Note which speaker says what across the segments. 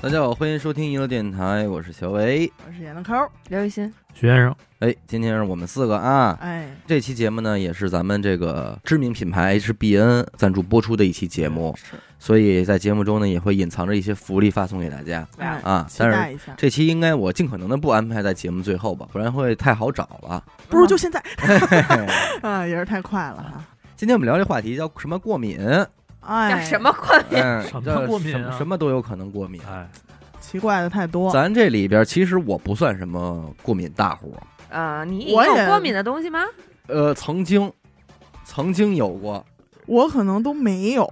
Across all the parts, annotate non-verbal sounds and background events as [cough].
Speaker 1: 大家好，欢迎收听娱乐电台，我是小伟。
Speaker 2: 我是闫德抠，
Speaker 3: 刘雨欣，
Speaker 4: 徐先生，
Speaker 1: 哎，今天是我们四个啊。
Speaker 2: 哎，
Speaker 1: 这期节目呢，也是咱们这个知名品牌 HBN 赞助播出的一期节目，
Speaker 2: 是，
Speaker 1: 所以在节目中呢，也会隐藏着一些福利发送给大家
Speaker 2: 哎，
Speaker 1: 啊。
Speaker 2: 期
Speaker 1: 但
Speaker 2: 待
Speaker 1: 是
Speaker 2: 一下，
Speaker 1: 这期应该我尽可能的不安排在节目最后吧，不然会太好找了。
Speaker 2: 不如就现
Speaker 1: [laughs]
Speaker 2: 在啊，也是太快了哈。
Speaker 1: 今天我们聊这话题叫什么过
Speaker 2: [laughs]
Speaker 1: 敏？
Speaker 2: 哎，
Speaker 3: 叫什？么困？
Speaker 1: 嗯，
Speaker 4: 什么
Speaker 1: 叫
Speaker 4: 过敏啊
Speaker 1: 什么什么都有可能过敏。
Speaker 4: 哎，
Speaker 2: 奇怪的太多。
Speaker 1: 咱这里边其实我不算什么过敏大户，
Speaker 3: 呃，你
Speaker 2: 我
Speaker 3: 有
Speaker 2: 也
Speaker 3: 过敏的东西吗？
Speaker 1: 呃，曾经曾经有过，
Speaker 2: 我可能都没有，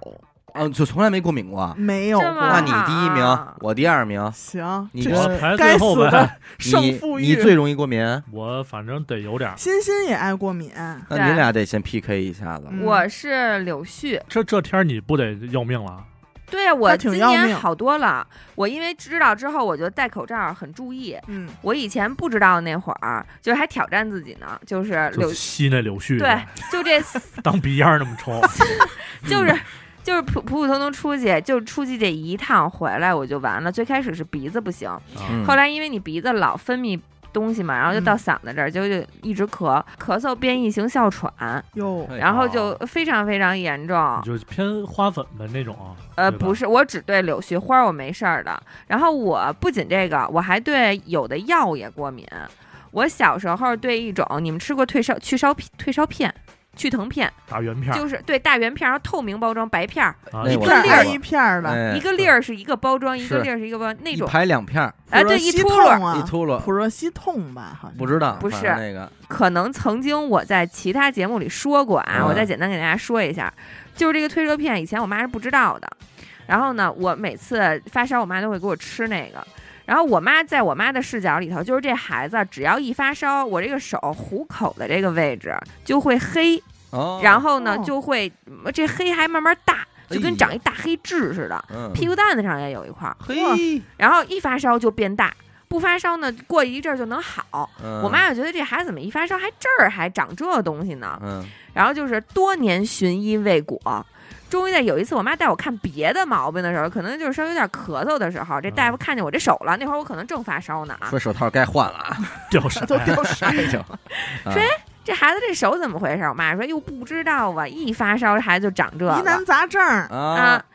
Speaker 1: 啊，就从来没过敏过。
Speaker 2: 没有
Speaker 3: 这
Speaker 2: 过。
Speaker 3: 么
Speaker 1: 那你第一名
Speaker 3: 嗯啊，
Speaker 1: 我第二名，
Speaker 2: 行，
Speaker 1: 你
Speaker 2: 这
Speaker 1: 这
Speaker 4: 我
Speaker 2: 是
Speaker 4: 排
Speaker 2: 该
Speaker 4: 最
Speaker 2: 死
Speaker 4: 后
Speaker 2: [laughs]
Speaker 4: 呗
Speaker 2: 的，胜
Speaker 1: 你
Speaker 2: 负
Speaker 1: 你
Speaker 2: 欲。
Speaker 1: 最容易过
Speaker 3: [laughs]
Speaker 1: 敏，
Speaker 4: 我反正得有点儿。
Speaker 2: 欣欣也爱过敏，
Speaker 1: 那
Speaker 3: 对啊
Speaker 1: 你俩得先 PK 一下子。
Speaker 2: 嗯
Speaker 3: 我是柳絮，
Speaker 4: 这这天儿你不得要命了？
Speaker 3: 对我
Speaker 2: 挺
Speaker 3: 今
Speaker 2: 要命
Speaker 3: 年好多了。我因为知道之后，我就戴口罩，很注意。
Speaker 2: 嗯，
Speaker 3: 我以前不知道那会儿，就是还挑战自己呢，就是
Speaker 4: 就
Speaker 3: 柳，
Speaker 4: 吸那柳絮，
Speaker 3: 对，就这，
Speaker 4: 当鼻烟儿那么
Speaker 3: [laughs]
Speaker 4: 啊抽。
Speaker 1: 嗯
Speaker 3: 就是。就是普普普通通出去，就出去这一趟回来我就完了。最开始是鼻子不行，
Speaker 4: 啊
Speaker 1: 嗯
Speaker 3: 后来因为你鼻子老分泌东西嘛，然后就到
Speaker 2: 嗯
Speaker 3: 嗓子这儿，就就一直咳，咳嗽变异性哮喘，
Speaker 2: 哟，
Speaker 3: 然后就非常非常严重
Speaker 4: 你。就偏花粉的那种啊，
Speaker 3: 呃，
Speaker 4: 对吧
Speaker 3: 不，是，我只对柳絮花儿我没事儿的。然后我不仅这个，我还对有的药也过敏。我小时候对一种你们吃过退烧去烧片退烧片、去疼片，
Speaker 4: 大圆片儿
Speaker 3: 就是对大圆片儿，然后透明包装白片儿，
Speaker 4: 啊，
Speaker 1: 那
Speaker 2: 一
Speaker 1: 我
Speaker 2: 片
Speaker 3: 知道
Speaker 2: 儿
Speaker 1: 了
Speaker 2: 一片儿的，
Speaker 1: 哎
Speaker 3: 一个粒儿是一个包装，一
Speaker 1: 是
Speaker 3: 个粒儿是一个包装那
Speaker 1: 一
Speaker 3: 种。
Speaker 1: 排两片儿，
Speaker 3: 哎，
Speaker 2: 普若
Speaker 3: 对，一
Speaker 2: 西
Speaker 3: 秃
Speaker 2: 痛
Speaker 3: 噜儿。
Speaker 1: 一
Speaker 2: 啊，
Speaker 1: 秃噜，
Speaker 2: 普若西痛吧，好像
Speaker 1: 不知道
Speaker 3: 不是
Speaker 1: 反正那个
Speaker 3: 可能曾经我在其他节目里说过啊，
Speaker 1: 嗯
Speaker 3: 我再简单给大家说一下，就是这个退热片，以前我妈是不知道的。然后呢，我每次发烧，我妈都会给我吃那个。然后我妈在我妈的视角里头，就是这孩子啊只要一发烧，我这个手虎口的这个位置就会黑，
Speaker 1: 哦，
Speaker 3: 然后呢
Speaker 2: 哦。
Speaker 3: 就会嗯这黑还慢慢大，就
Speaker 1: 哎
Speaker 3: 跟
Speaker 1: 呀
Speaker 3: 长一大黑痣似的，
Speaker 1: 嗯，
Speaker 3: 屁股蛋子上也有一块儿。哇
Speaker 1: 嘿，
Speaker 3: 然后一发烧就变大，不发烧呢过一阵儿就能好。我
Speaker 1: 我
Speaker 3: 妈就觉得这孩子怎么一发烧还这儿还长这东西呢？
Speaker 1: 嗯
Speaker 3: 然后就是多年寻医未果，终于在有一次我妈带我看别的毛病的时候，可能就是稍微有点咳嗽的时候，这大夫看见我这手了，那会儿我可能正发烧呢啊，
Speaker 1: 说手套该换了啊，
Speaker 4: 掉色
Speaker 2: 都掉色儿。
Speaker 1: 哎呦，
Speaker 3: 这孩子这手怎么回事？我妈说哟不知道啊，一发烧这孩子就长 [laughs] 这
Speaker 2: 疑难
Speaker 3: 个
Speaker 2: 杂症儿，
Speaker 1: [laughs] 啊
Speaker 3: 啊，。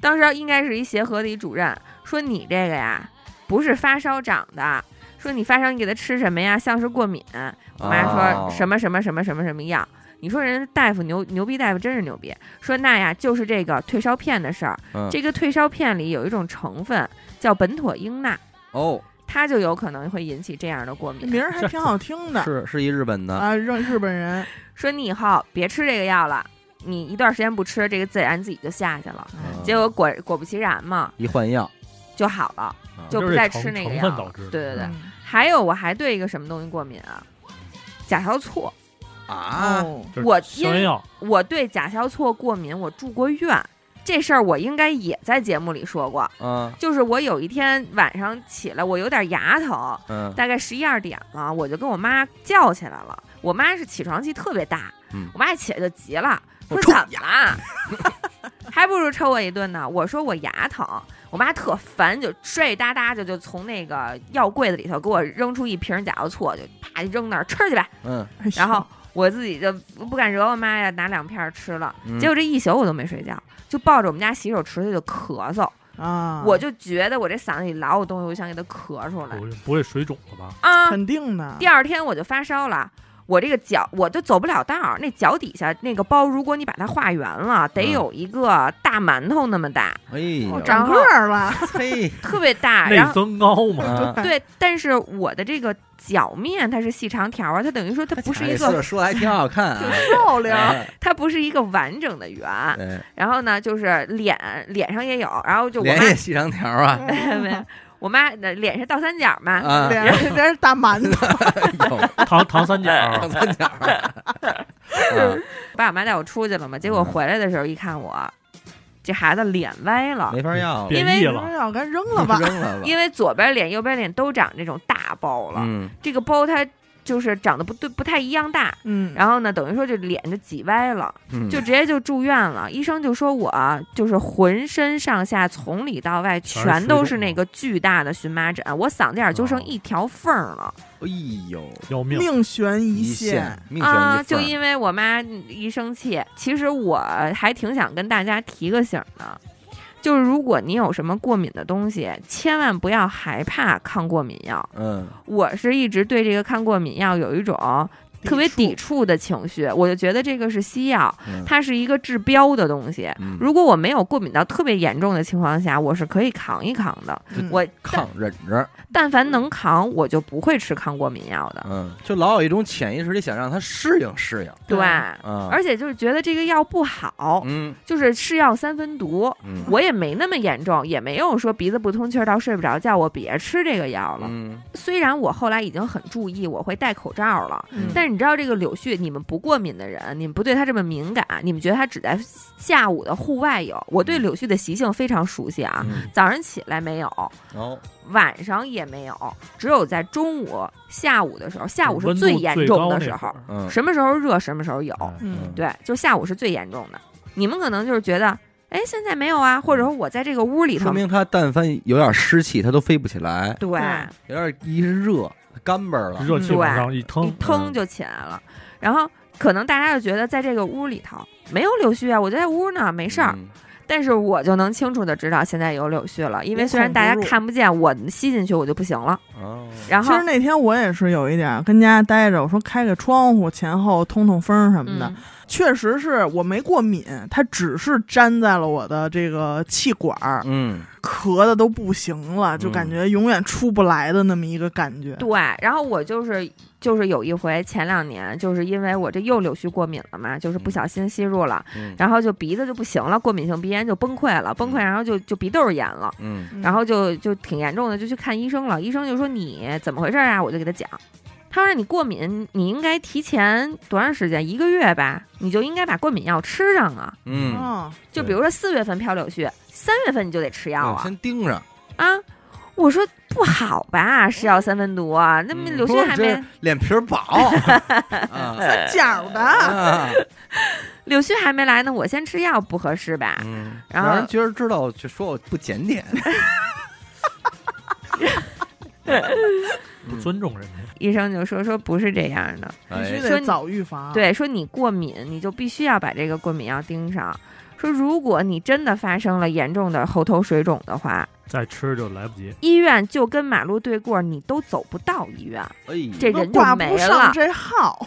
Speaker 3: 当时应该是一协和的一主任说你这个呀不是发烧长的，说你发烧你给他吃什么呀？像是过敏。我妈说什
Speaker 1: 么？
Speaker 3: 么什么什么什么什么药。你说人家大夫牛牛逼，大夫真是牛逼。说那呀，就是这个退烧片的事儿。
Speaker 1: 嗯
Speaker 3: 这个退烧片里有一种成分叫苯妥英钠，
Speaker 1: 哦，
Speaker 3: 它就有可能会引起这样的过敏。
Speaker 2: 名儿还挺好听的
Speaker 1: 是是一日本的，
Speaker 2: 啊，让日本人。
Speaker 3: 说你以后别吃这个药了，你一段时间不吃，这个自然自己就下去了。
Speaker 1: 嗯
Speaker 3: 结果果果不其然嘛，
Speaker 1: 一换药
Speaker 3: 就好了，
Speaker 1: 啊
Speaker 3: 就
Speaker 4: 就
Speaker 3: 不
Speaker 4: 是
Speaker 3: 再
Speaker 4: 成
Speaker 3: 吃那个
Speaker 4: 成
Speaker 3: 药
Speaker 4: 分
Speaker 3: 了
Speaker 4: 导致的
Speaker 3: 对对对
Speaker 2: 嗯，
Speaker 3: 还有我还对一个什么东西过敏啊，甲硝唑。
Speaker 1: 啊，
Speaker 2: 哦
Speaker 4: 就是
Speaker 3: 我因
Speaker 4: 消炎药
Speaker 3: 我对甲硝唑过敏，我住过院，这事儿我应该也在节目里说过。
Speaker 1: 嗯
Speaker 3: 就是我有一天晚上起来，我有点牙疼，
Speaker 1: 嗯
Speaker 3: 大概十一二点了，我就跟我妈叫起来了。我妈是起床气特别大，
Speaker 1: 嗯
Speaker 3: 我妈一起来就急了，
Speaker 1: 我
Speaker 3: 说
Speaker 1: 抽
Speaker 3: 怎么了？ [laughs] 还不如抽我一顿呢。我说我牙疼，我妈特烦，就睡哒哒就就从那个药柜子里头给我扔出一瓶甲硝唑，就啪扔那儿吃
Speaker 1: [laughs]
Speaker 3: 去呗。
Speaker 1: 嗯
Speaker 2: 哎呦
Speaker 3: 然后我自己就不敢惹我妈呀，拿两片儿吃了。
Speaker 1: 嗯，
Speaker 3: 结果这一宿我都没睡觉，就抱着我们家洗手池子就咳嗽，
Speaker 2: 啊，
Speaker 3: 我就觉得我这嗓子里老有东西，我就想给它咳出来
Speaker 4: 不会不会水肿了吧？
Speaker 3: 啊。
Speaker 2: 肯定的
Speaker 3: 第。二天我就发烧了，我这个脚我就走不了道儿，那脚底下那个包，如果你把它画圆了，得
Speaker 1: 嗯
Speaker 3: 有一个大馒头那么大，
Speaker 1: 哎呦
Speaker 2: 哦，
Speaker 3: 然
Speaker 2: 长
Speaker 3: 后
Speaker 2: 个儿了， [laughs]
Speaker 1: 嘿，
Speaker 3: 特别大。啊然
Speaker 4: 内
Speaker 3: 后
Speaker 4: 增高
Speaker 3: [laughs]
Speaker 4: 嘛，
Speaker 1: 啊
Speaker 3: 对，但是我的这个脚面它是细长条啊，它等于说它不是一
Speaker 1: 哎
Speaker 3: 个
Speaker 1: 说的还挺好看
Speaker 2: 挺
Speaker 3: [laughs]
Speaker 1: 啊，
Speaker 2: 漂亮。
Speaker 1: 哎
Speaker 3: 它不是一个完整的圆。
Speaker 1: 哎
Speaker 3: 然后呢，就是脸脸上也有，然后就我
Speaker 1: 脸
Speaker 3: 妈
Speaker 1: 也细长条
Speaker 3: [laughs]
Speaker 1: 啊，
Speaker 3: 没有，我妈那脸是倒三角嘛，
Speaker 2: [laughs]
Speaker 1: 啊，
Speaker 2: 脸上脸是大馒头，
Speaker 3: [laughs]
Speaker 1: 有
Speaker 4: 糖糖三角儿，
Speaker 1: 长三角啊，
Speaker 3: [laughs]
Speaker 1: 啊
Speaker 3: 爸我妈带我出去了嘛，结果回来的时候一看我，这孩子脸歪了，
Speaker 1: 啊没法要了，
Speaker 4: 变
Speaker 3: 因为
Speaker 4: 异
Speaker 2: 不
Speaker 4: 了，
Speaker 2: 是要该
Speaker 1: [laughs]
Speaker 2: 扔了吧？
Speaker 1: 扔了吧，
Speaker 3: 因为左边脸右边脸都长这种大包了，
Speaker 1: 嗯
Speaker 3: 这个包它就是长得不对不太一样大，
Speaker 2: 嗯，
Speaker 3: 然后呢，等于说这脸就挤歪了，
Speaker 1: 嗯
Speaker 3: 就直接就住院了。医生就说我啊就是浑身上下从里到外
Speaker 4: 全是
Speaker 3: 全都是
Speaker 4: 水肿
Speaker 3: 那个巨大的荨麻疹，我嗓子眼儿就剩一条缝儿了
Speaker 1: 哎呦，
Speaker 4: 要命！
Speaker 2: 命悬一
Speaker 1: 线
Speaker 2: 线，
Speaker 1: 命悬一
Speaker 3: 啊！就
Speaker 1: 缝儿
Speaker 3: 因为我妈一生气，其实我还挺想跟大家提个醒儿的。就是如果你有什么过敏的东西，千万不要害怕抗过敏药。
Speaker 1: 嗯，
Speaker 3: 我是一直对这个抗过敏药有一种特别抵触的情绪，我就觉得这个是西药，
Speaker 1: 嗯
Speaker 3: 它是一个治标的东西。
Speaker 1: 嗯
Speaker 3: 如果我没有过敏到特别严重的情况下，我是可以扛一扛的。
Speaker 2: 嗯
Speaker 3: 我
Speaker 1: 抗忍着，
Speaker 3: 但凡能扛，我就不会吃抗过敏药的。
Speaker 1: 嗯，就老有一种潜意识里想让他适应适应
Speaker 3: 对，
Speaker 1: 啊，
Speaker 3: 而且就是觉得这个药不好，
Speaker 1: 嗯
Speaker 3: 就是是药三分毒。
Speaker 1: 嗯，
Speaker 3: 我也没那么严重，也没有说鼻子不通气儿到睡不着觉，我别吃这个药了。
Speaker 1: 嗯
Speaker 3: 虽然我后来已经很注意，我会戴口罩了，
Speaker 2: 嗯
Speaker 3: 但是你知道这个柳絮，你们不过敏的人，你们不对它这么敏感，你们觉得它只在下午的户外有。我对柳絮的习性非常熟悉啊，
Speaker 1: 嗯，哦
Speaker 3: 早上起来没有，
Speaker 1: 然后
Speaker 3: 晚上也没有，只有在中午、下午的时候，下午是
Speaker 4: 温度
Speaker 3: 最
Speaker 4: 最
Speaker 3: 严重
Speaker 4: 高
Speaker 3: 的
Speaker 4: 那
Speaker 3: 时
Speaker 4: 会
Speaker 3: 候哦
Speaker 4: 儿，
Speaker 1: 嗯，
Speaker 3: 什么时候热什么时候有，
Speaker 4: 哎
Speaker 2: 嗯，
Speaker 3: 对，就下午是最严重的。你们可能就是觉得，哎，现在没有啊，或者说我在这个屋里
Speaker 1: 说
Speaker 3: 头，
Speaker 1: 明他但凡有点湿气，他都飞不起来，
Speaker 3: 对，
Speaker 2: 对
Speaker 1: 有点一是热，干巴了，
Speaker 4: 哎热气
Speaker 3: 对嗯
Speaker 4: 往上一
Speaker 3: 一
Speaker 1: 哦
Speaker 4: 腾，
Speaker 1: 嗯
Speaker 3: 腾就起来了。然后可能大家就觉得，在这个屋里头没有柳絮啊，我就在屋呢，没
Speaker 1: 没
Speaker 3: 事
Speaker 2: 嗯
Speaker 3: 儿。，但是我就能清楚的知道现在有柳絮了，因为
Speaker 2: 无
Speaker 3: 虽然
Speaker 2: 孔
Speaker 3: 大家
Speaker 2: 不入
Speaker 3: 看不见，我吸进去我就不行了。
Speaker 1: 哦，
Speaker 3: 然
Speaker 2: 其
Speaker 3: 后
Speaker 2: 实，那天我也是有一点儿跟家待着，我说开开窗户前后通通风什么的，
Speaker 3: 嗯，
Speaker 2: 确实是我没过敏，它只是粘在了我的这个气管儿，
Speaker 1: 嗯
Speaker 2: 咳的都不行了，就感觉永远出不来的那么一个感觉。
Speaker 3: 对，然后我就是就是有一回前两年，就是因为我这又柳絮过敏了嘛，就是不小心吸入了，
Speaker 1: 嗯
Speaker 3: 然后就鼻子就不行了，过敏性鼻炎就崩溃了，崩溃然后就就鼻窦炎了。
Speaker 1: 嗯
Speaker 2: 嗯
Speaker 3: 然后就就挺严重的，就去看医生了。医生就说你怎么回事儿啊？我就给他讲，他说你过敏，你应该提前多长时间？一个月吧，你就应该把过敏药吃上啊。
Speaker 1: 嗯，
Speaker 2: 啊，
Speaker 3: 就比如说四月份飘柳絮，三月份你就得吃药
Speaker 1: 嗯
Speaker 3: 啊
Speaker 1: 先盯上，
Speaker 3: 啊！我说不好吧，是药三分毒啊，那么
Speaker 1: 嗯
Speaker 3: 柳
Speaker 1: 不
Speaker 3: 絮
Speaker 1: 是
Speaker 3: 还
Speaker 1: 这
Speaker 3: 没
Speaker 1: 脸皮
Speaker 3: [laughs]
Speaker 1: 儿薄啊
Speaker 2: 三角的，
Speaker 1: 啊，
Speaker 3: 柳絮还没来呢，我先吃药不合适吧？
Speaker 1: 嗯，
Speaker 3: 然后
Speaker 1: 让人觉得知道就说我不检
Speaker 3: [laughs]
Speaker 1: 点，
Speaker 4: 不尊重人家。
Speaker 3: 医生就说说不是这样的，
Speaker 2: 必须
Speaker 1: 哎
Speaker 3: 说
Speaker 2: 得
Speaker 3: 你
Speaker 2: 早预防。，
Speaker 3: 对，说你过敏，你就必须要把这个过敏药盯上。说如果你真的发生了严重的喉头水肿的话，
Speaker 4: 再吃就来不及。
Speaker 3: 医院就跟马路对过，你都走不到医院，
Speaker 1: 哎呦
Speaker 3: 这人就
Speaker 2: 挂
Speaker 3: 没
Speaker 2: 不
Speaker 3: 了
Speaker 2: 上。这 号。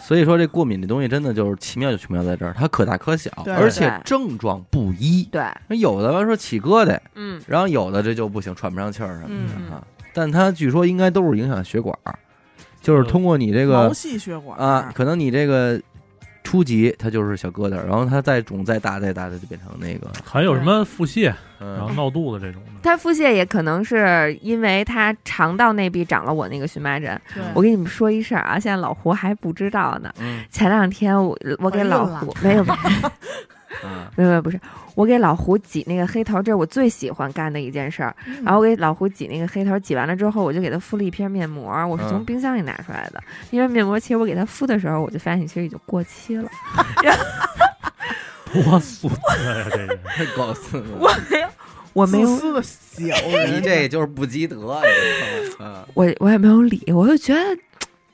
Speaker 1: [laughs] 所以说这过敏这东西真的就是奇妙就奇妙在这儿，它可大可小，
Speaker 2: 对
Speaker 1: 而且
Speaker 3: 对
Speaker 1: 症状不一。
Speaker 3: 对，
Speaker 1: 有的说起疙瘩，
Speaker 3: 嗯，
Speaker 1: 然后有的这就不行，喘不上气儿什么
Speaker 2: 嗯，
Speaker 1: 的啊。但它据说应该都是影响血管儿，就是通过你这
Speaker 2: 毛
Speaker 1: 个
Speaker 2: 细血管
Speaker 3: [laughs]
Speaker 1: 啊，，可能你这个初级它就是小疙瘩，然后它再肿再大再大，它就变成那个
Speaker 4: 还有什么腹泻，然后
Speaker 1: 嗯
Speaker 4: 闹肚子这种的，
Speaker 3: 他腹泻也可能是因为他肠道内壁长了我那个荨麻疹。
Speaker 2: 对
Speaker 3: 我跟你们说一事儿啊，现在老胡还不知道呢。
Speaker 1: 嗯
Speaker 3: 前两天我我给
Speaker 2: 怀孕
Speaker 3: 老
Speaker 2: 了
Speaker 3: 胡没有没有
Speaker 1: 啊 [laughs]
Speaker 3: 没有没有不是，我给老胡挤那个黑头，这是我最喜欢干的一件事儿。
Speaker 2: 嗯
Speaker 3: 然后我给老胡挤那个黑头，挤完了之后，我就给他敷了一片面膜，我是从
Speaker 1: 嗯
Speaker 3: 冰箱里拿出来的。因为面膜其实我给他敷的时候，我就发现其实已经过期了。
Speaker 4: [laughs] 多损啊！这人
Speaker 1: 太搞死
Speaker 3: 我没有，我没
Speaker 2: 自
Speaker 3: 有，
Speaker 2: 私的小
Speaker 1: [laughs] 你
Speaker 2: 人，
Speaker 1: 这就是不积德，啊你知道吗啊
Speaker 3: 我我也没有理，我就觉得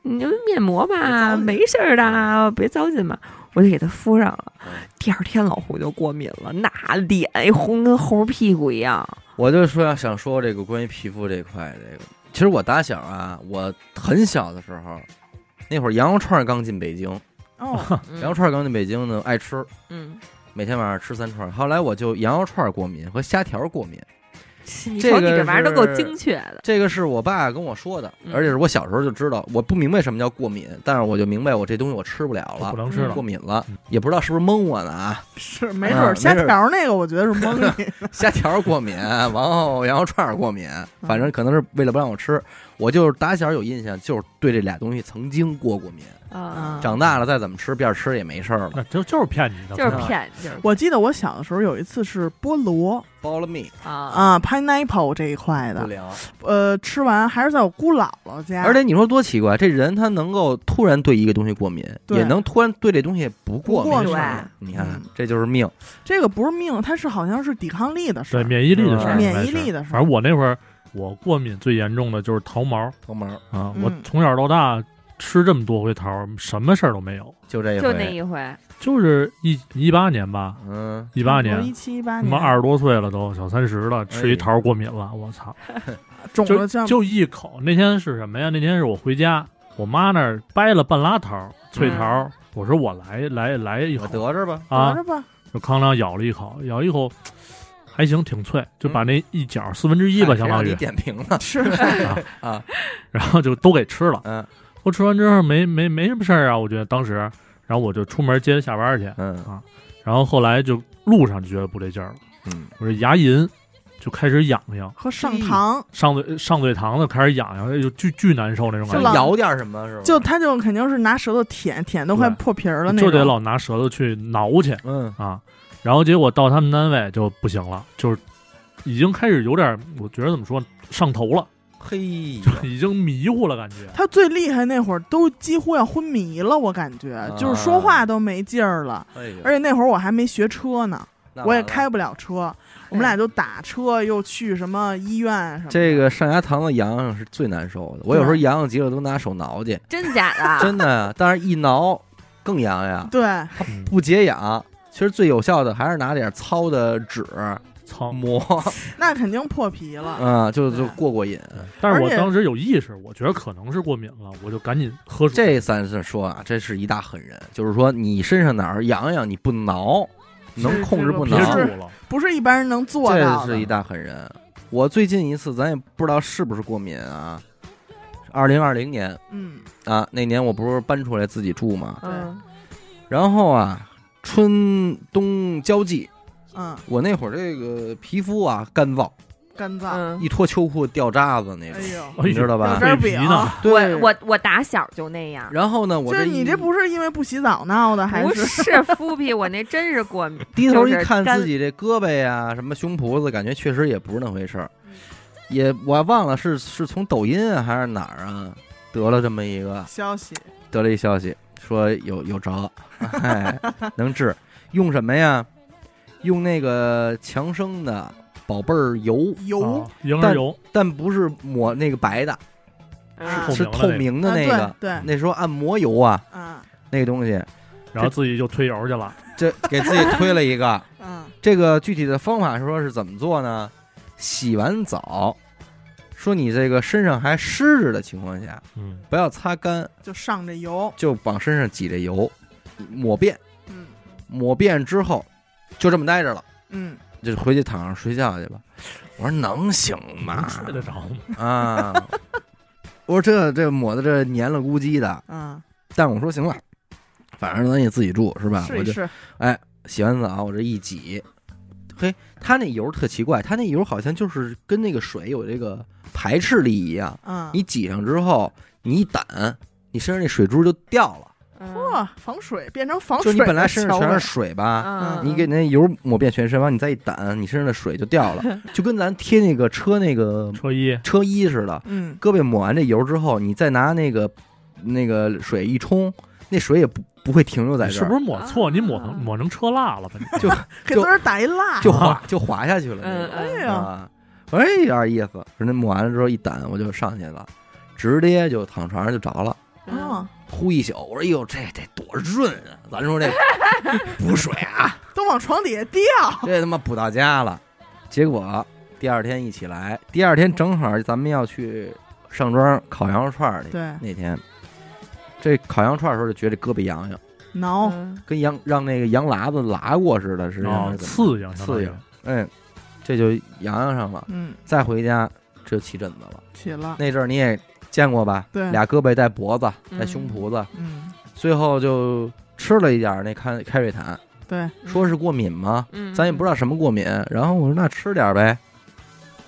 Speaker 3: 你这面膜吧，没事儿的，别糟践嘛。我就给他敷上了
Speaker 1: 嗯，
Speaker 3: 第二天老胡就过敏了，那脸一红跟猴屁股一样。
Speaker 1: [laughs] 我就说要想说这个关于皮肤这一块，这个其实我打小啊，我很小的时候，那会儿羊肉串刚进北京，
Speaker 2: 哦，
Speaker 1: 羊肉串刚进北京呢，爱吃，
Speaker 3: 嗯，
Speaker 1: 每天晚上吃三串。后来我就羊肉串过敏和虾条过敏，
Speaker 3: 你
Speaker 1: 这
Speaker 3: 瞅你
Speaker 1: 个
Speaker 3: 这玩意儿都够
Speaker 1: 是
Speaker 3: 精确的。
Speaker 1: 这个是我爸跟我说的
Speaker 3: 嗯，
Speaker 1: 而且是我小时候就知道，我不明白什么叫过敏，但是我就明白我这东西我吃不了
Speaker 4: 不
Speaker 1: 了。
Speaker 4: 能吃了
Speaker 1: 过。敏了
Speaker 4: 嗯，
Speaker 1: 也不知道是不是蒙我呢啊！
Speaker 2: 是没
Speaker 1: 啊
Speaker 2: 准儿
Speaker 1: 没
Speaker 2: 虾
Speaker 1: 准儿
Speaker 2: 条那个，我觉得是蒙你。 [laughs]
Speaker 1: [laughs]
Speaker 2: 嗯
Speaker 1: 虾条过敏，然后羊肉串过敏，反正可能是为了不让我吃。我就是打小有印象，就是对这俩东西曾经过过敏，
Speaker 2: 哦
Speaker 3: 啊，
Speaker 1: 长大了再怎么吃变吃也没事儿了。
Speaker 2: 嗯
Speaker 4: 那就就是骗你的，啊
Speaker 3: 就是骗，就是
Speaker 2: 我记得我小的时候有一次是菠萝
Speaker 1: 包了蜜
Speaker 3: 啊
Speaker 2: 啊，pineapple 这一块
Speaker 1: 不
Speaker 2: 的，
Speaker 1: 良，
Speaker 2: 呃，吃完还是在我姑姥姥家，
Speaker 1: 而且你说多奇怪，这人他能够突然对一个东西过敏，
Speaker 2: 对
Speaker 1: 也能突然对这东西不过
Speaker 2: 不
Speaker 1: 敏
Speaker 2: 过。敏
Speaker 3: 敏对
Speaker 1: 你看
Speaker 2: 嗯，
Speaker 1: 这就是命。
Speaker 2: 这个不是命，它是好像是抵抗力的事
Speaker 4: 对
Speaker 2: 儿，
Speaker 4: 免疫力的事儿，
Speaker 1: 免
Speaker 4: 应该
Speaker 2: 疫力
Speaker 4: 是
Speaker 2: 的事儿
Speaker 4: 反正我那会儿我过敏最严重的就是桃毛
Speaker 1: 头毛
Speaker 4: 啊，
Speaker 2: 嗯
Speaker 4: 我从小到大吃这么多回桃，什么事儿都没有，
Speaker 1: 就这一
Speaker 3: 就那
Speaker 1: 回，
Speaker 3: 一回，
Speaker 4: 就是一一八年吧，
Speaker 1: 嗯，
Speaker 4: 一八
Speaker 2: 一
Speaker 4: 年。
Speaker 2: 七一八
Speaker 4: 他妈
Speaker 2: 年，
Speaker 4: 二十多岁了都，小三十了，吃
Speaker 1: 哎
Speaker 4: 一桃过敏了，我操！
Speaker 2: 肿
Speaker 4: 就
Speaker 2: 了像
Speaker 4: 就一口。那天是什么呀？那天是我回家，我妈那儿掰了半拉桃，脆桃。我说我来来来一
Speaker 1: 嗯我
Speaker 4: 口
Speaker 1: 得着吧，
Speaker 2: 得
Speaker 4: 啊，
Speaker 2: 着吧，
Speaker 4: 就哐啷咬了一口，咬一口还行，挺脆，就把那一角四分之一吧，
Speaker 1: 嗯哎谁
Speaker 4: 相当
Speaker 1: 让你
Speaker 4: 于，
Speaker 1: 点评了，
Speaker 2: 是
Speaker 1: [laughs]
Speaker 4: 然后就都给吃了。
Speaker 1: 嗯
Speaker 4: 我吃完之后没没没什么事儿啊，我觉得当时，然后我就出门接她下班去，
Speaker 1: 嗯
Speaker 4: 然后后来就路上就觉得不对劲儿了，
Speaker 1: 嗯，
Speaker 4: 我这牙龈就开始痒痒，
Speaker 2: 和上糖，
Speaker 4: 上嘴上嘴搪的开始痒痒，就巨巨难受那种
Speaker 1: 是
Speaker 4: 感觉
Speaker 2: 老。
Speaker 1: 摇嗯点什么是吧？
Speaker 2: 就他就肯定是拿舌头舔，舔都快
Speaker 4: 对
Speaker 2: 破皮儿了那
Speaker 4: 就
Speaker 2: 种，
Speaker 4: 得老拿舌头去挠去
Speaker 1: 嗯
Speaker 4: 啊。然后结果到他们单位就不行了，就是已经开始有点，我觉得怎么说，上头了，
Speaker 1: 嘿，
Speaker 4: 就已经迷糊了，感觉。
Speaker 2: 他最厉害那会儿都几乎要昏迷了，我感觉、
Speaker 1: 啊
Speaker 2: 就是说话都没劲儿了。
Speaker 1: 哎呦
Speaker 2: [laughs] 而且那会儿我还没学车呢，
Speaker 1: 那
Speaker 2: 我也
Speaker 1: 完了
Speaker 2: 开不了车，我们俩就打车又去什么医院什么的。
Speaker 1: 这个上牙膛子痒痒是最难受的，我有时候痒痒急了都拿手挠去，
Speaker 3: [laughs] 真假
Speaker 2: 啊
Speaker 3: 的？啊
Speaker 1: 真的呀，但是一挠更痒呀，
Speaker 2: 对，
Speaker 4: 嗯
Speaker 1: 不解痒。其实最有效的还是拿点糙的纸
Speaker 2: 啊
Speaker 4: 操！
Speaker 1: 磨， [laughs]
Speaker 2: 那肯定破皮了。
Speaker 1: 嗯，就
Speaker 2: 对
Speaker 1: 就过过瘾。
Speaker 4: 但是我
Speaker 2: 而且
Speaker 4: 当时有意识，我觉得可能是过敏了，我就赶紧喝水。
Speaker 1: 这咱是说啊，这是一大狠人，就是说你身上哪儿痒痒你不挠，能控制不
Speaker 4: 憋
Speaker 1: 挠，
Speaker 2: 是
Speaker 4: 住了，
Speaker 2: 不是一般人能做
Speaker 1: 这
Speaker 2: 到的。
Speaker 1: 是一大狠人。我最近一次，咱也不知道是不是过敏啊。二零二零年
Speaker 2: 嗯，
Speaker 1: 啊，那年我不是搬出来自己住嘛，
Speaker 3: 嗯
Speaker 1: 然后啊，春冬交际，
Speaker 2: 嗯，
Speaker 1: 我那会儿这个皮肤啊干燥，
Speaker 2: 干燥，
Speaker 3: 嗯，
Speaker 1: 一脱秋裤掉渣子那
Speaker 2: 哎
Speaker 1: 种，
Speaker 2: 呦，
Speaker 4: 哎呦
Speaker 1: [laughs] 你知道吧
Speaker 2: 有这？儿
Speaker 4: 脆皮呢
Speaker 2: 饼，
Speaker 1: 对，
Speaker 3: 我我我打小就那样，
Speaker 1: 然后呢，我
Speaker 2: 就是
Speaker 1: 一
Speaker 2: 你这不是因为不洗澡闹的，还
Speaker 3: 不
Speaker 2: 是 [laughs]
Speaker 3: 是敷皮，我那真是过敏，
Speaker 1: 低头一
Speaker 3: 就是
Speaker 1: 看
Speaker 3: 干
Speaker 1: 自己这胳膊呀、什么胸脯子，感觉确实也不是那回事儿。
Speaker 2: 嗯
Speaker 1: 也我忘了是是从抖音啊还是哪儿啊得了这么一个
Speaker 2: 消息？
Speaker 1: 得了一消息，说有有辙， [laughs] 哎，能治，用什么呀？用那个强生的宝贝儿油，
Speaker 2: 油
Speaker 4: 啊婴儿
Speaker 1: 但
Speaker 4: 油
Speaker 1: 但不是抹那个白的，
Speaker 3: 啊
Speaker 4: 透
Speaker 1: 是
Speaker 4: 明的
Speaker 1: 透
Speaker 4: 那个
Speaker 1: 明的那个。
Speaker 2: 啊对对，
Speaker 1: 那时候按摩油啊，
Speaker 2: 嗯
Speaker 1: 那个东西，
Speaker 4: 然后自己就推油去了。
Speaker 1: 这给自己推了一个。
Speaker 2: 嗯，
Speaker 1: 这个具体的方法是说是怎么做呢？洗完澡，说你这个身上还湿着的情况下，
Speaker 4: 嗯，
Speaker 1: 不要擦干，
Speaker 2: 就上这油，
Speaker 1: 就往身上挤这油，抹遍，
Speaker 2: 嗯
Speaker 1: 抹遍之后，就这么待着了，
Speaker 2: 嗯，
Speaker 1: 就回去躺上睡觉去吧。我说能行
Speaker 4: 能
Speaker 1: 吗？
Speaker 4: 睡得着吗？
Speaker 1: 啊！我说这这抹的这黏了咕叽的，
Speaker 2: 嗯，
Speaker 1: 但我说行了，反正咱也自己住是吧？
Speaker 2: 试
Speaker 1: 啊我
Speaker 2: 一
Speaker 1: 就
Speaker 2: 试，
Speaker 1: 洗完澡，我这一挤，嘿，它那油特奇怪，它那油好像就是跟那个水有这个排斥力一样，
Speaker 2: 嗯，
Speaker 1: 你挤上之后，你一掸，你身上那水珠就掉了。啊
Speaker 3: 嗯
Speaker 2: 哇，防水变成防
Speaker 1: 就
Speaker 2: 水
Speaker 1: 你
Speaker 2: 的
Speaker 1: 本来身上
Speaker 2: 桥
Speaker 1: 全
Speaker 2: 了
Speaker 1: 是水吧，
Speaker 3: 嗯，
Speaker 1: 啊你给那油抹遍全身，完你再一掸，你身上的水就掉了，就跟咱贴那个车那个
Speaker 4: 车衣
Speaker 1: 车衣似的。
Speaker 2: 嗯，
Speaker 1: 胳膊抹完这油之后，你再拿那个那个水一冲，那水也不不会停留在
Speaker 4: 你
Speaker 1: 这
Speaker 4: 是
Speaker 1: 儿，
Speaker 4: 不是抹错？你抹
Speaker 3: 啊
Speaker 4: 成抹成车蜡了吧？你
Speaker 1: [laughs]
Speaker 4: 啊
Speaker 1: 就
Speaker 2: 给自个儿打一蜡，
Speaker 1: 就滑就滑下去了那
Speaker 3: 嗯
Speaker 1: 种。
Speaker 2: 哎
Speaker 3: 嗯，
Speaker 2: 呀，
Speaker 1: 啊，我说哎有点意思。人家抹完了之后一掸，我就上去了，直接就躺床上就着了，
Speaker 3: 嗯
Speaker 2: 啊，
Speaker 1: 呼一宿。我说哎呦，这得多润啊！咱 [laughs] 说这补水啊，
Speaker 2: 都往床底下掉，
Speaker 1: 这他妈补到家了。结果第二天一起来，第二天正好咱们要去上庄烤羊肉串儿去。
Speaker 2: 对，
Speaker 1: 那天这烤羊肉串儿的时候就觉得胳膊痒痒，
Speaker 2: 挠，
Speaker 1: 跟羊让那个羊喇子拉过似的，是
Speaker 4: 啊，刺痒，相当
Speaker 1: 刺
Speaker 4: 于
Speaker 1: 痒。哎，这就痒痒上了。
Speaker 2: 嗯，
Speaker 1: 再回家这就起疹子了。
Speaker 2: 起了，
Speaker 1: 那阵儿你也见过吧？
Speaker 2: 对
Speaker 1: 俩胳膊带脖子，
Speaker 3: 嗯
Speaker 1: 带胸脯子，
Speaker 2: 嗯，
Speaker 1: 最后就吃了一点儿那开开瑞坦，
Speaker 2: 对，
Speaker 1: 说是过敏吗？
Speaker 3: 嗯，
Speaker 1: 咱也不知
Speaker 3: 道，
Speaker 1: 道什么过敏。然后我说那吃点儿呗，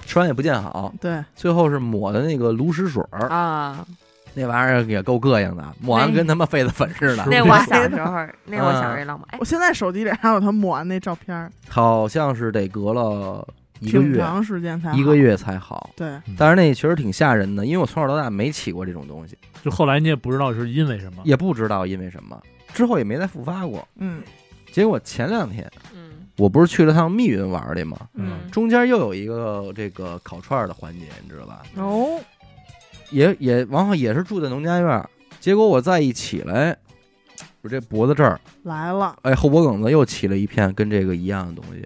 Speaker 1: 吃完也不见好，
Speaker 2: 对，
Speaker 1: 最后是抹的那个炉石水儿，
Speaker 3: 啊，
Speaker 1: 那玩意儿也够膈应的，
Speaker 3: 哎
Speaker 1: 抹完跟他妈痱子粉似的
Speaker 4: 哎，
Speaker 3: 那我小时候，那我
Speaker 1: 嗯
Speaker 3: 小时候老买，哎
Speaker 2: 我现在手机里还有他抹完那照片儿，
Speaker 1: 好像是得隔了一个
Speaker 2: 挺
Speaker 1: 月，
Speaker 2: 长时间才
Speaker 1: 一
Speaker 2: 好
Speaker 1: 个。月才好。
Speaker 2: 对，
Speaker 1: 但是那确实挺吓人的，因为我从小到大没起过这种东西，
Speaker 4: 就后来你也不知道是因为什么，
Speaker 1: 也不知道因为什么，之后也没再复发过。
Speaker 2: 嗯
Speaker 1: 结果前两天
Speaker 3: 嗯
Speaker 1: 我不是去了趟密云玩儿去吗？
Speaker 3: 嗯，
Speaker 1: 中间又有一个这个烤串儿的环节，你知道吧？
Speaker 2: 哦，
Speaker 1: 也也然后也是住在农家院儿，结果我再一起来，我这脖子这儿，
Speaker 2: 来了，
Speaker 1: 哎，后脖梗子又起了一片跟这个一样的东西。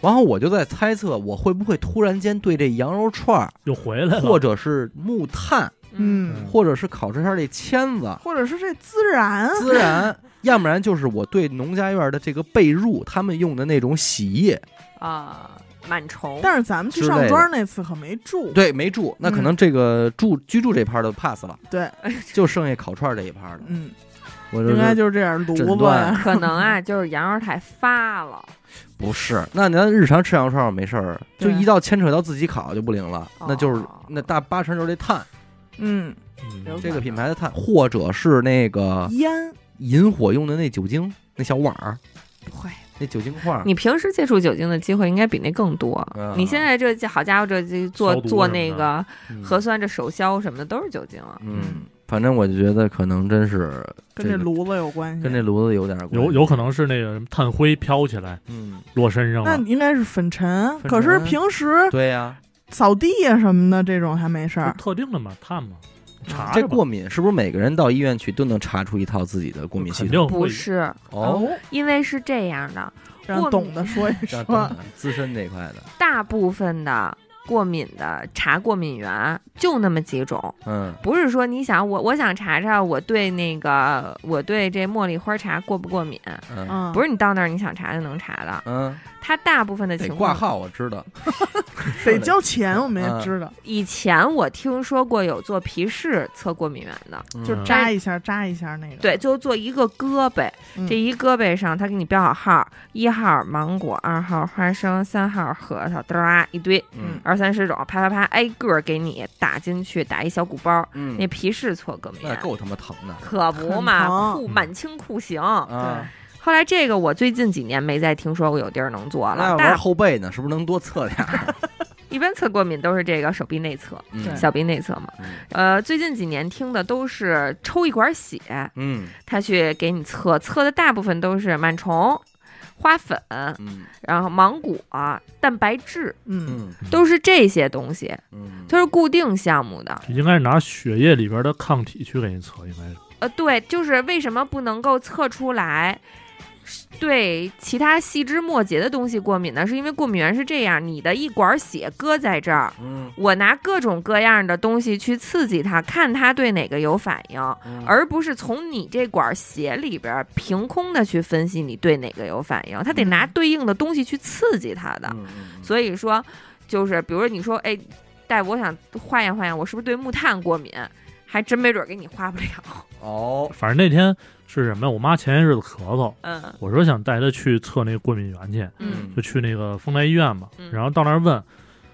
Speaker 1: 然后我就在猜测，我会不会突然间对这羊肉串
Speaker 4: [laughs]
Speaker 1: 儿，
Speaker 4: 又回来了，
Speaker 1: 或者是木炭，
Speaker 2: 嗯，
Speaker 1: 或者是烤串儿这签子，
Speaker 2: 或者是这孜然，
Speaker 1: 孜然， [laughs] 要不然就是我对农家院的这个被褥，他们用的那种洗液，
Speaker 3: 啊，螨虫，
Speaker 2: 但是咱们去
Speaker 1: 之类
Speaker 2: 上
Speaker 1: 的
Speaker 2: 庄那次可没住，
Speaker 1: 对，没住，那可能这个住居住这盘儿的 pass 了，
Speaker 2: 嗯对，
Speaker 1: [laughs] 就剩下烤串儿这一盘儿了。
Speaker 2: 嗯，
Speaker 1: 我就
Speaker 2: 应该就是这样炉
Speaker 1: 诊
Speaker 2: 子
Speaker 1: 断
Speaker 2: 呀，
Speaker 3: 可能啊，就是羊肉太发了，
Speaker 1: 不是，那咱日常吃羊肉串儿没事儿，就
Speaker 2: 对啊
Speaker 1: 一到牵扯到自己烤就不灵了，那就是
Speaker 3: 哦
Speaker 1: 那大八成就是这碳，
Speaker 2: 嗯，
Speaker 4: 嗯
Speaker 3: 有
Speaker 1: 这个品牌的碳，或者是那个
Speaker 2: 烟
Speaker 1: 引火用的那酒精，那小碗儿，
Speaker 3: 会。
Speaker 1: 那酒精块儿，
Speaker 3: 你平时接触酒精的机会应该比那更多。
Speaker 1: 啊嗯
Speaker 3: 你现在这好家伙，这这做
Speaker 4: 消毒
Speaker 3: 做
Speaker 4: 什么
Speaker 3: 那
Speaker 4: 的
Speaker 3: 个
Speaker 1: 嗯
Speaker 3: 核，酸，这手消什么的都是酒精啊。
Speaker 1: 嗯，反正我就觉得可能真是
Speaker 2: 跟
Speaker 1: 这
Speaker 2: 这
Speaker 1: 个
Speaker 2: 炉子有关系，
Speaker 1: 跟这炉子有点儿关
Speaker 4: 有
Speaker 1: 系
Speaker 4: 有可，能是那个什么炭灰飘起来
Speaker 1: 嗯，
Speaker 4: 落身上
Speaker 2: 那
Speaker 4: 了，
Speaker 2: 你应该是粉尘，
Speaker 1: 粉
Speaker 2: 可是
Speaker 1: 尘
Speaker 2: 平时
Speaker 1: 对呀，
Speaker 2: 扫地呀什么的这种还没事
Speaker 4: 不
Speaker 2: 儿
Speaker 4: 是，特定的嘛，炭嘛，查
Speaker 1: 嗯这
Speaker 4: 着吧
Speaker 1: 过敏是不是每个人到医院去都能查出一套自己的过敏系
Speaker 4: 肯
Speaker 1: 统？
Speaker 4: 定
Speaker 3: 不
Speaker 4: 会
Speaker 3: 是，
Speaker 1: 哦，，
Speaker 3: 因为是这样的，
Speaker 2: 让懂得说一
Speaker 1: 让
Speaker 2: 说，
Speaker 1: 资深这块的，
Speaker 3: 大部分的过敏的查过敏源就那么几种，
Speaker 1: 嗯
Speaker 3: 不是说你想我我想查查我对那个我对这茉莉花茶过不过敏，
Speaker 1: 嗯
Speaker 2: 嗯，
Speaker 3: 不是你到那儿你想查就能查的。
Speaker 1: 嗯，
Speaker 3: 它大部分的
Speaker 1: 得
Speaker 3: 情
Speaker 1: 挂
Speaker 3: 况，
Speaker 1: 号，我 [laughs] 知道，
Speaker 2: 得交钱，我们
Speaker 1: 嗯
Speaker 2: 也知道，
Speaker 3: 以前我听说过有做皮试测过敏源的，
Speaker 2: 就
Speaker 1: 嗯
Speaker 2: 扎一下扎一下那个，
Speaker 3: 对，就做一个胳膊，
Speaker 2: 嗯，
Speaker 3: 这一胳膊上，他给你标好号，一号芒果，二号花生，三号核桃，哒一堆，
Speaker 1: 嗯
Speaker 3: 二三十种，啪啪啪，挨个儿给你打进去，打一小鼓包，
Speaker 1: 嗯
Speaker 3: 那皮试错革命
Speaker 1: 那，够他妈疼的
Speaker 3: 可不
Speaker 2: 很
Speaker 3: 嘛，
Speaker 2: 疼
Speaker 3: 酷
Speaker 4: 嗯
Speaker 3: 满清酷刑。
Speaker 1: 啊！
Speaker 3: 后来这个我最近几年没再听说过有地儿能做
Speaker 1: 那
Speaker 3: 了，
Speaker 1: 玩
Speaker 3: 但
Speaker 1: 后背呢，是不是能多测点 [laughs] 儿？
Speaker 3: 一般测过敏都是这个手臂内侧、
Speaker 2: 对
Speaker 3: 小臂内侧嘛。
Speaker 1: 嗯
Speaker 3: 呃，最近几年听的都是抽一管血，
Speaker 1: 嗯
Speaker 3: 他去给你测，测的大部分都是螨虫、花粉，
Speaker 1: 嗯
Speaker 3: 然后芒果、蛋白质，
Speaker 2: 嗯，
Speaker 1: 嗯
Speaker 3: 都是这些东西，
Speaker 1: 嗯，
Speaker 3: 它是固定项目的。
Speaker 4: 应该是拿血液里边的抗体去给你测，应该是
Speaker 3: 呃，对，就是为什么不能够测出来是对其他细枝末节的东西过敏呢？是因为过敏源是这样，你的一管血搁在这儿，
Speaker 1: 嗯，
Speaker 3: 我拿各种各样的东西去刺激它，看它对哪个有反应，
Speaker 1: 嗯
Speaker 3: 而不是从你这管血里边儿凭空的去分析你对哪个有反应，它得拿
Speaker 2: 嗯
Speaker 3: 对应的东西去刺激它的。
Speaker 1: 嗯嗯
Speaker 3: 所以说，就是比如说你说，哎，大夫，我想化验化验，我是不是对木炭过敏？还真没准儿给你化不了。
Speaker 1: 哦，
Speaker 4: 反正那天是什么呀？我妈前些日子咳嗽，
Speaker 3: 嗯
Speaker 4: 我说想带她去测那个过敏源去，
Speaker 3: 嗯
Speaker 4: 就去那个丰台医院嘛
Speaker 3: 嗯。
Speaker 4: 然后到那儿问，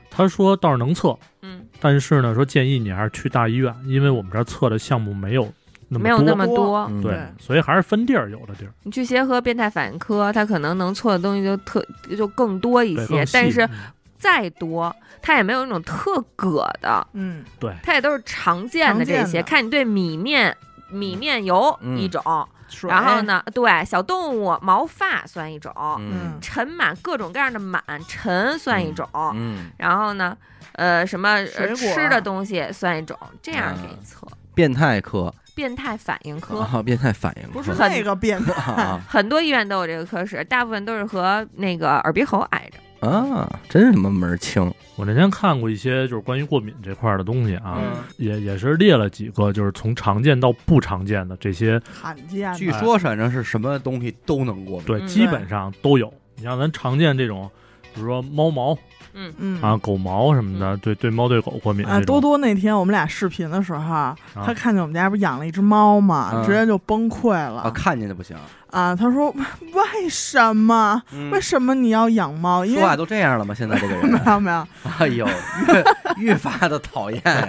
Speaker 4: 她说倒是能测，
Speaker 3: 嗯，
Speaker 4: 但是呢，说建议你还是去大医院，因为我们这儿测的项目没有那么
Speaker 3: 没有
Speaker 4: 多
Speaker 3: 那么多。
Speaker 1: 嗯
Speaker 4: 对，所以还是分地儿，有的地儿
Speaker 3: 你去协和变态反应科，它可能能测的东西就特就更多一
Speaker 4: 对
Speaker 3: 些
Speaker 4: 更，细
Speaker 3: 但是
Speaker 4: 嗯
Speaker 3: 再多，它也没有那种特葛的，
Speaker 2: 嗯，
Speaker 3: 它也都是常见
Speaker 2: 常
Speaker 3: 的
Speaker 2: 见
Speaker 3: 这
Speaker 2: 的
Speaker 3: 些。看你对米面。米面油
Speaker 1: 嗯
Speaker 3: 一种，
Speaker 2: 水
Speaker 3: 然后？呢，对小动物毛发算一种，
Speaker 1: 嗯
Speaker 3: 尘螨各种各样的螨尘算一种，
Speaker 1: 嗯，
Speaker 3: 然后呢，呃，什么
Speaker 2: 水
Speaker 3: 呃
Speaker 2: 果
Speaker 3: 吃的东西算一种，这样
Speaker 1: 啊
Speaker 3: 给你测。
Speaker 1: 变态科
Speaker 3: 变态反应科、
Speaker 1: 啊，变态反应
Speaker 2: 不是
Speaker 1: 科
Speaker 2: 那个变态，
Speaker 1: [laughs] 啊
Speaker 3: 很多医院都有这个科室，大部分都是和那个耳鼻喉挨着。
Speaker 1: 啊，真是他妈门儿清
Speaker 4: 我那天看过一些就是关于过敏这块儿的东西啊，
Speaker 1: 嗯
Speaker 4: 也也是列了几个，就是从常见到不常见的这些，
Speaker 2: 罕见的，
Speaker 1: 据说反正是什么东西都能过敏，
Speaker 4: 对，
Speaker 3: 嗯
Speaker 4: 基本上都有。你像咱常见这种，比如说猫毛、
Speaker 3: 嗯
Speaker 2: 嗯
Speaker 4: 啊，狗毛什么的，对对猫对狗过敏
Speaker 2: 啊，
Speaker 4: 这
Speaker 2: 多
Speaker 4: 种。啊
Speaker 2: 多那天我们俩视频的时候，啊他看见我们家不是养了一只猫嘛，
Speaker 1: 嗯
Speaker 2: 直接就崩溃
Speaker 1: 啊，
Speaker 2: 了
Speaker 1: 看见就不行，
Speaker 2: 啊！他说：“为什么？
Speaker 1: 嗯
Speaker 2: 为什么你要养猫？因
Speaker 1: 说话
Speaker 2: 为
Speaker 1: 都这样了吗？现在这个
Speaker 2: 没
Speaker 1: 人，
Speaker 2: 有没有，
Speaker 1: 哎呦，越越发的讨厌呀。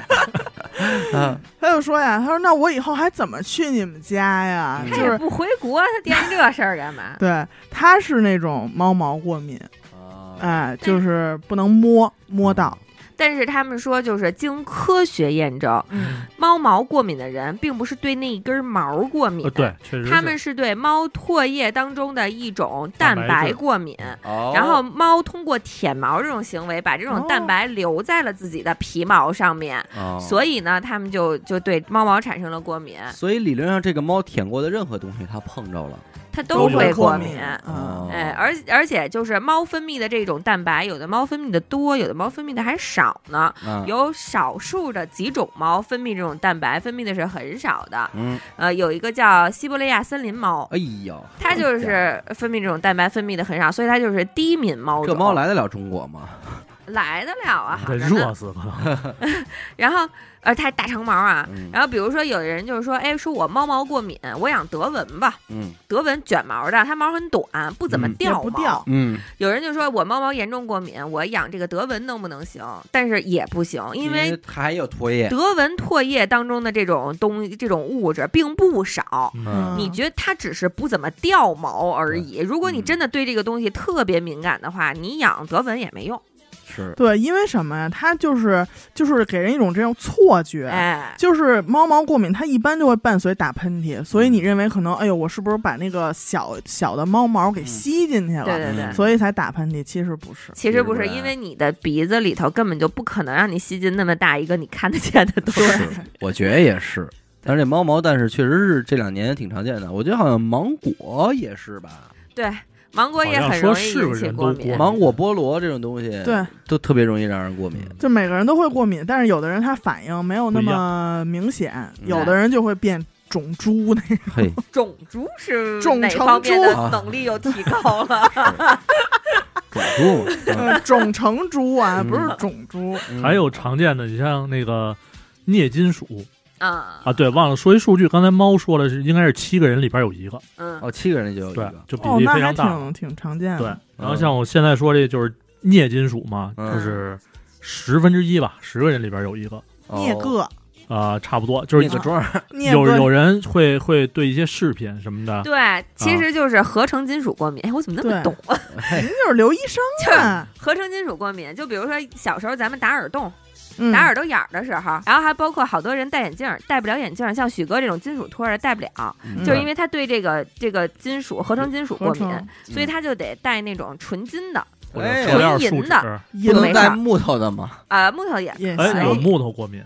Speaker 1: 啊，
Speaker 2: 他就说呀，他说那我以后还怎么去你们家呀？
Speaker 1: 嗯
Speaker 2: 就
Speaker 3: 他也
Speaker 2: 是？
Speaker 3: 不回国，他惦记这事儿干嘛
Speaker 2: 对，他是那种猫毛过敏，
Speaker 1: 啊
Speaker 2: 哎，就是不能摸摸到，
Speaker 3: [laughs] 但是他们说，就是经科学验证，
Speaker 2: 嗯
Speaker 3: 猫毛过敏的人并不是对那一根毛过敏，
Speaker 4: 呃，对，，确实是
Speaker 3: 他们是对猫唾液当中的一种蛋
Speaker 4: 蛋白
Speaker 3: 白
Speaker 4: 质
Speaker 3: 过敏。
Speaker 1: 哦，
Speaker 3: 然后猫通过舔毛这种行为，把这种蛋白留在了自己的皮毛上面，
Speaker 1: 哦
Speaker 3: 所以呢，他们就就对猫毛产生了过敏，
Speaker 1: 所以理论上这个猫舔过的任何东西，它碰着了。哦
Speaker 3: 它
Speaker 4: 都
Speaker 3: 会
Speaker 4: 有
Speaker 3: 过
Speaker 2: 过
Speaker 3: 敏。
Speaker 2: 啊。
Speaker 3: 哎，而而且就是猫分泌的这种蛋白，有的猫分泌的多，有的猫分泌的还少呢。
Speaker 1: 嗯
Speaker 3: 有少数的几种猫分泌这种蛋白，分泌的是很少的。
Speaker 1: 嗯，
Speaker 3: 呃，有一个叫西伯利亚森林猫，
Speaker 1: 哎呦，哎
Speaker 3: 它就是分泌这种蛋白分泌的很少，所以它就是低敏猫
Speaker 1: 这
Speaker 3: 种。
Speaker 1: 猫来得嗯了中国吗？
Speaker 3: 来得了啊，好
Speaker 4: 得
Speaker 3: 着呢
Speaker 4: 热死可能。
Speaker 3: 然后呃，它还大长毛啊。
Speaker 1: 嗯
Speaker 3: 然后比如说有的人就是说，哎，说我猫毛过敏，我养德文吧，
Speaker 1: 嗯
Speaker 3: 德文卷毛的，它毛很短，不怎么
Speaker 1: 嗯
Speaker 2: 也
Speaker 3: 掉
Speaker 2: 不
Speaker 3: 毛。
Speaker 2: 掉，
Speaker 1: 嗯，
Speaker 3: 有人就说我猫毛严重过敏，我养这个德文能不能行？但是也不行，因为
Speaker 1: 它还有唾液。
Speaker 3: 德文唾液当中的这种东这种物质并不少。
Speaker 2: 嗯
Speaker 3: 你觉得它只是不怎么掉毛而已。如果你
Speaker 4: 嗯
Speaker 3: 真的对这个东西特别敏感的话，你养德文也没用。
Speaker 1: 是，
Speaker 2: 对，因为什么呀？它就是就是给人一种这种错觉，
Speaker 4: 啊
Speaker 3: 哎，
Speaker 2: 就是猫毛过敏，它一般就会伴随打喷嚏，所以你认为可能，哎呦，我是不是把那个小小的猫毛给吸进去了，
Speaker 3: 对对对。
Speaker 1: 嗯
Speaker 2: 所以才打喷嚏？其实不是，
Speaker 3: 其实不是，
Speaker 1: 鼻子不然
Speaker 3: 因为你的鼻子里头根本就不可能让你吸进那么大一个你看得见的东西。
Speaker 2: [laughs]
Speaker 1: 是，我觉得也是。但是这猫毛，但是确实是这两年挺常见的。我觉得好像芒果也是吧，
Speaker 3: 对， [laughs] 芒果也
Speaker 4: 好像
Speaker 3: 很容
Speaker 4: 说
Speaker 3: 易
Speaker 4: 是
Speaker 3: 引
Speaker 4: 个
Speaker 3: 起
Speaker 4: 人
Speaker 3: 过
Speaker 4: 都
Speaker 3: 敏
Speaker 4: 过。
Speaker 1: 芒果、菠萝这种东西，
Speaker 2: 对，
Speaker 1: 都特别容易让人过敏。
Speaker 3: 嗯
Speaker 4: 嗯
Speaker 2: 就每个人都会过敏，但是有的人他反应没有那
Speaker 4: 不一
Speaker 2: 么明显，
Speaker 1: 嗯
Speaker 2: 有的人就会变种猪那种。
Speaker 1: 嘿，
Speaker 3: 种猪是
Speaker 2: 种
Speaker 3: 哪
Speaker 2: 成
Speaker 3: 方面的
Speaker 1: 猪啊
Speaker 3: 能力又提高了？
Speaker 1: 种猪嘛。
Speaker 2: 呃，种成猪啊，
Speaker 1: 嗯
Speaker 2: 不是种猪，
Speaker 1: 嗯
Speaker 4: [laughs] 还有常见的，你像那个镍金属
Speaker 3: 啊
Speaker 4: 啊，对，忘了说一数据，刚才猫说了是应该是七个人里边有一个，
Speaker 3: 嗯，
Speaker 1: 哦，七个人就有一
Speaker 4: 对
Speaker 1: 个，，
Speaker 4: 就比
Speaker 2: 哦，
Speaker 4: 例
Speaker 2: 那
Speaker 4: 非
Speaker 2: 还
Speaker 4: 常大。
Speaker 2: 挺挺常见
Speaker 4: 对
Speaker 2: 的。，
Speaker 4: 然后像我现在说这就是镍金属嘛，
Speaker 1: 嗯
Speaker 4: 就是十分之一吧，十个人里边有一个
Speaker 2: 聂
Speaker 1: 哦
Speaker 2: 个，
Speaker 4: 啊，差不多就是
Speaker 1: 聂各
Speaker 2: 种
Speaker 1: 庄，
Speaker 3: [laughs]
Speaker 2: 聂
Speaker 4: 有
Speaker 2: 个
Speaker 4: 有人会会对一些饰品什么的，
Speaker 3: 对，
Speaker 4: 啊
Speaker 3: 其实就是合成金属过敏。哎，我怎么那么
Speaker 2: 对
Speaker 3: 懂
Speaker 2: [laughs]
Speaker 3: 啊？
Speaker 1: 嘿
Speaker 2: 您就是刘医生啊，
Speaker 3: 合成金属过敏，就比如说小时候咱们打耳洞、
Speaker 2: 嗯
Speaker 3: 打耳朵眼儿的时候，然后还包括好多人戴眼镜儿，戴不了眼镜儿，像许哥这种金属托儿的戴不了，
Speaker 1: 嗯
Speaker 3: 就是因为他对这个这个金属合成金属过
Speaker 2: 合
Speaker 3: 敏，
Speaker 2: 成
Speaker 3: 所
Speaker 4: 嗯
Speaker 3: 以他就得戴那种纯金的，
Speaker 4: 或者
Speaker 1: 哎
Speaker 4: 塑料树
Speaker 3: 纯
Speaker 4: 脂
Speaker 3: 银，的
Speaker 1: 不
Speaker 2: 银
Speaker 3: 不
Speaker 1: 能
Speaker 3: 没
Speaker 1: 带
Speaker 3: 事儿
Speaker 1: 木头的嘛。
Speaker 3: 呃，木头也
Speaker 2: 也
Speaker 4: 哎，有
Speaker 2: 行。
Speaker 4: 木头过敏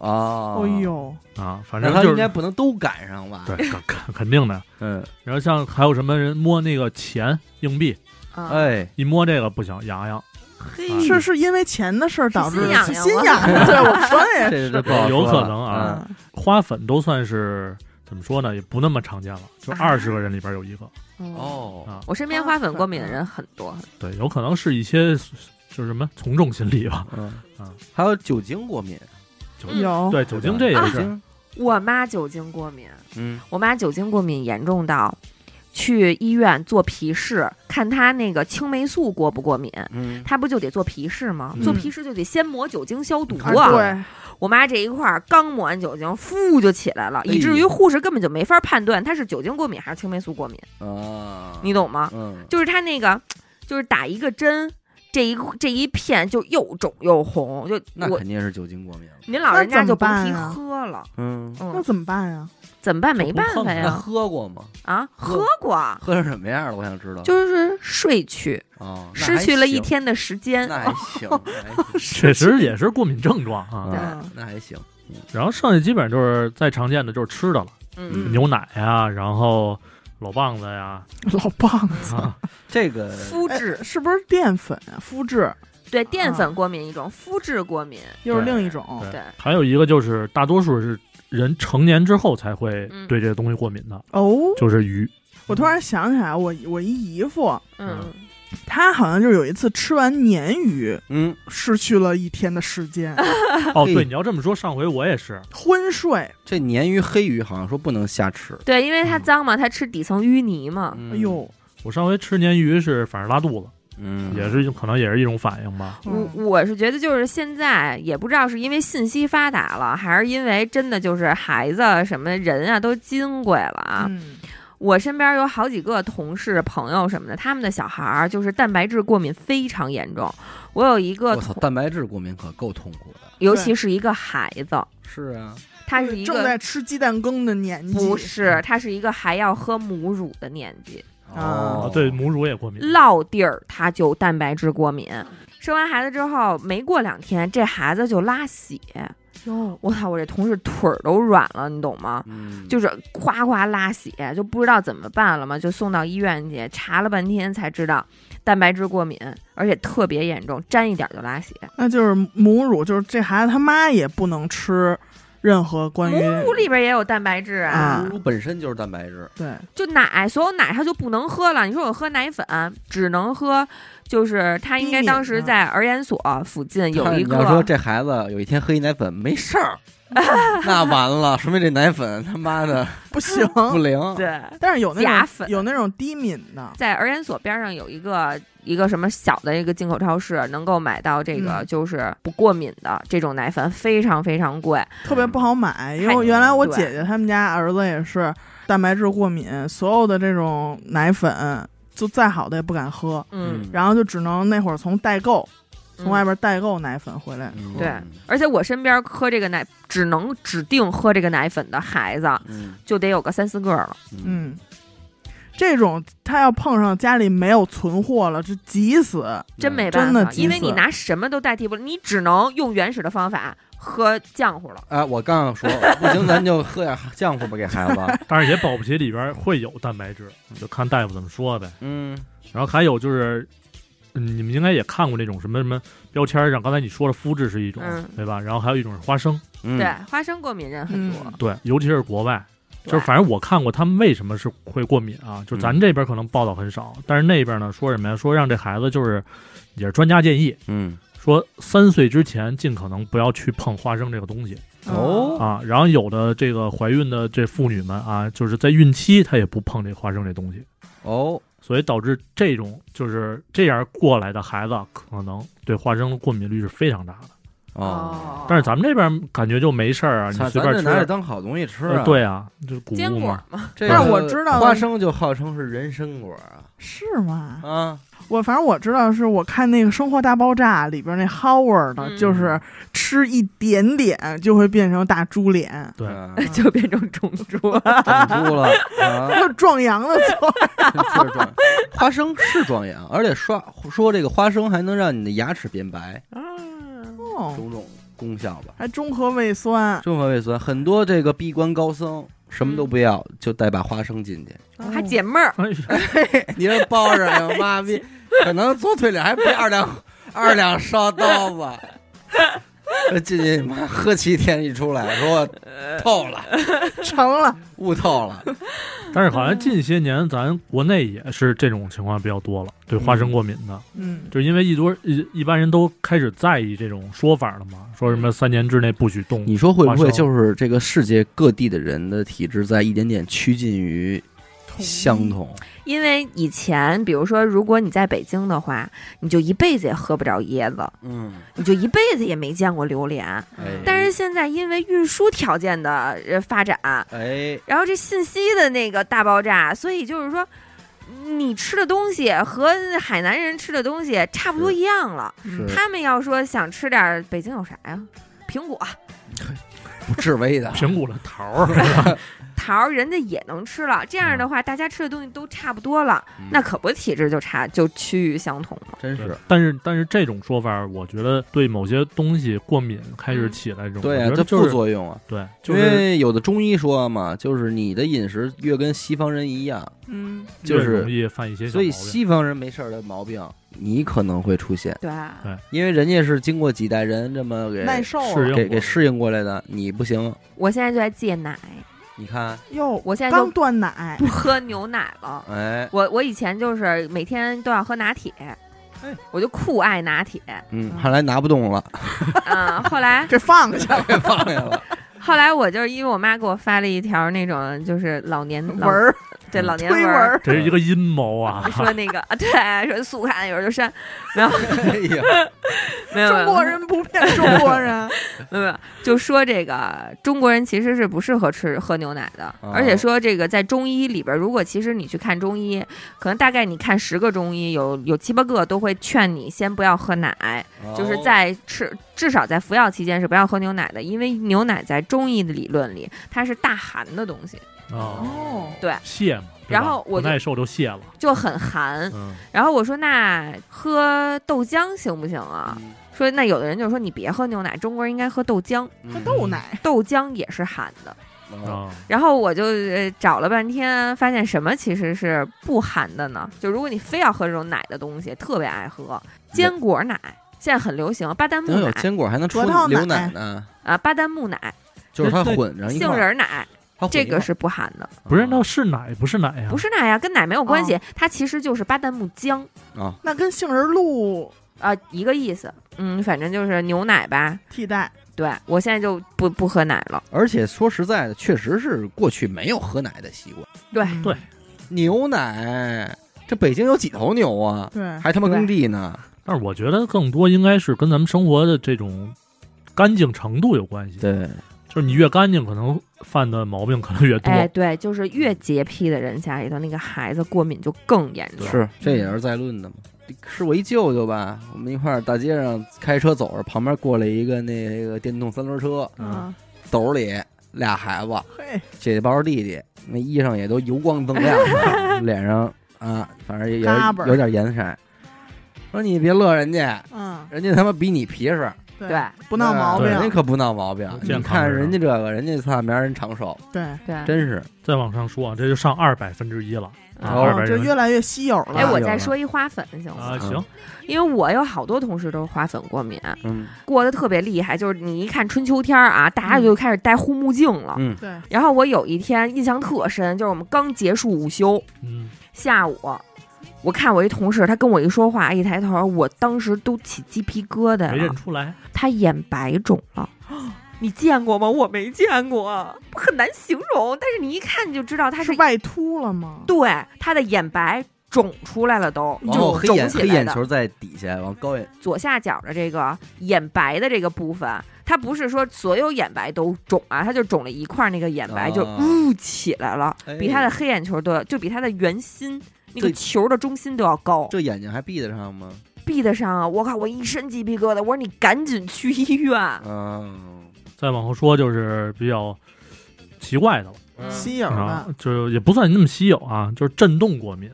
Speaker 1: 啊，
Speaker 3: 哦
Speaker 2: 哎，呦，
Speaker 4: 啊，反
Speaker 1: 那
Speaker 4: 正
Speaker 1: 他
Speaker 4: 就
Speaker 1: 应
Speaker 4: 是
Speaker 1: 该不能都赶上吧？
Speaker 4: 对，肯肯肯定的。
Speaker 1: 嗯，
Speaker 4: 然后像还有什么人摸那个钱硬币，
Speaker 3: 啊，
Speaker 1: 哎，
Speaker 4: 一摸这个不行，痒痒，
Speaker 3: 嘿
Speaker 4: 啊
Speaker 2: 是是因为钱的事儿导致
Speaker 3: 心痒
Speaker 2: 心
Speaker 3: 痒
Speaker 2: 心
Speaker 3: 了
Speaker 2: 痒痒，对我
Speaker 3: [laughs]
Speaker 2: 说的也
Speaker 4: [laughs]
Speaker 1: 这
Speaker 2: 是。
Speaker 1: 这这不好
Speaker 4: 有
Speaker 1: 说
Speaker 4: 可
Speaker 1: 了
Speaker 4: 能啊
Speaker 1: 嗯
Speaker 2: 嗯
Speaker 4: 花粉都算是怎么说呢，也不那么常见了，就
Speaker 3: 啊
Speaker 4: 二十个人里边有一个。
Speaker 2: 嗯
Speaker 1: 哦，
Speaker 4: 啊，
Speaker 3: 我身边花粉过敏的人很多，
Speaker 4: 对，有可能是一些就是什么从众心理吧，
Speaker 1: 嗯
Speaker 4: 啊，
Speaker 1: 还有酒精过敏，
Speaker 4: 酒
Speaker 3: 嗯
Speaker 2: 有
Speaker 4: 对酒精这也
Speaker 1: 酒
Speaker 4: 是， [laughs]
Speaker 1: 精，
Speaker 3: 我妈酒精过敏，
Speaker 1: 嗯，
Speaker 3: 我妈酒精过敏严重到去医院做皮试，看她那个青霉素过不过敏。
Speaker 1: 嗯，
Speaker 3: 她不就得做皮试吗？
Speaker 1: 嗯
Speaker 3: 做皮试就得先抹酒精消毒
Speaker 1: 啊
Speaker 2: 啊，
Speaker 3: 啊！
Speaker 4: 嗯
Speaker 2: 对，
Speaker 3: 我妈这一块儿刚抹完酒精，呼就起来了，
Speaker 1: 哎
Speaker 3: 以至于护士根本就没法判断她是酒精过敏还是青霉素过敏，
Speaker 1: 啊，
Speaker 3: 你懂吗？
Speaker 1: 嗯，
Speaker 3: 就是她那个，就是打一个针，这一这一片就又肿又红，就
Speaker 1: 那
Speaker 3: 我
Speaker 1: 肯定是酒精过敏了，
Speaker 3: 您老人家就甭
Speaker 2: 那
Speaker 3: 提
Speaker 2: 怎么办啊
Speaker 3: 喝了，
Speaker 1: 嗯，
Speaker 2: 那
Speaker 3: 嗯，
Speaker 2: 怎么办呀？
Speaker 3: 怎么办？没办法
Speaker 1: 那
Speaker 3: 呀，
Speaker 1: 喝过吗？
Speaker 3: 啊，
Speaker 1: 喝
Speaker 3: 喝过，
Speaker 1: 喝成什么样了？我想知道。
Speaker 3: 就是睡去，
Speaker 1: 啊，那
Speaker 3: 失
Speaker 1: 还
Speaker 3: 去了一
Speaker 1: 行，
Speaker 3: 天的时间。哦
Speaker 1: 那还行，那还行
Speaker 3: [laughs]
Speaker 4: 确实也是过敏症状啊。
Speaker 1: 对
Speaker 2: 嗯
Speaker 1: 那还行，
Speaker 4: 然后剩下基本上就是再常见的就是吃的了，
Speaker 3: 嗯，
Speaker 4: 牛奶啊，然后老棒子呀，
Speaker 2: 老棒，
Speaker 4: 啊，
Speaker 1: 这个
Speaker 3: 肤
Speaker 2: 哎
Speaker 3: 质
Speaker 2: 是不是淀粉啊？肤质
Speaker 3: 对淀粉过敏一种，肤质过敏，
Speaker 2: 又是
Speaker 4: 对
Speaker 2: 另一种。
Speaker 4: 对
Speaker 3: 对，
Speaker 4: 还有一个就是大多数是人成年之后才会
Speaker 3: 嗯
Speaker 4: 对这个东西过敏的，
Speaker 2: 哦，
Speaker 3: [laughs]
Speaker 4: 就是鱼。
Speaker 2: 我突然想起来，我我一姨夫
Speaker 3: 嗯
Speaker 4: 嗯
Speaker 2: 他好像就是有一次吃完鲶鱼，
Speaker 1: 嗯，
Speaker 2: 失去了一天的时
Speaker 3: [laughs]
Speaker 2: 间，
Speaker 4: 哦，
Speaker 1: 嘿
Speaker 4: 对，你要这么说，上回我也是，
Speaker 2: 昏睡。
Speaker 1: 这鲶鱼、黑鱼好像说不能瞎吃。
Speaker 3: 对，因为它脏嘛，它吃底层淤泥嘛。
Speaker 1: 哎
Speaker 2: 哎，呦，
Speaker 4: 我上回吃鲶鱼是反正拉肚子，
Speaker 1: 嗯，
Speaker 4: 也是一种可能也是一种反应吧。
Speaker 3: 我
Speaker 2: 嗯
Speaker 3: 我是觉得就是现在也不知道是因为信息发达了，还是因为真的就是孩子什么人啊都金贵了啊。
Speaker 2: 嗯
Speaker 3: 我身边有好几个同事、朋友什么的，他们的小孩儿就是蛋白质过敏非常严重。我有一个
Speaker 1: 我操，
Speaker 3: 同，
Speaker 1: 蛋白质过敏可够痛苦的。
Speaker 3: 尤其是一个孩子，
Speaker 1: 是啊，
Speaker 3: 他是一
Speaker 2: 正
Speaker 3: 个
Speaker 2: 在吃鸡蛋羹的年纪，
Speaker 3: 不是，他是一个还要喝母乳的年纪，
Speaker 1: 哦
Speaker 2: 啊
Speaker 4: 啊，对，母乳也过敏。
Speaker 3: 落地儿他就蛋白质过敏。生完孩子之后，没过两天，这孩子就拉血。
Speaker 2: 哟，
Speaker 3: 我操！我这同事腿儿都软了，你懂吗？
Speaker 1: 嗯，
Speaker 3: 就是夸夸拉血，就不知道怎么办了嘛，就送到医院去查了半天才知道蛋白质过敏，而且特别严重，沾一点就拉血。
Speaker 2: 那就是母乳，就是这孩子他妈也不能吃任何关于
Speaker 3: 母乳里边也有蛋白质啊，
Speaker 2: 啊
Speaker 1: 母乳本身就是蛋白质。
Speaker 2: 对
Speaker 3: 就奶，所有奶它就不能喝了。你说我喝奶粉，只能喝，就是他应该当
Speaker 2: 啊
Speaker 3: 时在儿研所附近有一
Speaker 1: 但是你要说
Speaker 3: 个。
Speaker 1: 这孩子有一天喝一奶粉没事儿，那完了，说明这奶粉他妈的
Speaker 2: 不行。
Speaker 1: 不灵。
Speaker 3: 对，
Speaker 2: 但是有
Speaker 3: 假
Speaker 2: 那种
Speaker 3: 粉
Speaker 2: 有那种低敏的，
Speaker 3: 在儿研所边上有一个一个什么小的一个进口超市，能够买到这个
Speaker 2: 嗯
Speaker 3: 就是不过敏的这种奶粉，非常非常贵。
Speaker 2: 特
Speaker 1: 嗯
Speaker 2: 别不好买，因为我原来我姐姐他们家儿子也是蛋白质过敏，所有的这种奶粉就再好的也不敢喝，
Speaker 3: 嗯，
Speaker 2: 然后就只能那会儿从代购，从外边代购奶粉回来。
Speaker 1: 嗯
Speaker 3: 对而且我身边喝这个奶，只能指定喝这个奶粉的孩子，
Speaker 1: 嗯
Speaker 3: 就得有个三四个了。
Speaker 1: 嗯
Speaker 2: 嗯，这种他要碰上家里没有存货了，就急死。
Speaker 1: 嗯
Speaker 3: 真没
Speaker 2: 真
Speaker 3: 办
Speaker 2: 的
Speaker 3: 法，
Speaker 2: 急
Speaker 3: 因为
Speaker 2: 死
Speaker 3: 你拿什么都代替不了，你只能用原始的方法喝浆糊了。
Speaker 1: 哎，我刚想说，不行，咱就喝点浆糊吧，给孩
Speaker 4: [laughs]
Speaker 1: 子。
Speaker 4: 但是也保不齐里边会有蛋白质，就看大夫怎么说呗。
Speaker 1: 嗯，
Speaker 4: 然后还有就是，嗯你们应该也看过那种什么什么标签上，刚才你说了肤质是一种，
Speaker 3: 嗯
Speaker 4: 对吧？然后还有一种是花生，
Speaker 1: 嗯
Speaker 3: 对，，花生过敏人
Speaker 2: 嗯
Speaker 3: 很多，
Speaker 4: 对，尤其是国外，
Speaker 3: 对
Speaker 4: 就是反正我看过他们为什么是会过敏啊，就
Speaker 1: 嗯
Speaker 4: 咱这边可能报道很少，但是那边呢说什么呀？说让这孩子就是也是专家建议。
Speaker 1: 嗯，
Speaker 4: 说三岁之前尽可能不要去碰花生这个东西
Speaker 1: 哦
Speaker 4: 啊，然后有的这个怀孕的这妇女们啊，就是在孕期她也不碰这花生这东西，
Speaker 1: 哦，
Speaker 4: 所以导致这种就是这样过来的孩子，可能对花生的过敏率是非常大的。
Speaker 1: 哦，
Speaker 4: 但是咱们这边感觉就没事儿啊，你
Speaker 1: 操
Speaker 4: 随
Speaker 1: 咱这
Speaker 4: 便吃。
Speaker 1: 拿这当好东西吃啊。
Speaker 4: 呃，对啊，就是谷
Speaker 3: 坚
Speaker 4: 物
Speaker 3: 果
Speaker 4: 嘛。
Speaker 3: 嘛，
Speaker 1: 这
Speaker 2: 但是
Speaker 1: 个
Speaker 2: 我知道
Speaker 1: 花生就号称是人参果啊。
Speaker 2: 是吗？
Speaker 1: 啊，
Speaker 2: 我反正我知道，是我看那个《生活大爆炸》里边那 Howard，、
Speaker 3: 嗯
Speaker 2: 就是吃一点点就会变成大猪
Speaker 3: [laughs]
Speaker 2: 脸，
Speaker 4: 对
Speaker 1: [laughs] 啊
Speaker 3: 就变成种猪了。
Speaker 1: 顶住了啊！
Speaker 2: 就壮阳的就
Speaker 1: [laughs] 确实壮，花生是壮阳，而且刷说这个花生还能让你的牙齿变白，
Speaker 2: 哦
Speaker 1: 种种功效吧。
Speaker 2: 还中和胃酸。
Speaker 1: 中和胃酸，很多这个闭关高僧什么都
Speaker 2: 嗯
Speaker 1: 不要，就带把花生进去。
Speaker 3: 我 [laughs] 还解闷儿，
Speaker 4: [laughs] 哎呀，
Speaker 1: 你这包上，哎呦 [laughs] 妈逼，可能左腿里还配二两二两烧刀子。呃 [laughs] 进去妈喝七天一出来，说我 [laughs] 透了，
Speaker 2: 成了，
Speaker 1: 悟透了。
Speaker 4: 但是好像近些年咱国内也是这种情况比较多了，对花生过敏的，
Speaker 2: 嗯，
Speaker 4: 就是因为一多一一般人都开始在意这种说法了嘛，说什么三年之内不许动。
Speaker 1: 你说会不
Speaker 4: 花
Speaker 1: 会
Speaker 4: 生
Speaker 1: 就是这个世界各地的人的体质在一点点趋近于
Speaker 2: 同意
Speaker 1: 相同？
Speaker 3: 因为以前比如说，如果你在北京的话，你就一辈子也喝不着椰子，
Speaker 1: 嗯，
Speaker 3: 你就一辈子也没见过榴莲。
Speaker 1: 哎
Speaker 4: 嗯
Speaker 3: 但是现在因为运输条件的呃发展，
Speaker 1: 哎，
Speaker 3: 然后这信息的那个大爆炸，所以就是说，你吃的东西和海南人吃的东西差不多一样了。
Speaker 1: 是
Speaker 3: 他们要说想吃点儿北京有啥呀？苹果、
Speaker 1: 不至微的。
Speaker 4: 平谷的桃儿，
Speaker 3: 桃儿，人家也能吃了。这样的话，大家吃的东西都差不多了，那可不体质就差就趋于相同了。
Speaker 1: 真是，
Speaker 4: 但是但是这种说法，我觉得对某些东西过敏开始起来这种，
Speaker 1: 对
Speaker 4: 我
Speaker 1: 啊，
Speaker 4: 觉
Speaker 1: 这
Speaker 4: 得就
Speaker 1: 副
Speaker 4: 是
Speaker 1: 作用啊。
Speaker 4: 对，
Speaker 1: 因
Speaker 4: 就是
Speaker 1: 为有的中医说嘛，就是你的饮食越跟西方人一样，
Speaker 2: 嗯，
Speaker 1: 就
Speaker 4: 越
Speaker 1: 是
Speaker 4: 容易犯一些小
Speaker 1: 所
Speaker 4: 毛
Speaker 1: 以
Speaker 4: 病。
Speaker 1: 西方人没事儿的毛病，你可能会出现，
Speaker 3: 对，啊
Speaker 1: 因为人家是经过几代人这么给
Speaker 2: 耐受
Speaker 4: 是
Speaker 2: 了，
Speaker 1: 给给适应过来的，你不行。
Speaker 3: 我现在就在戒奶，
Speaker 1: 你看，
Speaker 2: 哟，
Speaker 3: 我现在
Speaker 2: 刚
Speaker 3: 就
Speaker 2: 断奶
Speaker 3: 不，喝牛奶了。
Speaker 1: 哎，
Speaker 3: 我我以前就是每天都要喝拿铁，我就酷爱拿铁。
Speaker 1: 嗯，看来拿不动了， [laughs]
Speaker 3: 嗯，后来
Speaker 2: 这放下
Speaker 1: 放下了，
Speaker 3: 后来我就是因为我妈给我发了一条那种就是老年
Speaker 2: 文
Speaker 3: 老
Speaker 2: 儿
Speaker 3: 对 [laughs] 老年
Speaker 2: 推文
Speaker 3: 儿
Speaker 2: 儿，
Speaker 4: 这是一个阴谋
Speaker 1: [laughs]
Speaker 4: 啊！
Speaker 3: 说那个啊，对，说速看有时候就删，
Speaker 1: 哎呀，
Speaker 3: 没有没
Speaker 2: 中
Speaker 3: 有
Speaker 2: 国人不骗中国
Speaker 3: [laughs]
Speaker 2: 人，
Speaker 3: 没有没有，就说这个中国人其实是不适合吃喝牛奶的，
Speaker 1: 哦
Speaker 3: 而且说这个在中医里边，如果其实你去看中医，可能大概你看十个中医，有有七八个都会劝你先不要喝奶，
Speaker 1: 哦
Speaker 3: 就是在吃至少在服药期间是不要喝牛奶的，因为牛奶在中医的理论里它是大寒的东西，
Speaker 4: 啊，
Speaker 2: 哦，
Speaker 4: 泄嘛，对吧
Speaker 3: 然后我
Speaker 4: 不
Speaker 3: 就
Speaker 4: 耐受就泄了，
Speaker 3: 就很寒。
Speaker 4: 嗯，
Speaker 3: 然后我说那喝豆浆行不行啊？
Speaker 1: 嗯
Speaker 3: 说那有的人就说你别喝牛奶，中国人应该喝豆浆，
Speaker 2: 喝
Speaker 1: 嗯
Speaker 2: 豆奶，
Speaker 3: 豆浆也是寒的。
Speaker 1: 啊
Speaker 4: 啊，
Speaker 3: 然后我就呃找了半天，发现什么其实是不寒的呢？就如果你非要喝这种奶的东西，特别爱喝坚果奶，现在很流行巴旦木
Speaker 1: 能有
Speaker 3: 奶
Speaker 1: 坚果还能出
Speaker 2: 核桃奶
Speaker 1: 牛奶呢，
Speaker 3: 啊，巴旦木奶、
Speaker 1: 就是它混着一块
Speaker 3: 杏
Speaker 1: 儿，
Speaker 3: 仁奶，
Speaker 1: 它混一块
Speaker 3: 这
Speaker 1: 儿嗯
Speaker 3: 个是不寒的，
Speaker 4: 不是，那是奶不是奶呀？
Speaker 3: 不是奶呀、跟奶没有关系，
Speaker 1: 哦
Speaker 3: 它其实就是巴旦木浆
Speaker 1: 啊，
Speaker 2: 那跟杏仁露
Speaker 3: 啊、一个意思。嗯，反正就是牛奶吧。
Speaker 2: 替代，
Speaker 3: 对我现在就不不喝奶了。
Speaker 1: 而且说实在的，确实是过去没有喝奶的习惯，
Speaker 3: 对
Speaker 2: 嗯
Speaker 4: 对
Speaker 1: 牛奶这北京有几头牛啊？
Speaker 2: 对，
Speaker 1: 还他妈耕地呢？
Speaker 4: 但是我觉得更多应该是跟咱们生活的这种干净程度有关系。
Speaker 1: 对，
Speaker 4: 就是你越干净，可能犯的毛病可能越多。
Speaker 3: 哎，对，就是越洁癖的人家里头，那个孩子过敏就更严重。
Speaker 1: 是这也是在论的嘛。是我一舅舅吧，我们一块儿大街上开车走着，旁边过来一个那个电动三轮车，
Speaker 4: 嗯
Speaker 2: 嗯，
Speaker 1: 兜里俩孩子，
Speaker 2: 嘿，
Speaker 1: 姐姐抱着弟弟，那衣裳也都油光锃亮
Speaker 2: [laughs]
Speaker 1: 的，脸上啊，反正也
Speaker 2: 嘎巴
Speaker 1: 有有
Speaker 2: 儿
Speaker 1: 点颜色。说你别乐人家，
Speaker 2: 嗯，
Speaker 1: 人家他妈比你皮实，
Speaker 2: 对
Speaker 3: 对
Speaker 2: 不闹毛
Speaker 4: 对
Speaker 1: 人家
Speaker 2: 病，
Speaker 1: 可不闹毛病。
Speaker 4: 健
Speaker 1: 你
Speaker 4: 康
Speaker 1: 看
Speaker 4: 着呢
Speaker 1: 人家这个，人家操，明儿人长寿，
Speaker 2: 对，
Speaker 3: 对，
Speaker 1: 真是
Speaker 4: 再往上说啊，这就上二百分之一了啊，
Speaker 1: 哦
Speaker 4: 二百
Speaker 2: 就
Speaker 4: 人
Speaker 2: 越来越稀有
Speaker 1: 啊
Speaker 3: 哎，
Speaker 2: 了。
Speaker 3: 我
Speaker 1: 有
Speaker 3: 再
Speaker 1: 了
Speaker 3: 说一花粉行吗？
Speaker 4: 啊，行，
Speaker 3: 因为我有好多同事都是花粉过敏，
Speaker 1: 嗯
Speaker 3: 过得特别厉害。就是你一看春秋天儿啊，大家就开始戴护目镜了。
Speaker 1: 嗯
Speaker 2: 对，
Speaker 3: 然后我有一天印象特深，就是我们刚结束午休，
Speaker 4: 嗯，
Speaker 3: 下午我看我一同事，他跟我一说话，一抬头，我当时都起鸡皮疙瘩
Speaker 4: 没认
Speaker 3: 了。
Speaker 4: 出来，
Speaker 3: 他眼白肿了。 [gasps] 你见过吗？我没见过，很难形容。但是你一看你就知道他
Speaker 2: 是外秃了吗？
Speaker 3: 对他的眼白肿出来了都，
Speaker 1: 然后
Speaker 3: 就
Speaker 1: 哦黑
Speaker 3: 肿
Speaker 1: 眼
Speaker 3: 起
Speaker 1: 黑
Speaker 3: 来
Speaker 1: 眼
Speaker 3: 的。
Speaker 1: 球在底下，往高眼
Speaker 3: 左下角的这个眼白的这个部分，它不是说所有眼白都肿啊，它就肿了一块儿，那个眼白就
Speaker 1: 啊
Speaker 3: 呜起来了，
Speaker 1: 哎
Speaker 3: 比他的黑眼球都要，就比他的圆心那个球的中心都要高，
Speaker 1: 这眼睛还闭得上吗？
Speaker 3: 闭得上啊！我靠，我一身鸡皮疙瘩，我说你赶紧去医
Speaker 2: 啊
Speaker 3: 院。
Speaker 1: 嗯，
Speaker 4: 再往后说就是比较奇怪的了
Speaker 2: 稀有
Speaker 4: 啊
Speaker 2: 的，
Speaker 4: 就是也不算那么稀有啊，就是震动过敏，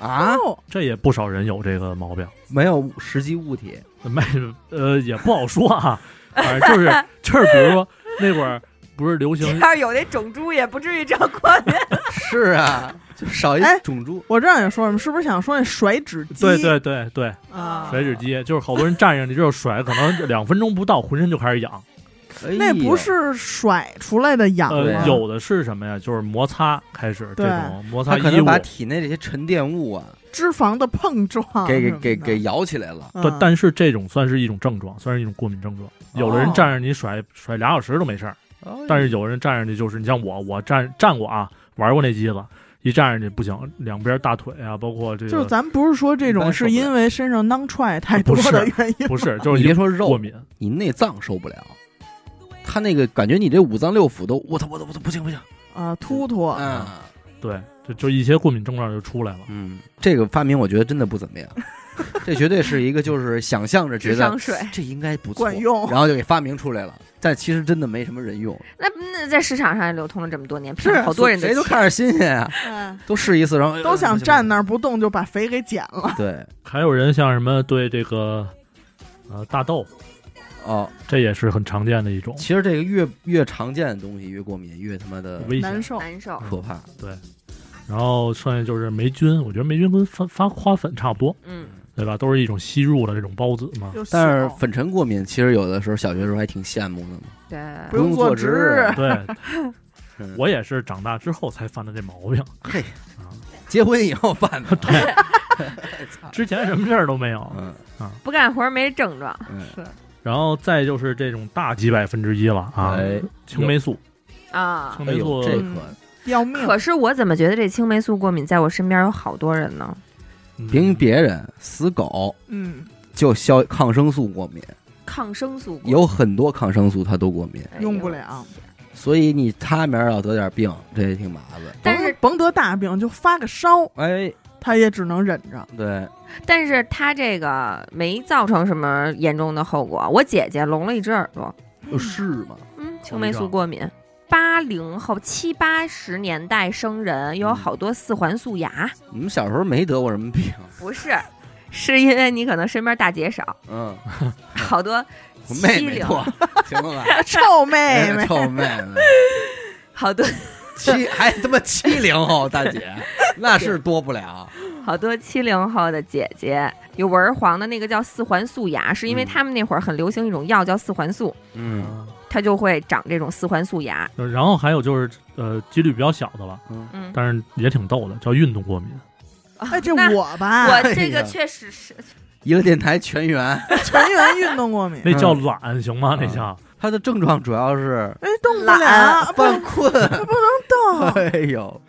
Speaker 1: 啊，
Speaker 2: 哦
Speaker 4: 这也不少人有这个毛病。
Speaker 1: 没有实际物体，
Speaker 4: 没，呃，也不好说啊，反正就是就是，比如说那会儿不是
Speaker 2: [laughs]
Speaker 4: 流
Speaker 1: 嗯
Speaker 4: 行
Speaker 3: 要是有那肿猪，也不至于这么过敏。
Speaker 1: 是啊，就少一
Speaker 2: 哎
Speaker 1: 种猪。
Speaker 2: 我知道你说什么，是不是想说那甩脂机？
Speaker 4: 对对对对， [laughs]
Speaker 2: 啊，
Speaker 4: 甩脂机，就是好多人站上去就是甩，可能两分钟不到，浑身就开始痒。
Speaker 1: 哎
Speaker 2: 那
Speaker 1: 呀
Speaker 2: 不是甩出来的痒
Speaker 1: 啊对
Speaker 4: 呃
Speaker 2: 吗？，
Speaker 4: 有的是什么呀？就是摩擦开始这
Speaker 2: 对
Speaker 4: 种摩
Speaker 1: 他
Speaker 4: 擦
Speaker 1: 可
Speaker 4: 衣
Speaker 1: 能
Speaker 4: 物，
Speaker 1: 把体内这些沉淀物啊，
Speaker 2: 脂肪的碰撞
Speaker 1: 给
Speaker 2: 什
Speaker 1: 给
Speaker 2: 么
Speaker 1: 给
Speaker 2: 的
Speaker 1: 给，摇起来了。
Speaker 4: 但
Speaker 2: 嗯
Speaker 4: 但是这种算是一种症状，算是一种过敏症状。有的人
Speaker 1: 哦
Speaker 4: 站上去甩甩俩小时都没事儿，哦但是有人站上去就是你像我，我站站过啊，玩过那机子，一站上去不行，两边大腿啊，包括这
Speaker 2: 就是
Speaker 4: 个
Speaker 2: 咱不是说这
Speaker 1: 一般
Speaker 2: 种
Speaker 1: 受不
Speaker 2: 是因为身上囊踹太多的原因，
Speaker 4: 不是就是
Speaker 1: 你别
Speaker 4: 一
Speaker 1: 说
Speaker 4: 过
Speaker 1: 肉，
Speaker 4: 敏，
Speaker 1: 你内脏受不了，他那个感觉你这五脏六腑都，我操我操我操不行不行
Speaker 2: 啊，突突，
Speaker 1: 啊！
Speaker 4: 对，就就一些过敏症状就出来了。
Speaker 1: 嗯，这个发明我觉得真的不怎么样，这绝对是一个就是想象着觉
Speaker 3: 智
Speaker 1: 得
Speaker 3: 商税，
Speaker 1: 这应该不错
Speaker 2: 管，用，
Speaker 1: 然后就给发明出来了，但其实真的没什么人用，
Speaker 3: [laughs] 那那在市场上也流通了这么多年，
Speaker 1: 是啊
Speaker 3: 骗了啊好多人的
Speaker 1: 谁都
Speaker 3: 钱
Speaker 1: 看着新鲜啊，
Speaker 2: 哎
Speaker 1: 都试一次，然后
Speaker 2: 都想站那
Speaker 1: 儿。
Speaker 2: 儿不动就把肥给减了。
Speaker 1: 对，
Speaker 4: 还有人像什么对这个呃大豆，
Speaker 1: 哦，
Speaker 4: 这也是很常见的一种
Speaker 1: 其实这个越越常见的东西越过敏，越他妈的
Speaker 4: 危
Speaker 2: 难
Speaker 4: 险。
Speaker 2: 受，
Speaker 3: 难受。
Speaker 1: 可怕。
Speaker 4: 然后剩下就是霉菌，我觉得霉菌跟发发花粉差不多，
Speaker 3: 嗯，
Speaker 4: 对吧？都是一种吸入的这种孢子嘛。
Speaker 2: 又小
Speaker 1: 但是粉尘过敏，其实有的时候小学时候还挺羡慕的嘛，
Speaker 3: 对，
Speaker 2: 不
Speaker 1: 不用
Speaker 2: 用坐
Speaker 1: [laughs] 坐直
Speaker 2: 直，
Speaker 4: 对，
Speaker 1: 嗯
Speaker 4: 我也是长大之后才犯的这毛病，
Speaker 1: 嘿
Speaker 4: 啊，
Speaker 1: 结婚以后办的，
Speaker 4: 之前什么事儿都没有。
Speaker 1: [laughs] 嗯
Speaker 3: 不干活没症状，
Speaker 1: 嗯，
Speaker 4: 然后再就是这种大几百分之一了啊，
Speaker 1: 哎
Speaker 4: 青霉素，
Speaker 3: 啊
Speaker 4: 青
Speaker 1: 哎
Speaker 4: 霉素
Speaker 1: 呦，这
Speaker 2: 嗯
Speaker 1: 可
Speaker 2: 要命！
Speaker 3: 可是我怎么觉得这青霉素过敏在我身边有好多人呢？
Speaker 4: 嗯
Speaker 1: 凭别人死狗
Speaker 2: 嗯，
Speaker 1: 就消抗生素过敏，
Speaker 3: 抗生素过敏
Speaker 1: 有很多抗生素它都过敏，
Speaker 3: 哎呦
Speaker 2: 用不了。
Speaker 1: 所以你他明儿要得点病，这也挺麻烦。
Speaker 3: 但是
Speaker 2: 甭甭得大病，就发个烧，
Speaker 1: 哎，
Speaker 2: 他也只能忍着。
Speaker 1: 对，
Speaker 3: 但是他这个没造成什么严重的后果。我姐姐聋了一只耳朵，
Speaker 1: 是吗？
Speaker 3: 嗯，青霉素过敏。八零后七八十年代生人有好多四环素牙，
Speaker 1: 你们小时候没得过什么病？
Speaker 3: 不是，是因为你可能身边大
Speaker 1: [laughs]
Speaker 3: 姐少，
Speaker 1: 嗯，
Speaker 3: 好多
Speaker 1: 我妹
Speaker 3: 七
Speaker 1: 妹
Speaker 3: 零，
Speaker 1: 多，
Speaker 2: [laughs]
Speaker 1: 行了吧？
Speaker 2: 臭妹
Speaker 1: [laughs]
Speaker 2: 妹，
Speaker 1: 臭妹妹，
Speaker 3: 好多
Speaker 1: 七还他妈七零后大
Speaker 2: [laughs]
Speaker 1: 姐，那是多不了。
Speaker 3: 好多七零后的姐姐有文黄的那个叫四环素牙，是因为
Speaker 1: 嗯
Speaker 3: 他们那会儿很流行一种药叫四环素，
Speaker 1: 嗯
Speaker 3: 它就会长这种四环素牙。
Speaker 4: 啊然后还有就是呃，几率比较小的了，
Speaker 3: 嗯，啊
Speaker 4: 但是也挺逗的，叫运动过敏。
Speaker 2: 哎，这
Speaker 3: 那
Speaker 2: 我吧，
Speaker 3: 我这个确实是
Speaker 1: 一个电台全员，
Speaker 2: 全员运动过敏，
Speaker 4: [laughs]
Speaker 1: 嗯
Speaker 4: 那叫懒行吗？那叫
Speaker 1: 他的症状主要啊是
Speaker 2: 哎，动不
Speaker 3: 懒
Speaker 2: 了，不
Speaker 1: 犯困。 [laughs]
Speaker 2: 能动。
Speaker 1: 哎呦，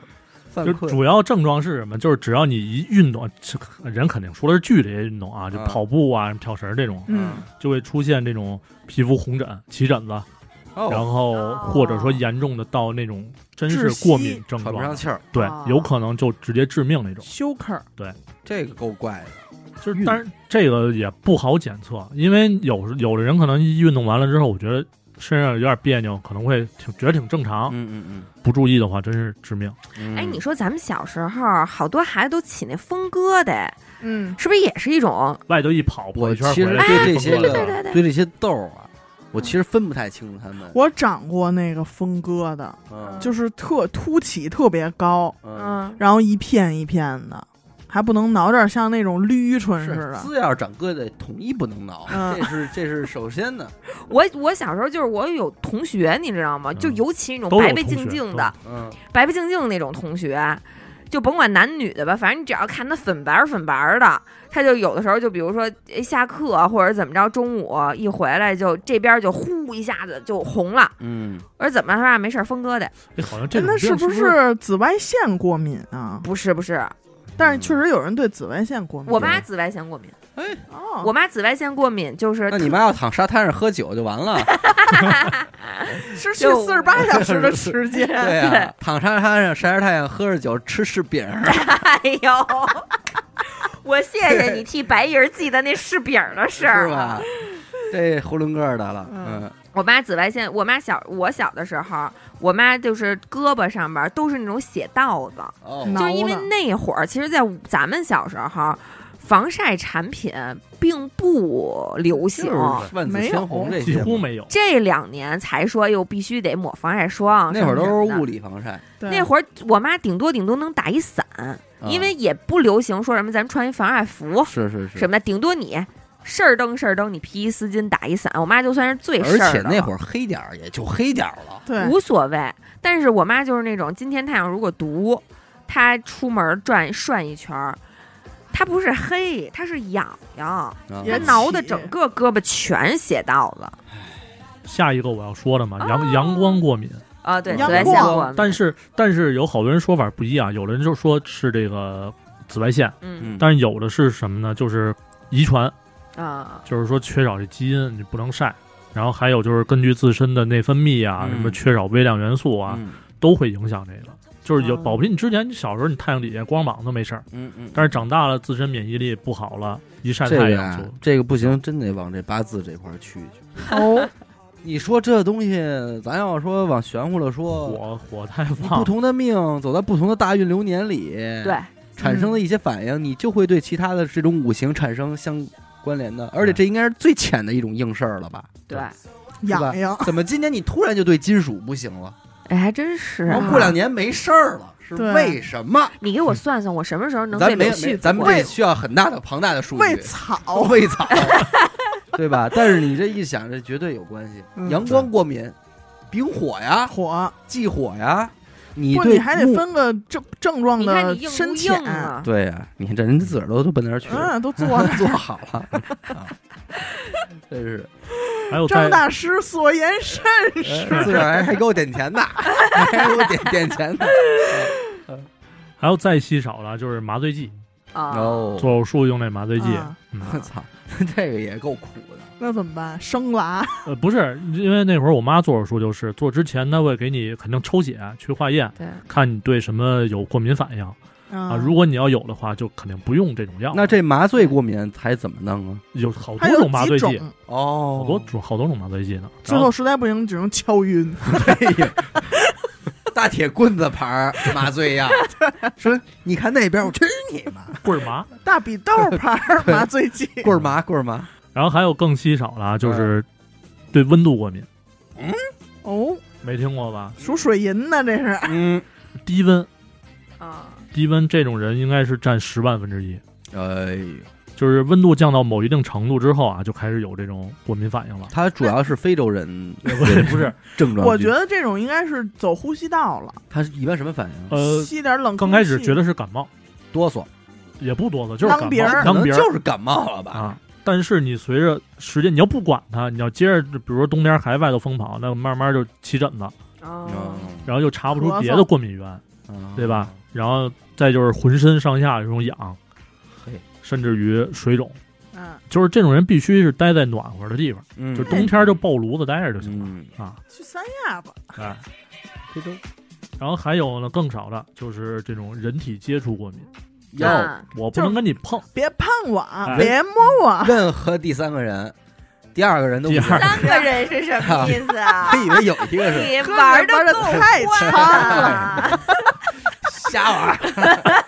Speaker 1: 犯
Speaker 4: 就
Speaker 1: 困。
Speaker 4: 主要症状是什么？就是只要你一运动，这人肯定除了是剧烈运动啊，就
Speaker 1: 嗯
Speaker 4: 跑步啊、什么跳绳儿这种，
Speaker 2: 嗯，
Speaker 4: 就会出现这种皮肤红疹、起疹子，然
Speaker 1: 哦，
Speaker 4: 后或者说严重的到那种真是过敏症
Speaker 1: 喘不上
Speaker 4: 状，
Speaker 1: 气儿，
Speaker 4: 对
Speaker 3: 哦，
Speaker 4: 有可能就直接致命那种。
Speaker 2: 休克儿，
Speaker 1: 这个够怪的。
Speaker 4: 就是，但是这个也不好检测，因为有时有的人可能一运动完了之后，我觉得身上有点别扭，可能会挺觉得挺正常，
Speaker 1: 嗯嗯
Speaker 4: 不注意的话真是致命。
Speaker 1: 嗯
Speaker 3: 哎，你说咱们小时候好多孩子都起那风疙瘩，
Speaker 2: 嗯，
Speaker 3: 是不是也是一种？
Speaker 4: 外头一跑，跑
Speaker 1: 我
Speaker 4: 一
Speaker 1: 其
Speaker 4: 圈回
Speaker 1: 实
Speaker 4: 来
Speaker 1: 对这
Speaker 4: 就是
Speaker 1: 些
Speaker 4: 疯了
Speaker 3: 对对
Speaker 1: 个，对这些豆儿啊，我其实分不太清楚他们。
Speaker 2: 我长过那个风疙瘩，
Speaker 1: 嗯
Speaker 2: 就是特凸起特别高，
Speaker 1: 嗯，
Speaker 3: 嗯，
Speaker 2: 然后一片一片的，还不能挠点像那种捋唇似
Speaker 1: 是
Speaker 2: 的。哎
Speaker 1: 滋要长疙瘩，统一不能挠，
Speaker 2: 嗯
Speaker 1: 这是这是首先的。
Speaker 3: 我我小时候就是我有同学，你知道吗？
Speaker 4: 嗯
Speaker 3: 就尤其那
Speaker 4: 都
Speaker 3: 种
Speaker 4: 有
Speaker 3: 白白
Speaker 4: 同学
Speaker 3: 净净
Speaker 4: 都
Speaker 3: 的
Speaker 4: 有、
Speaker 1: 嗯，
Speaker 3: 白白净净那种同学，就甭管男女的吧，反正你只要看他粉白儿粉白儿的，他就有的时候就比如说哎下课或者怎么着，中午一回来就这边就呼一下子就红了。
Speaker 1: 嗯，
Speaker 3: 我说怎么了？没事儿，峰哥的
Speaker 4: 哎好像
Speaker 2: 哎
Speaker 4: 这种
Speaker 2: 那
Speaker 4: 病
Speaker 2: 是
Speaker 4: 不
Speaker 2: 不是紫外线过敏啊？
Speaker 3: 不是不是，
Speaker 2: 但是确实有人对紫外线过敏。
Speaker 3: 我妈紫外线过敏，
Speaker 2: 哦，
Speaker 3: 我妈紫外线过敏就是
Speaker 1: 那你妈要躺沙滩上喝酒就完了。
Speaker 2: 失去
Speaker 3: 就
Speaker 2: 四十八小时的时间。
Speaker 1: 对呀，躺沙滩上晒着太阳，喝着酒，吃柿饼儿，
Speaker 3: 哎呦， [laughs] 我谢谢你替白人记得那柿饼儿的事儿啊
Speaker 1: 是吧？这囫囵个儿的了，嗯
Speaker 3: 我妈紫外线，我妈小我小的时候，我妈就是胳膊上边都是那种血道子，
Speaker 1: 哦，
Speaker 2: 挠
Speaker 3: 就是因为
Speaker 2: 了
Speaker 3: 那会儿，其实，在咱们小时候，防晒产品并不流
Speaker 1: 就
Speaker 3: 行。
Speaker 1: 是万紫千红这
Speaker 4: 几
Speaker 1: 些嘛，
Speaker 4: 乎没有？
Speaker 3: 这两年才说又必须得抹防晒霜，
Speaker 1: 那会儿都是物
Speaker 3: 理。
Speaker 1: 理防晒，
Speaker 2: 对
Speaker 3: 那会儿我妈顶多顶多能打一伞，
Speaker 1: 嗯
Speaker 3: 因为也不流行说什么咱们穿一防晒服
Speaker 1: 是是是
Speaker 3: 什么的，顶多你事儿登事儿登，你披一丝巾打一伞。我妈就算是最
Speaker 1: 而
Speaker 3: 事儿
Speaker 1: 且
Speaker 3: 的
Speaker 1: 那
Speaker 3: 了
Speaker 1: 会儿黑点儿也就黑点儿了，
Speaker 2: 对，
Speaker 3: 无所谓。但是我妈就是那种，今天太阳如果毒，她出门转涮一圈儿，她不是黑，她是痒痒，
Speaker 1: 啊
Speaker 2: 也
Speaker 3: 她
Speaker 2: 起
Speaker 3: 挠的整个胳膊全是血道子。
Speaker 4: 下一个我要说的嘛，阳阳光过敏，
Speaker 3: 啊，对，
Speaker 2: 哦
Speaker 3: 紫
Speaker 2: 阳
Speaker 3: 外线
Speaker 2: 光
Speaker 3: 过敏，
Speaker 4: 但是但是有好多人说法不一样，有的人就说是这个紫外线，
Speaker 3: 嗯
Speaker 4: 但是有的是什么呢？就是遗传，
Speaker 3: 啊，
Speaker 4: 就是说缺少这基因，你不能晒。然后还有就是根据自身的内分泌啊，
Speaker 1: 嗯
Speaker 4: 什么缺少微量元素啊，
Speaker 1: 嗯
Speaker 4: 都会影响这个。就是有，
Speaker 2: 哦
Speaker 4: 保不齐你之前你小时候你太阳底下光膀子没事儿，
Speaker 1: 嗯嗯，
Speaker 4: 但是长大了自身免疫力不好了，一晒
Speaker 1: 这
Speaker 4: 太
Speaker 1: 个
Speaker 4: 阳
Speaker 1: 啊
Speaker 4: 就
Speaker 1: 这个不行，真得往这八字这块儿去一去。
Speaker 2: [laughs] 哦，
Speaker 1: 你说这东西，咱要说往玄乎了说，
Speaker 4: 火火太
Speaker 1: 你
Speaker 4: 旺
Speaker 1: 不，同的命走在不同的大运流年里，
Speaker 3: 嗯对，
Speaker 1: 产生的一些反应，你就会对其他的这种五行产生相关联的，而且这应该是最浅的一种应事儿了吧？
Speaker 3: 对，
Speaker 2: 痒痒，
Speaker 1: 怎么今年你突然就对金属不行了？
Speaker 3: 哎，还真是啊
Speaker 1: 然后过两年没事儿了，是
Speaker 2: 对
Speaker 1: 为什么？
Speaker 3: 你给我算算，我什么时候能
Speaker 1: 咱
Speaker 3: 被
Speaker 1: 没
Speaker 3: 柳
Speaker 1: 有
Speaker 3: 絮
Speaker 1: 没，咱们
Speaker 3: 过
Speaker 1: 这需要很大的庞大的数据，
Speaker 2: 喂草，
Speaker 1: [laughs] 喂
Speaker 2: [laughs]
Speaker 1: 草，对吧？但是你这一想，这绝对有关系
Speaker 2: 嗯。
Speaker 1: 阳光过敏，丙火呀，
Speaker 2: 火，
Speaker 1: 忌火呀，你
Speaker 2: 不，
Speaker 1: 对
Speaker 2: 你还得
Speaker 1: 木
Speaker 2: 分个症症状
Speaker 3: 你看
Speaker 2: 的
Speaker 3: 你硬不
Speaker 2: 深
Speaker 3: 硬
Speaker 2: 浅，
Speaker 3: 啊？
Speaker 1: 对呀、你看这人家自个儿都都奔那儿去了，。
Speaker 2: 嗯，
Speaker 4: [laughs]
Speaker 2: 都做了
Speaker 1: 做好
Speaker 2: [laughs]
Speaker 1: 了，啊真是
Speaker 4: 还有在
Speaker 2: 张大师所言甚 [laughs] 是，
Speaker 1: 哎自个儿还还给我点钱
Speaker 2: [laughs]
Speaker 1: 呢，还给我点点钱呢。
Speaker 4: 还有再稀少了，就是麻醉剂，
Speaker 3: 啊，
Speaker 1: 哦，
Speaker 4: 做手术用那麻醉剂，
Speaker 2: 啊
Speaker 1: 我
Speaker 4: 嗯，
Speaker 1: 操， [laughs] 这个也够苦的。
Speaker 2: 那怎么办？生娃，
Speaker 4: 呃，不是，因为那会儿我妈做手术就是做之前，她会给你肯定抽血去化验，
Speaker 3: 对，
Speaker 4: 看你对什么有过敏反应啊。
Speaker 2: 啊
Speaker 4: 如果你要有的话，就肯定不用这种药。
Speaker 1: 那这麻醉过敏还怎么弄啊？
Speaker 4: 有好
Speaker 2: 还
Speaker 4: 多
Speaker 2: 有
Speaker 4: 种麻
Speaker 2: 几
Speaker 4: 醉剂，啊
Speaker 2: 种，
Speaker 1: 哦，
Speaker 4: 好多种好多种麻醉剂呢。
Speaker 2: 最
Speaker 4: 然后
Speaker 2: 后实在不行只能敲晕。
Speaker 1: 大铁棍子牌儿麻醉药，说你看那边，我去你妈！
Speaker 4: 棍
Speaker 2: [laughs]
Speaker 4: 儿麻，
Speaker 2: 大笔豆牌儿麻醉剂，
Speaker 1: 棍儿麻，棍儿麻，
Speaker 4: 然后还有更稀少了，
Speaker 1: 嗯
Speaker 4: 就是对温度过敏，
Speaker 2: 哦，
Speaker 4: 没听过吧？
Speaker 2: 属水银的
Speaker 4: [laughs]
Speaker 2: 这是，
Speaker 1: 嗯，
Speaker 4: 低温，
Speaker 3: 啊，
Speaker 4: 低温这种人应该是占十万分之一，
Speaker 1: 哎呦，
Speaker 4: 就是温度降到某一定程度之后啊，就开始有这种过敏反应了。
Speaker 1: 他主要是非洲人
Speaker 4: 不是不是，
Speaker 1: 症状，
Speaker 2: 我觉得这种应该是走呼吸道了，
Speaker 1: 他是一般什么反应？
Speaker 4: 呃，
Speaker 2: 吸点冷空气。
Speaker 4: 刚开始觉得是感冒，
Speaker 1: 哆嗦，
Speaker 4: 也不哆嗦，就是
Speaker 2: 囊
Speaker 4: 感
Speaker 2: 鼻儿
Speaker 4: 冒，
Speaker 1: 可能
Speaker 4: 囊鼻儿
Speaker 1: 就是感冒了吧？
Speaker 4: 啊。但是你随着时间，你要不管它，你要接着，比如说冬天还外头疯跑，那慢慢就起疹子，
Speaker 3: 哦，
Speaker 4: 然后就查不出
Speaker 2: 咳嗽
Speaker 4: 别的过敏源，
Speaker 1: 嗯
Speaker 4: 对吧？？然后再就是浑身上下有种痒
Speaker 1: 嘿，
Speaker 4: 甚至于水肿，
Speaker 2: 嗯，
Speaker 4: 就是这种人必须是待在暖和的地方，
Speaker 1: 嗯，
Speaker 4: 就冬天就抱炉子待着就行了、
Speaker 1: 嗯，
Speaker 4: 啊。
Speaker 2: 去三亚吧，
Speaker 4: 哎，
Speaker 1: 非洲
Speaker 4: 然后还有呢，更少的就是这种人体接触过敏，
Speaker 1: 要
Speaker 3: 啊
Speaker 4: 我不能跟你碰，
Speaker 2: 别碰我
Speaker 4: 哎，
Speaker 2: 别摸我，
Speaker 1: 任何第三个人，第二个人都不
Speaker 4: 第
Speaker 1: 行
Speaker 4: 二
Speaker 3: 三个人是什么意
Speaker 1: [laughs]
Speaker 3: 思啊
Speaker 1: 他？以为有一个是
Speaker 3: 你
Speaker 2: 哥
Speaker 3: 玩
Speaker 2: 们儿玩得
Speaker 3: 的够
Speaker 2: 太
Speaker 3: 欢
Speaker 2: 长
Speaker 3: 了，
Speaker 1: 瞎玩儿，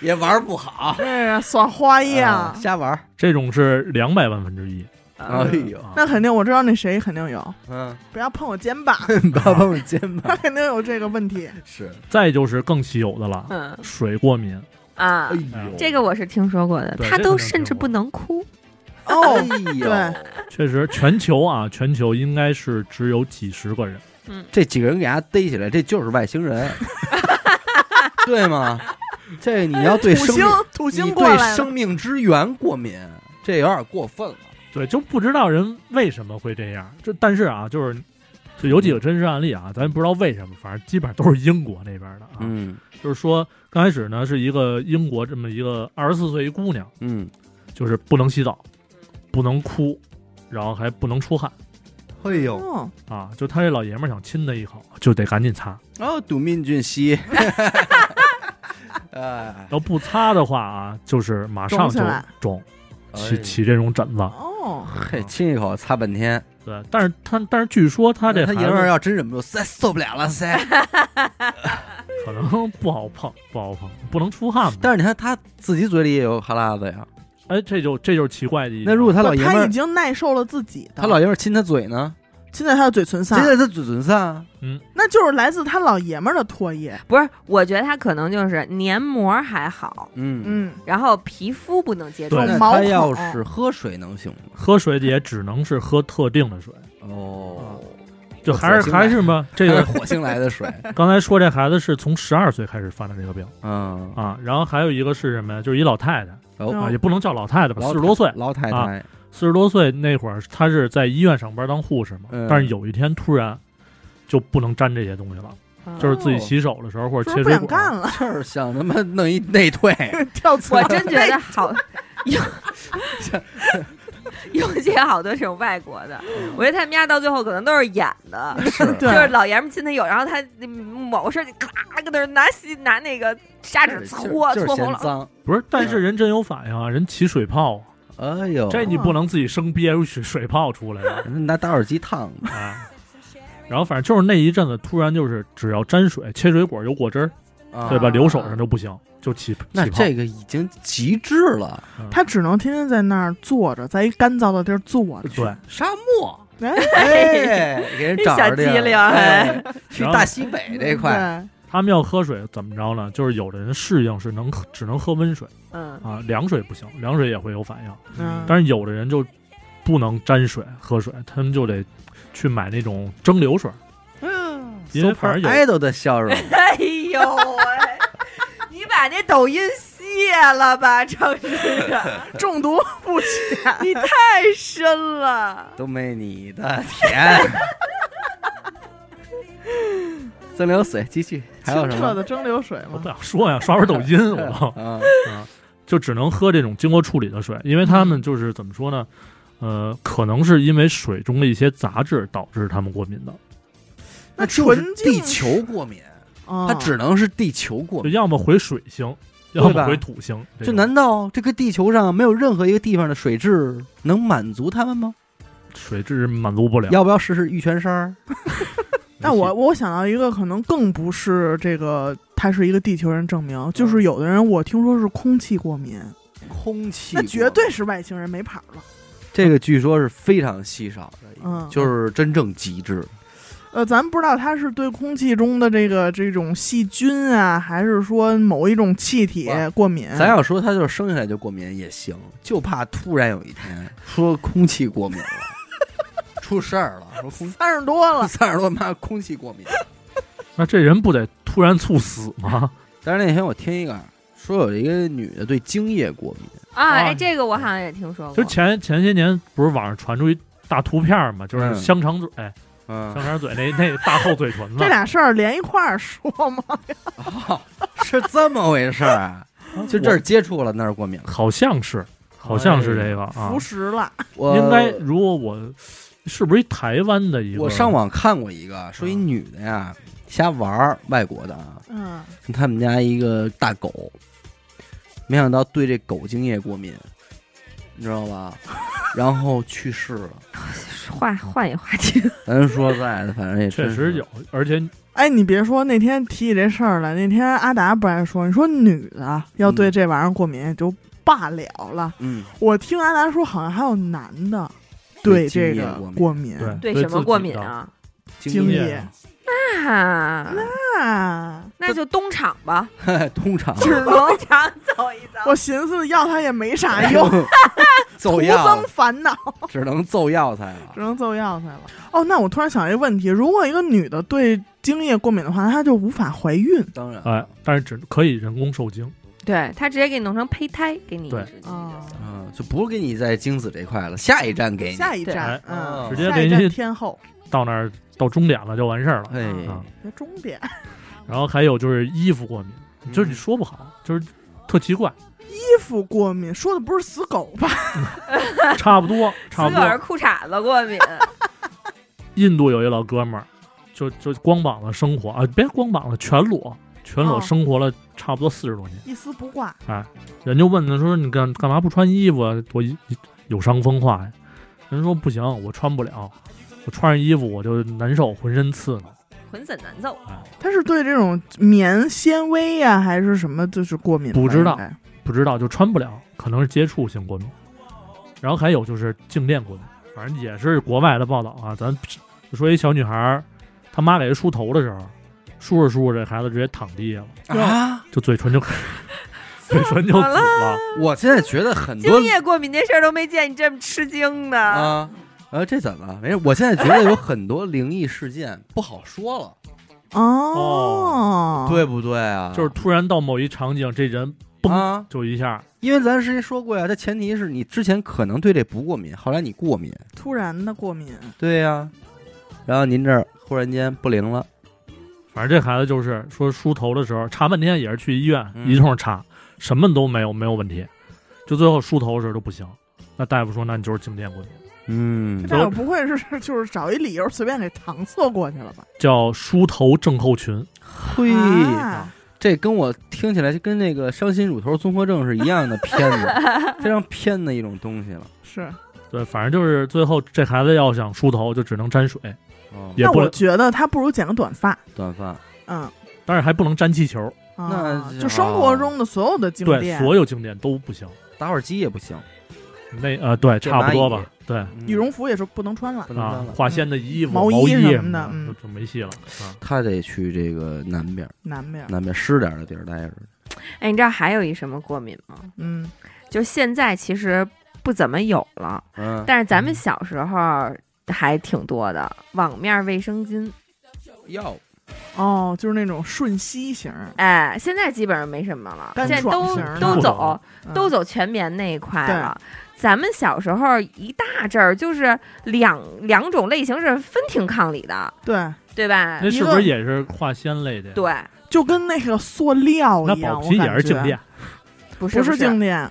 Speaker 1: 也玩儿不好，
Speaker 2: 哎呀，耍花
Speaker 1: 啊
Speaker 2: 样。
Speaker 1: 瞎玩儿。
Speaker 4: 这种是两百万分之一。
Speaker 1: 哎
Speaker 3: 嗯
Speaker 1: 呦，
Speaker 4: 啊
Speaker 2: 那肯定，我知道那谁肯定有，
Speaker 1: 嗯，
Speaker 2: 不要碰我肩
Speaker 1: [laughs]
Speaker 2: 膀，
Speaker 1: 不要碰我肩膀，
Speaker 2: 他肯定有这个问题。
Speaker 1: 是，
Speaker 4: 再就是更稀有的了，
Speaker 3: 嗯
Speaker 4: 水过敏。
Speaker 3: 啊
Speaker 1: 哎，呦，
Speaker 3: 这个我是听说过的，
Speaker 4: 对
Speaker 3: 他
Speaker 4: 这个
Speaker 3: 都
Speaker 4: 能
Speaker 3: 甚
Speaker 4: 听
Speaker 3: 至
Speaker 4: 过
Speaker 3: 不能哭，
Speaker 2: 哦，
Speaker 1: 哎呦，
Speaker 2: 对
Speaker 4: 确实，全球啊，全球应该是只有几十个人。
Speaker 1: 这几个人给他逮起来，这就是外星
Speaker 2: [laughs]
Speaker 1: 人，对吗？这你要对
Speaker 2: 土
Speaker 1: 生
Speaker 2: 星
Speaker 1: 命，
Speaker 2: 土
Speaker 1: 你
Speaker 2: 星过来
Speaker 1: 对
Speaker 2: 了，
Speaker 1: 生命之源过敏，这有点过分了。啊
Speaker 4: 对，就不知道人为什么会这样。就但是啊，就是就有几个真实案例啊，咱不知道为什么，反正基本上都是英国那边的啊。
Speaker 1: 嗯
Speaker 4: 就是说，刚开始呢是一个英国这么一个二十四岁一姑娘，
Speaker 1: 嗯，
Speaker 4: 就是不能洗澡，不能哭，然后还不能出汗
Speaker 1: 哎呦，
Speaker 2: 哦，
Speaker 4: 啊。就他这老爷们儿想亲她一口，就得赶紧擦。
Speaker 1: 哦，赌命俊
Speaker 2: [laughs]
Speaker 1: 熙，哎，
Speaker 4: 要不擦的话啊，就是马上
Speaker 2: 肿起
Speaker 4: 就
Speaker 2: 来
Speaker 4: 肿，
Speaker 1: 哎
Speaker 4: 起起这种疹子。
Speaker 2: 哦，
Speaker 1: 嘿，亲一口擦半天，
Speaker 4: 对，但是他但是据说他这
Speaker 1: 他
Speaker 4: 孩
Speaker 1: 爷们儿
Speaker 4: 子
Speaker 1: 要真忍不住，塞受不了了塞。
Speaker 4: 可能不好碰，不好碰，不能出汗嘛。
Speaker 1: 但是你看他自己嘴里也有哈喇子呀，
Speaker 4: 哎，这就这就是奇怪的一点。
Speaker 1: 那如果他
Speaker 2: 不
Speaker 1: 老爷们
Speaker 2: 他已
Speaker 1: 儿，
Speaker 2: 经耐受了自己的，
Speaker 1: 他老爷们儿亲他嘴呢，
Speaker 2: 现在他的嘴唇
Speaker 1: 亲
Speaker 2: 上，
Speaker 1: 在他嘴唇上，
Speaker 2: 那就是来自他老爷们儿的唾液。
Speaker 3: 不是？我觉得他可能就是黏膜还好，
Speaker 1: 嗯，
Speaker 2: 嗯，
Speaker 3: 然后皮肤不能接触
Speaker 4: 对。
Speaker 1: 那
Speaker 2: 毛
Speaker 1: 他
Speaker 2: 孔
Speaker 1: 要
Speaker 3: 哦
Speaker 1: 是喝水能行吗？
Speaker 4: 喝水也只能是喝特定的水，
Speaker 1: 哦，
Speaker 4: 就还是
Speaker 1: 我
Speaker 4: 还
Speaker 1: 明白 [laughs]
Speaker 4: 是嘛，这
Speaker 1: 这是
Speaker 4: 个
Speaker 1: 火星来的
Speaker 4: [laughs]
Speaker 1: 水，
Speaker 4: 刚才说这孩子是从十二岁开始犯的这个病
Speaker 1: 嗯，
Speaker 4: 啊，然后还有一个是什么呀？就是一老太太
Speaker 1: 然后
Speaker 2: 嗯
Speaker 4: 啊，也不能叫老太太吧，
Speaker 1: 哦老
Speaker 4: 四十多岁，
Speaker 1: 老太太
Speaker 4: 啊，四十多岁那会儿她是在医院上班当护士嘛
Speaker 1: 嗯，
Speaker 4: 但是有一天突然就不能沾这些东西了，
Speaker 3: 嗯
Speaker 4: 就是自己洗手的时候或者
Speaker 2: 就
Speaker 4: 切
Speaker 2: 是哦不想
Speaker 4: 水果，
Speaker 2: 干了， [laughs]
Speaker 1: 就是想他妈弄一内退，
Speaker 2: 跳
Speaker 3: [laughs]
Speaker 2: 槽哎
Speaker 3: 我真觉得好有 [laughs] 有些好多这种外国的，我觉得他们家到最后可能都是演的，
Speaker 1: 嗯是
Speaker 3: [laughs] 就是
Speaker 2: 对，
Speaker 3: 老爷们亲他有，然后他嗯某事儿就咔搁那儿拿吸拿那个砂纸搓
Speaker 1: 就是就是
Speaker 3: 搓红
Speaker 1: 嫌
Speaker 3: 了，
Speaker 1: 脏。
Speaker 4: 不是？但是人真有反应啊，人起水泡，
Speaker 1: 哎呦，
Speaker 4: 这你不能自己生憋出水水泡出来了。
Speaker 1: 拿打火机烫的，
Speaker 4: 啊。然后反正就是那一阵子，突然就是只要沾水、切水果、有果汁儿，
Speaker 1: 啊
Speaker 4: [laughs] 对吧？留手上就不行，就起
Speaker 1: 那
Speaker 4: 起泡。
Speaker 1: 这个已经极致了，
Speaker 2: 他只能天天在那儿坐着，在一干燥的地儿坐着。
Speaker 4: 对，
Speaker 1: 沙漠，
Speaker 2: 哎
Speaker 3: [laughs]
Speaker 1: 哎，给人找着地儿
Speaker 3: 小机灵啊
Speaker 1: 哎，去
Speaker 4: 然后
Speaker 1: 大西北这块，
Speaker 4: 他们要喝水怎么着呢？就是有的人适应是能喝只能喝温水
Speaker 3: 嗯，
Speaker 4: 啊，凉水不行，凉水也会有反应。
Speaker 2: 对，嗯，
Speaker 4: 但是有的人就不能沾水喝水，他们就得去买那种蒸馏水，
Speaker 2: 哎
Speaker 1: 嗯
Speaker 4: 因为反正有
Speaker 1: idol 的笑容，
Speaker 3: 哎呦喂！你把那抖音卸了吧，张志远，
Speaker 1: 嗯
Speaker 2: [laughs] 中毒不啊浅。
Speaker 3: 你太深了。
Speaker 1: 都没你的甜。 [laughs] 蒸馏水，继续 [laughs] 还有
Speaker 2: 清
Speaker 1: 什
Speaker 2: 澈
Speaker 1: 么？
Speaker 2: 的蒸馏水
Speaker 4: 我
Speaker 2: 嘛
Speaker 4: 不，想说呀，刷会儿抖
Speaker 1: [laughs]
Speaker 4: 音，我
Speaker 1: 啊，
Speaker 4: 就只能喝这种经过处理的水，因为他们就是怎么说呢？呃，可能是因为水中的一些杂质导致他们过敏的，
Speaker 1: 哦
Speaker 2: 那
Speaker 1: 就是
Speaker 2: 纯净
Speaker 1: 地球过敏，
Speaker 2: 它
Speaker 1: 它只能是地球过
Speaker 4: 就
Speaker 1: 敏。
Speaker 4: 要么回水星，
Speaker 1: 对
Speaker 4: 要
Speaker 1: 吧
Speaker 4: 么回土星。这
Speaker 1: 就
Speaker 4: 种
Speaker 1: 难道这个地球上没有任何一个地方的水质能满足他们吗？
Speaker 4: 水质满足不了。
Speaker 1: 要不要试试玉泉山儿？
Speaker 2: 那我我想到一个可能更不是这个，他是一个地球人证明，就是有的人我听说是空气过敏，
Speaker 1: 空嗯气
Speaker 2: 那
Speaker 1: 过
Speaker 2: 绝对是外星人没跑了。
Speaker 1: 这个据说是非常稀少的一个，
Speaker 2: 嗯
Speaker 1: 就是真正极致。
Speaker 2: 呃，咱不知道他是对空气中的这个这种细菌啊，还是说某一种气体
Speaker 1: 哇
Speaker 2: 过敏？
Speaker 1: 咱要说他就是生下来就过敏也行，就怕突然有一天说空气过敏了， [laughs] 出事儿了，说空，
Speaker 2: 三十多了
Speaker 1: [laughs] 三十多妈空气 [laughs] 过敏。
Speaker 4: 那这人不得突然猝死
Speaker 1: [laughs]
Speaker 4: 吗？
Speaker 1: 但是那天我听一个说有一个女的对精液过敏，
Speaker 3: 啊，
Speaker 4: 啊
Speaker 3: 哎，这个我好像也听说
Speaker 4: 就
Speaker 3: 过。
Speaker 4: 前前些年不是网上传出一大图片嘛，就是
Speaker 1: 嗯
Speaker 4: 香肠嘴，哎
Speaker 1: 嗯，
Speaker 4: 香肠嘴那那大厚嘴唇子 [laughs]
Speaker 2: 这，俩事儿连一块儿说吗？
Speaker 1: 是这么回事儿
Speaker 4: [laughs]
Speaker 1: 啊？就这儿接触了，那儿过敏了。
Speaker 4: 好像
Speaker 1: 哎
Speaker 4: 是好像是这个啊
Speaker 2: 服，食了，
Speaker 1: 我
Speaker 4: 应该如果我是不是一台湾的一个？
Speaker 1: 我上网看过一个，说一女的呀瞎玩儿，外国的啊，
Speaker 2: 嗯，
Speaker 1: 他们家一个大狗，没想到对这狗精液过敏，你知道
Speaker 4: [laughs]
Speaker 1: 吧？然后去世了。
Speaker 3: 换换一话题，
Speaker 1: 咱说实在的，反正也
Speaker 4: 确
Speaker 1: 真是
Speaker 4: 实有，而且
Speaker 2: 哎，你别说，那天提起这事儿来，那天阿达不还说，你说女的要对这玩意儿过敏也就罢了了。
Speaker 1: 嗯，
Speaker 2: 我听阿达说，好像还有男的对这
Speaker 1: 精液
Speaker 2: 个
Speaker 1: 过敏
Speaker 2: 过敏。
Speaker 4: 对
Speaker 3: 什
Speaker 4: 自
Speaker 3: 么
Speaker 4: 己
Speaker 3: 过敏
Speaker 4: 的？
Speaker 3: 啊？
Speaker 2: 精
Speaker 1: 液
Speaker 2: 液
Speaker 3: 啊，
Speaker 2: 啊，
Speaker 3: 那就东厂吧，
Speaker 1: 哎通常
Speaker 3: [laughs] 只能厂走一走。
Speaker 2: 我寻思要他也没啥
Speaker 1: [laughs]
Speaker 2: [laughs] 用，徒
Speaker 1: 奏
Speaker 2: 增
Speaker 1: 哎
Speaker 2: [laughs]
Speaker 1: 药
Speaker 2: 烦恼，
Speaker 1: 只能奏药材了
Speaker 2: 只。能揍药材了。哦，那我突然想一个问题：如果一个女的对精液过敏的话，她就无法怀孕
Speaker 1: 当然，
Speaker 4: 哎，但是只可以人工受精，
Speaker 3: 对他直接给你弄成胚胎，给你移
Speaker 4: 对
Speaker 3: 植进去就
Speaker 2: 啊
Speaker 3: 行。。
Speaker 1: 嗯，就不给你在精子这块了，下一站给你。
Speaker 2: 下一站
Speaker 4: 哎，
Speaker 2: 嗯，
Speaker 1: 直
Speaker 4: 接
Speaker 2: 下一
Speaker 4: 给
Speaker 2: 站
Speaker 4: 你
Speaker 2: 天后，
Speaker 4: 到那儿到终点了就完事儿了。
Speaker 1: 哎，
Speaker 4: 啊
Speaker 2: 别终点。
Speaker 4: 然后还有就是衣服过敏，就是你
Speaker 1: 嗯
Speaker 4: 说不好，就是特奇怪， [laughs]
Speaker 2: 衣服过敏，说的不是死狗吧？
Speaker 4: 差不多差
Speaker 3: [laughs] 自
Speaker 4: 不
Speaker 3: 个儿
Speaker 4: 多。
Speaker 3: 裤衩子过敏，
Speaker 4: 印度有一老哥们儿，就就光膀子生活啊，别光膀子，全裸全裸
Speaker 2: 哦
Speaker 4: 生活了差不多四十多年。
Speaker 2: 一丝不挂，
Speaker 4: 人就问他说：“你干干嘛不穿衣服啊？多一有伤风化呀？”人说：“不行，我穿不了，我穿上衣服我就难受，浑身刺挠。
Speaker 3: [laughs] 浑身难受。
Speaker 2: 他是对这种棉纤维呀、还是什么就是过敏吧？
Speaker 4: 不知道
Speaker 2: 应该，
Speaker 4: 不知道就穿不了，可能是接触性过敏。然后还有就是静电过敏，反正也是国外的报道啊。咱就说一小女孩儿，她妈给她梳头的时候，梳着梳着，这孩子直接躺地下了，
Speaker 1: 啊！
Speaker 4: 就嘴唇就 [laughs] 嘴唇就紫了。
Speaker 1: 我现在觉得很多
Speaker 3: 精液过敏这事儿都没见你这么吃惊呢。
Speaker 1: 啊，呃，这怎么了没事？我现在觉得有很多灵异事件不好说了，
Speaker 2: 哦，
Speaker 1: 对不对啊？
Speaker 4: 就是突然到某一场景，这人嘣
Speaker 1: 啊，
Speaker 4: 就一下
Speaker 1: 因为咱之前说过呀，这前提是你之前可能对这不过敏，后来你过敏，
Speaker 2: 突然的过敏，
Speaker 1: 对呀、然后您这儿忽然间不灵了，
Speaker 4: 反正这孩子就是说梳头的时候查半天也是去医院、
Speaker 1: 嗯
Speaker 4: 一通查，什么都没有，没有问题，就最后梳头的时候都不行。那大夫说，那你就是静电过敏，
Speaker 1: 嗯
Speaker 2: 这不会是 [laughs] 就是找一理由随便给搪塞过去了吧？
Speaker 4: 叫梳头症候群。
Speaker 1: 嘿，
Speaker 2: 啊，
Speaker 1: 这跟我听起来就跟那个伤心乳头综合症是一样的偏
Speaker 2: [laughs]
Speaker 1: 的，非常偏的一种东西了。
Speaker 2: 是。
Speaker 4: 对，反正就是最后这孩子要想梳头，就只能沾水，
Speaker 1: 哦，
Speaker 4: 也
Speaker 2: 那
Speaker 4: 不
Speaker 2: 我觉得他不如剪个短发，
Speaker 1: 短发，
Speaker 2: 嗯。
Speaker 4: 但是还不能沾气球。
Speaker 2: 啊
Speaker 1: 那，
Speaker 2: 就生活中的所有的静
Speaker 4: 对，
Speaker 2: 电，
Speaker 4: 所有静电都不行。
Speaker 1: 打火机也不行，
Speaker 4: 那呃，对，
Speaker 1: 这
Speaker 4: 差不多
Speaker 1: 蚂蚁
Speaker 4: 吧。对
Speaker 1: 嗯
Speaker 2: 羽绒服也是不能穿了
Speaker 1: 不。能
Speaker 4: 啊
Speaker 1: 穿，了，
Speaker 4: 化纤的衣服、
Speaker 2: 嗯毛
Speaker 4: 毛
Speaker 2: 衣
Speaker 4: 衣
Speaker 2: 什么的嗯
Speaker 4: 就就没戏了啊。
Speaker 1: 他得去这个南边儿，
Speaker 2: 南面，
Speaker 1: 南边湿点儿的地儿待着。
Speaker 3: 哎，你知道还有一什么过敏吗？
Speaker 2: 嗯，
Speaker 3: 就现在其实不怎么有了，
Speaker 1: 嗯，
Speaker 3: 但是咱们小时候还挺多的。网面卫生巾，
Speaker 1: 药
Speaker 2: 哦，就是那种瞬息型，
Speaker 3: 哎，现在基本上没什么了，
Speaker 2: 干
Speaker 3: 现在
Speaker 2: 爽
Speaker 3: 都
Speaker 2: 型儿
Speaker 3: 都
Speaker 4: 不
Speaker 3: 走
Speaker 4: 走
Speaker 2: 嗯
Speaker 3: 都走全棉那一块了。咱们小时候一大阵儿就是两两种类型是分庭抗礼的，
Speaker 2: 对，
Speaker 3: 对吧
Speaker 4: 那？
Speaker 2: 一
Speaker 4: 是
Speaker 2: 个
Speaker 4: 不是也是化纤类的？，
Speaker 3: 对，
Speaker 2: 就跟那个塑料
Speaker 4: 那
Speaker 2: 一样，
Speaker 4: 宝
Speaker 2: 我
Speaker 4: 皮也
Speaker 2: 感
Speaker 4: 是静
Speaker 2: 觉
Speaker 4: 电，
Speaker 3: 不是
Speaker 2: 不
Speaker 3: 不
Speaker 2: 是静电，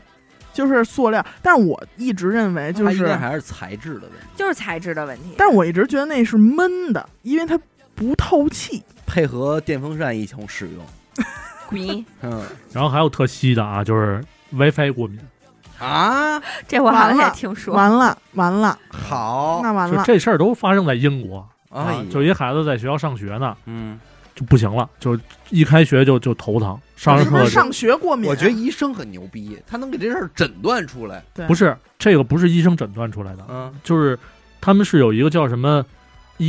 Speaker 2: 就是塑料。但我一直认为就
Speaker 1: 它应
Speaker 2: 是
Speaker 1: 该还哎是材质的问题，
Speaker 3: 就是材质的问题。
Speaker 2: 但我一直觉得那是闷的，因为它不透气。
Speaker 1: 配合电风扇一同使用。
Speaker 3: [laughs] 滚！
Speaker 1: 嗯
Speaker 4: 然后还有特稀的啊，就是 WiFi 过敏，
Speaker 1: 啊，
Speaker 3: 这我好像
Speaker 2: 完
Speaker 3: 也
Speaker 2: 了
Speaker 3: 听说。
Speaker 2: 完了完了，
Speaker 1: 好
Speaker 2: 那完
Speaker 4: 就
Speaker 2: 了，
Speaker 4: 这事儿都发生在英国
Speaker 1: 哎
Speaker 4: 啊
Speaker 1: 呀，
Speaker 4: 就一孩子在学校上学呢
Speaker 1: 嗯，
Speaker 4: 就不行了，就一开学就就头疼，上着
Speaker 2: 是不是
Speaker 4: 课就
Speaker 2: 上学过敏？
Speaker 1: 我觉得医生很牛逼，他能给这事儿诊断出来。
Speaker 2: 对
Speaker 4: 不是这个不是医生诊断出来的，
Speaker 1: 嗯
Speaker 4: 就是他们是有一个叫什么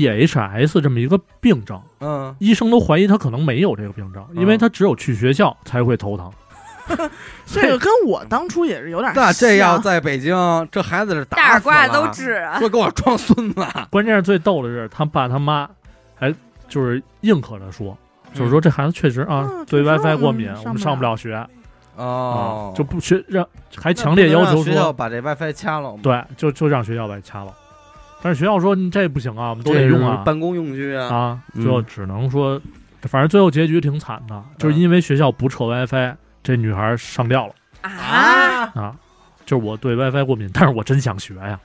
Speaker 4: EHS 这么一个病症，
Speaker 1: 嗯，
Speaker 4: 医生都怀疑他可能没有这个病症，
Speaker 1: 嗯
Speaker 4: 因为他只有去学校才会头疼。
Speaker 2: 这个跟我当初也是有点像。
Speaker 1: 那啊这要在北京，这孩子是打
Speaker 3: 大耳
Speaker 1: 死了
Speaker 3: 刮都治啊！
Speaker 1: [laughs] 说给我装孙 [laughs] 子，
Speaker 4: 关键是最逗的是，他爸他妈还就是硬和他说，
Speaker 1: 嗯
Speaker 4: 就是说这孩子确实啊
Speaker 2: 嗯
Speaker 4: 对
Speaker 2: 确实
Speaker 4: WiFi 过
Speaker 2: 我们
Speaker 4: 敏，
Speaker 2: 上
Speaker 4: 我们
Speaker 2: 不
Speaker 4: 上不
Speaker 2: 了
Speaker 4: 了学
Speaker 1: 哦
Speaker 4: 啊，，就不学让还
Speaker 1: 还
Speaker 4: 强烈要求
Speaker 1: 学校
Speaker 4: 说，
Speaker 1: 把这 WiFi 掐了吗？
Speaker 4: 对，就就让学校把掐了。但是学校说你这不行啊，我们
Speaker 1: 这
Speaker 4: 都
Speaker 1: 是
Speaker 4: 得用啊
Speaker 1: 办公用具啊。
Speaker 4: 啊，
Speaker 1: 嗯
Speaker 4: 最后只能说，反正最后结局挺惨的，就是因为学校不撤 WiFi，这女孩上吊了
Speaker 3: 啊，，
Speaker 4: 啊。就是我对 WiFi 过敏，但是我真想学呀。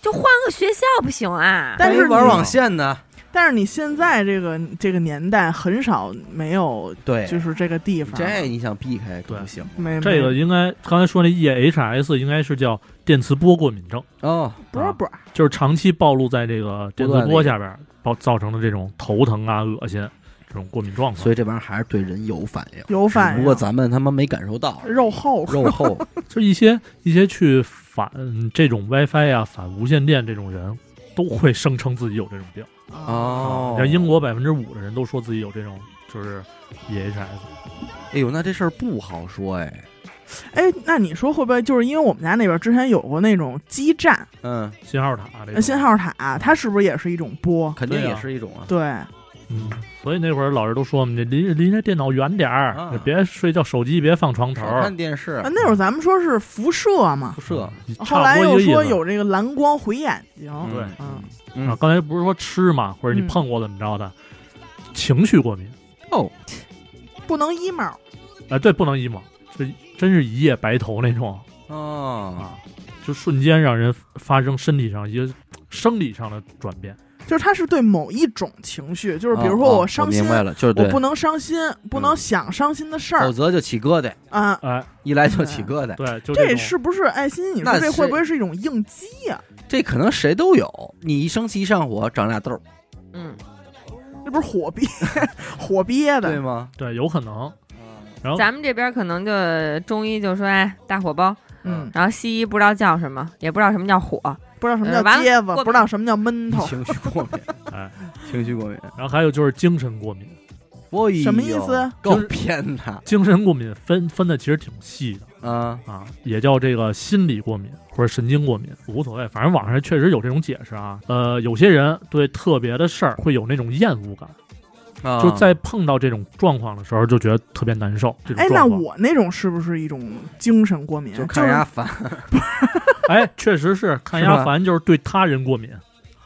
Speaker 3: 就换个学校不行啊？
Speaker 2: 但是
Speaker 1: 玩
Speaker 2: 你
Speaker 1: 网线呢？
Speaker 2: 但是你现在这个这个年代很少没有，
Speaker 1: 对
Speaker 2: 就是这个地方
Speaker 1: 这你想避开可不
Speaker 4: 对
Speaker 1: 行
Speaker 2: 没
Speaker 4: 这个
Speaker 2: 没
Speaker 4: 应该刚才说那 EHS 应该是叫电磁波过敏症，
Speaker 1: 哦。
Speaker 2: 不
Speaker 4: 啊
Speaker 2: 是不是，
Speaker 4: 就是长期暴露在这个电磁波下边儿，造造成的这种头疼啊、恶心这种过敏状
Speaker 1: 所
Speaker 4: 况。
Speaker 1: 以这玩意儿还是对人有反应，
Speaker 2: 有反应
Speaker 1: 只不过咱们他妈没感受到
Speaker 2: 肉厚
Speaker 1: 肉厚，
Speaker 4: 就一些一些去反这种 WiFi 啊、反无线电这种人，都会声称自己有这种病。
Speaker 1: 哦
Speaker 4: [laughs] 啊像英国百分之五的人都说自己有这种就是 EHS，
Speaker 1: 哎呦，那这事儿不好说哎。
Speaker 2: 哎，那你说会不会就是因为我们家那边之前有过那种基站、
Speaker 1: 嗯，
Speaker 4: 信号塔这
Speaker 2: 呃
Speaker 4: 种
Speaker 2: 信，号塔，它是不是也是一种波？
Speaker 1: 肯定也是一种啊。
Speaker 2: 对，
Speaker 4: 嗯，所以那会儿老师都说我们这离离那电脑远点儿，
Speaker 1: 啊
Speaker 4: 你别睡觉，手机别放床头
Speaker 1: 少
Speaker 4: 儿，嗯
Speaker 1: 看电视
Speaker 2: 啊，，那会儿咱们说是辐射嘛，
Speaker 1: 辐射。
Speaker 2: 后来
Speaker 4: 差不多
Speaker 2: 又
Speaker 4: 一个
Speaker 2: 说
Speaker 4: 意思
Speaker 2: 有这个蓝光回眼睛，
Speaker 4: 对
Speaker 2: 嗯
Speaker 1: 嗯
Speaker 4: 啊，刚才不是说吃嘛，或者你
Speaker 2: 嗯
Speaker 4: 碰过怎么着的，情绪过敏，
Speaker 1: 哦，
Speaker 2: 不能 emo，
Speaker 4: 哎、对，不能 emo，这真是一夜白头那种
Speaker 1: 哦，
Speaker 4: 啊，就瞬间让人发生身体上一个生理上的转变，
Speaker 2: 就是它是对某一种情绪，就是比如
Speaker 1: 哦
Speaker 2: 说
Speaker 1: 哦
Speaker 2: 我伤心，
Speaker 1: 明白了，就是
Speaker 2: 我
Speaker 1: 对嗯
Speaker 2: 不，能伤心，不能想伤心的事儿
Speaker 1: 否则就起疙瘩，
Speaker 2: 啊。
Speaker 4: 哎，
Speaker 1: 一来就起疙瘩。
Speaker 4: 对，就
Speaker 2: 这
Speaker 4: 种
Speaker 2: 是不是爱心？你
Speaker 1: 那
Speaker 2: 说这会
Speaker 1: 是
Speaker 2: 不会是一种应激呀、
Speaker 1: 这可能谁都有，你一生气一上火长俩痘儿，
Speaker 3: 嗯，
Speaker 2: 这不是火憋 [laughs] 火憋
Speaker 1: 对
Speaker 2: 的？
Speaker 1: 吗？嗯
Speaker 4: 对，有可能。然后
Speaker 3: 咱们这边可能就中医就说哎大火包，
Speaker 2: 嗯，
Speaker 3: 然后西医不知道叫什么，也不知道什么叫火，
Speaker 2: 不知道什么
Speaker 3: 呃
Speaker 2: 叫
Speaker 3: 完了
Speaker 2: 结巴，
Speaker 3: 过敏
Speaker 2: 不知道什么叫闷头，
Speaker 1: 情绪过敏，
Speaker 4: [laughs] 哎，
Speaker 1: 情绪过敏，
Speaker 4: 然后还有就是精神过敏，
Speaker 1: 我
Speaker 2: 什么意思
Speaker 1: 哎够
Speaker 4: 就是
Speaker 1: 偏的
Speaker 4: 精神过敏分分的其实挺细的
Speaker 1: 啊！
Speaker 4: 啊，也叫这个心理过敏或者神经过敏，无所谓，反正网上确实有这种解释啊。呃，有些人对特别的事儿会有那种厌恶感。
Speaker 1: 啊
Speaker 4: 就在碰到这种状况的时候，就觉得特别难受。这种
Speaker 2: 哎，那
Speaker 4: 状况，
Speaker 2: 我那种是不是一种精神过敏？
Speaker 1: 就
Speaker 2: 就
Speaker 1: 看人家
Speaker 2: 是
Speaker 1: 烦，
Speaker 4: 哎，确实是看
Speaker 1: 是吧
Speaker 4: 丫烦，就是对他人过敏，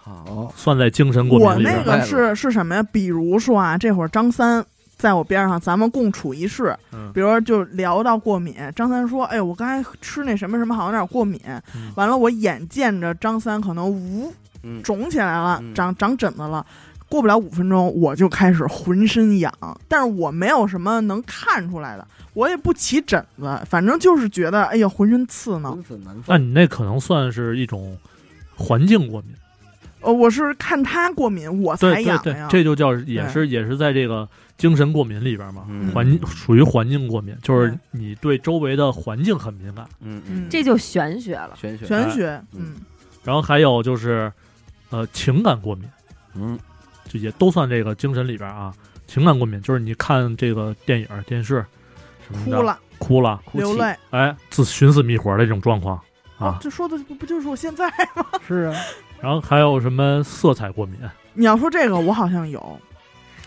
Speaker 1: 好，
Speaker 4: 算在精神过
Speaker 2: 我
Speaker 4: 敏里
Speaker 2: 那
Speaker 4: 边。
Speaker 2: 个是是什么呀？比如说啊，这会儿张三在我边上，咱们共处一室，
Speaker 4: 嗯
Speaker 2: 比如说就聊到过敏，张三说：“哎，我刚才吃那什么什么好像有点过敏。
Speaker 4: 嗯
Speaker 2: 完了，我眼见着张三可能无
Speaker 1: 嗯，
Speaker 2: 肿起来了
Speaker 1: 嗯，
Speaker 2: 长长疹子了。过不了五分钟，我就开始浑身痒，但是我没有什么能看出来的，我也不起疹子，反正就是觉得，哎呀，浑身刺挠。
Speaker 1: 浑身难
Speaker 4: 那
Speaker 1: 受。
Speaker 4: 你那可能算是一种环境过敏。
Speaker 2: 呃，我是看他过敏，我才
Speaker 4: 对对
Speaker 2: 痒
Speaker 4: 对
Speaker 2: 痒。，
Speaker 4: 这就叫也
Speaker 2: 对
Speaker 4: 是也是在这个精神过敏里边嘛，
Speaker 1: 嗯
Speaker 4: 环属于环境过敏，就是
Speaker 2: 对
Speaker 4: 你对周围的环境很敏感。
Speaker 1: 嗯
Speaker 2: 嗯
Speaker 3: 这就玄学了。
Speaker 1: 玄学，
Speaker 4: 哎
Speaker 2: 玄学，
Speaker 1: 嗯
Speaker 2: 嗯，
Speaker 4: 然后还有就是，呃，情感过敏，
Speaker 1: 嗯
Speaker 4: 就也都算这个精神里边啊。情感过敏就是你看这个电影、电视什么
Speaker 2: 哭
Speaker 4: 的，
Speaker 2: 了，
Speaker 4: 嗯哭了，
Speaker 1: 哭
Speaker 2: 流
Speaker 1: 泣
Speaker 2: 泪。
Speaker 4: 哎，自寻死觅活的这种状况
Speaker 2: 哦
Speaker 4: 啊，。
Speaker 2: 这说的不不就是我现在？ [laughs]
Speaker 1: 是啊，
Speaker 4: 然后还有什么色彩过敏，
Speaker 2: 你要说这个，我好像有，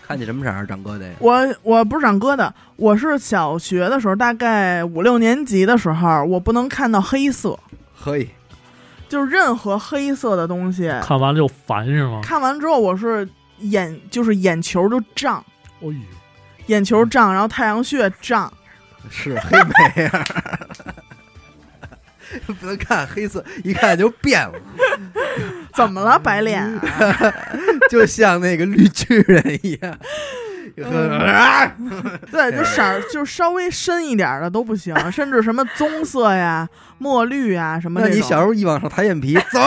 Speaker 1: 看你什么色儿长疙瘩呀？
Speaker 2: 我我不是长疙瘩，我是小学的时候，大概五六年级的时候，我不能看到黑色，
Speaker 1: 嘿，
Speaker 2: 就是任何黑色的东西，
Speaker 4: 看完了就烦是吗？
Speaker 2: 看完之后我是眼就是眼球就胀，
Speaker 4: 哎呦，
Speaker 2: 眼球胀，然后太阳穴胀，
Speaker 1: 是黑莓呀、不能看黑色，一看就变了，
Speaker 2: 怎么了，白脸啊？
Speaker 1: 就像那个绿巨人一样。啊
Speaker 2: 对，就色儿就稍微深一点儿的都不行，甚至什么棕色呀、墨绿呀什么
Speaker 1: 那
Speaker 2: 这
Speaker 1: 你小时
Speaker 2: 种。
Speaker 1: 候一往上抬眼皮，走。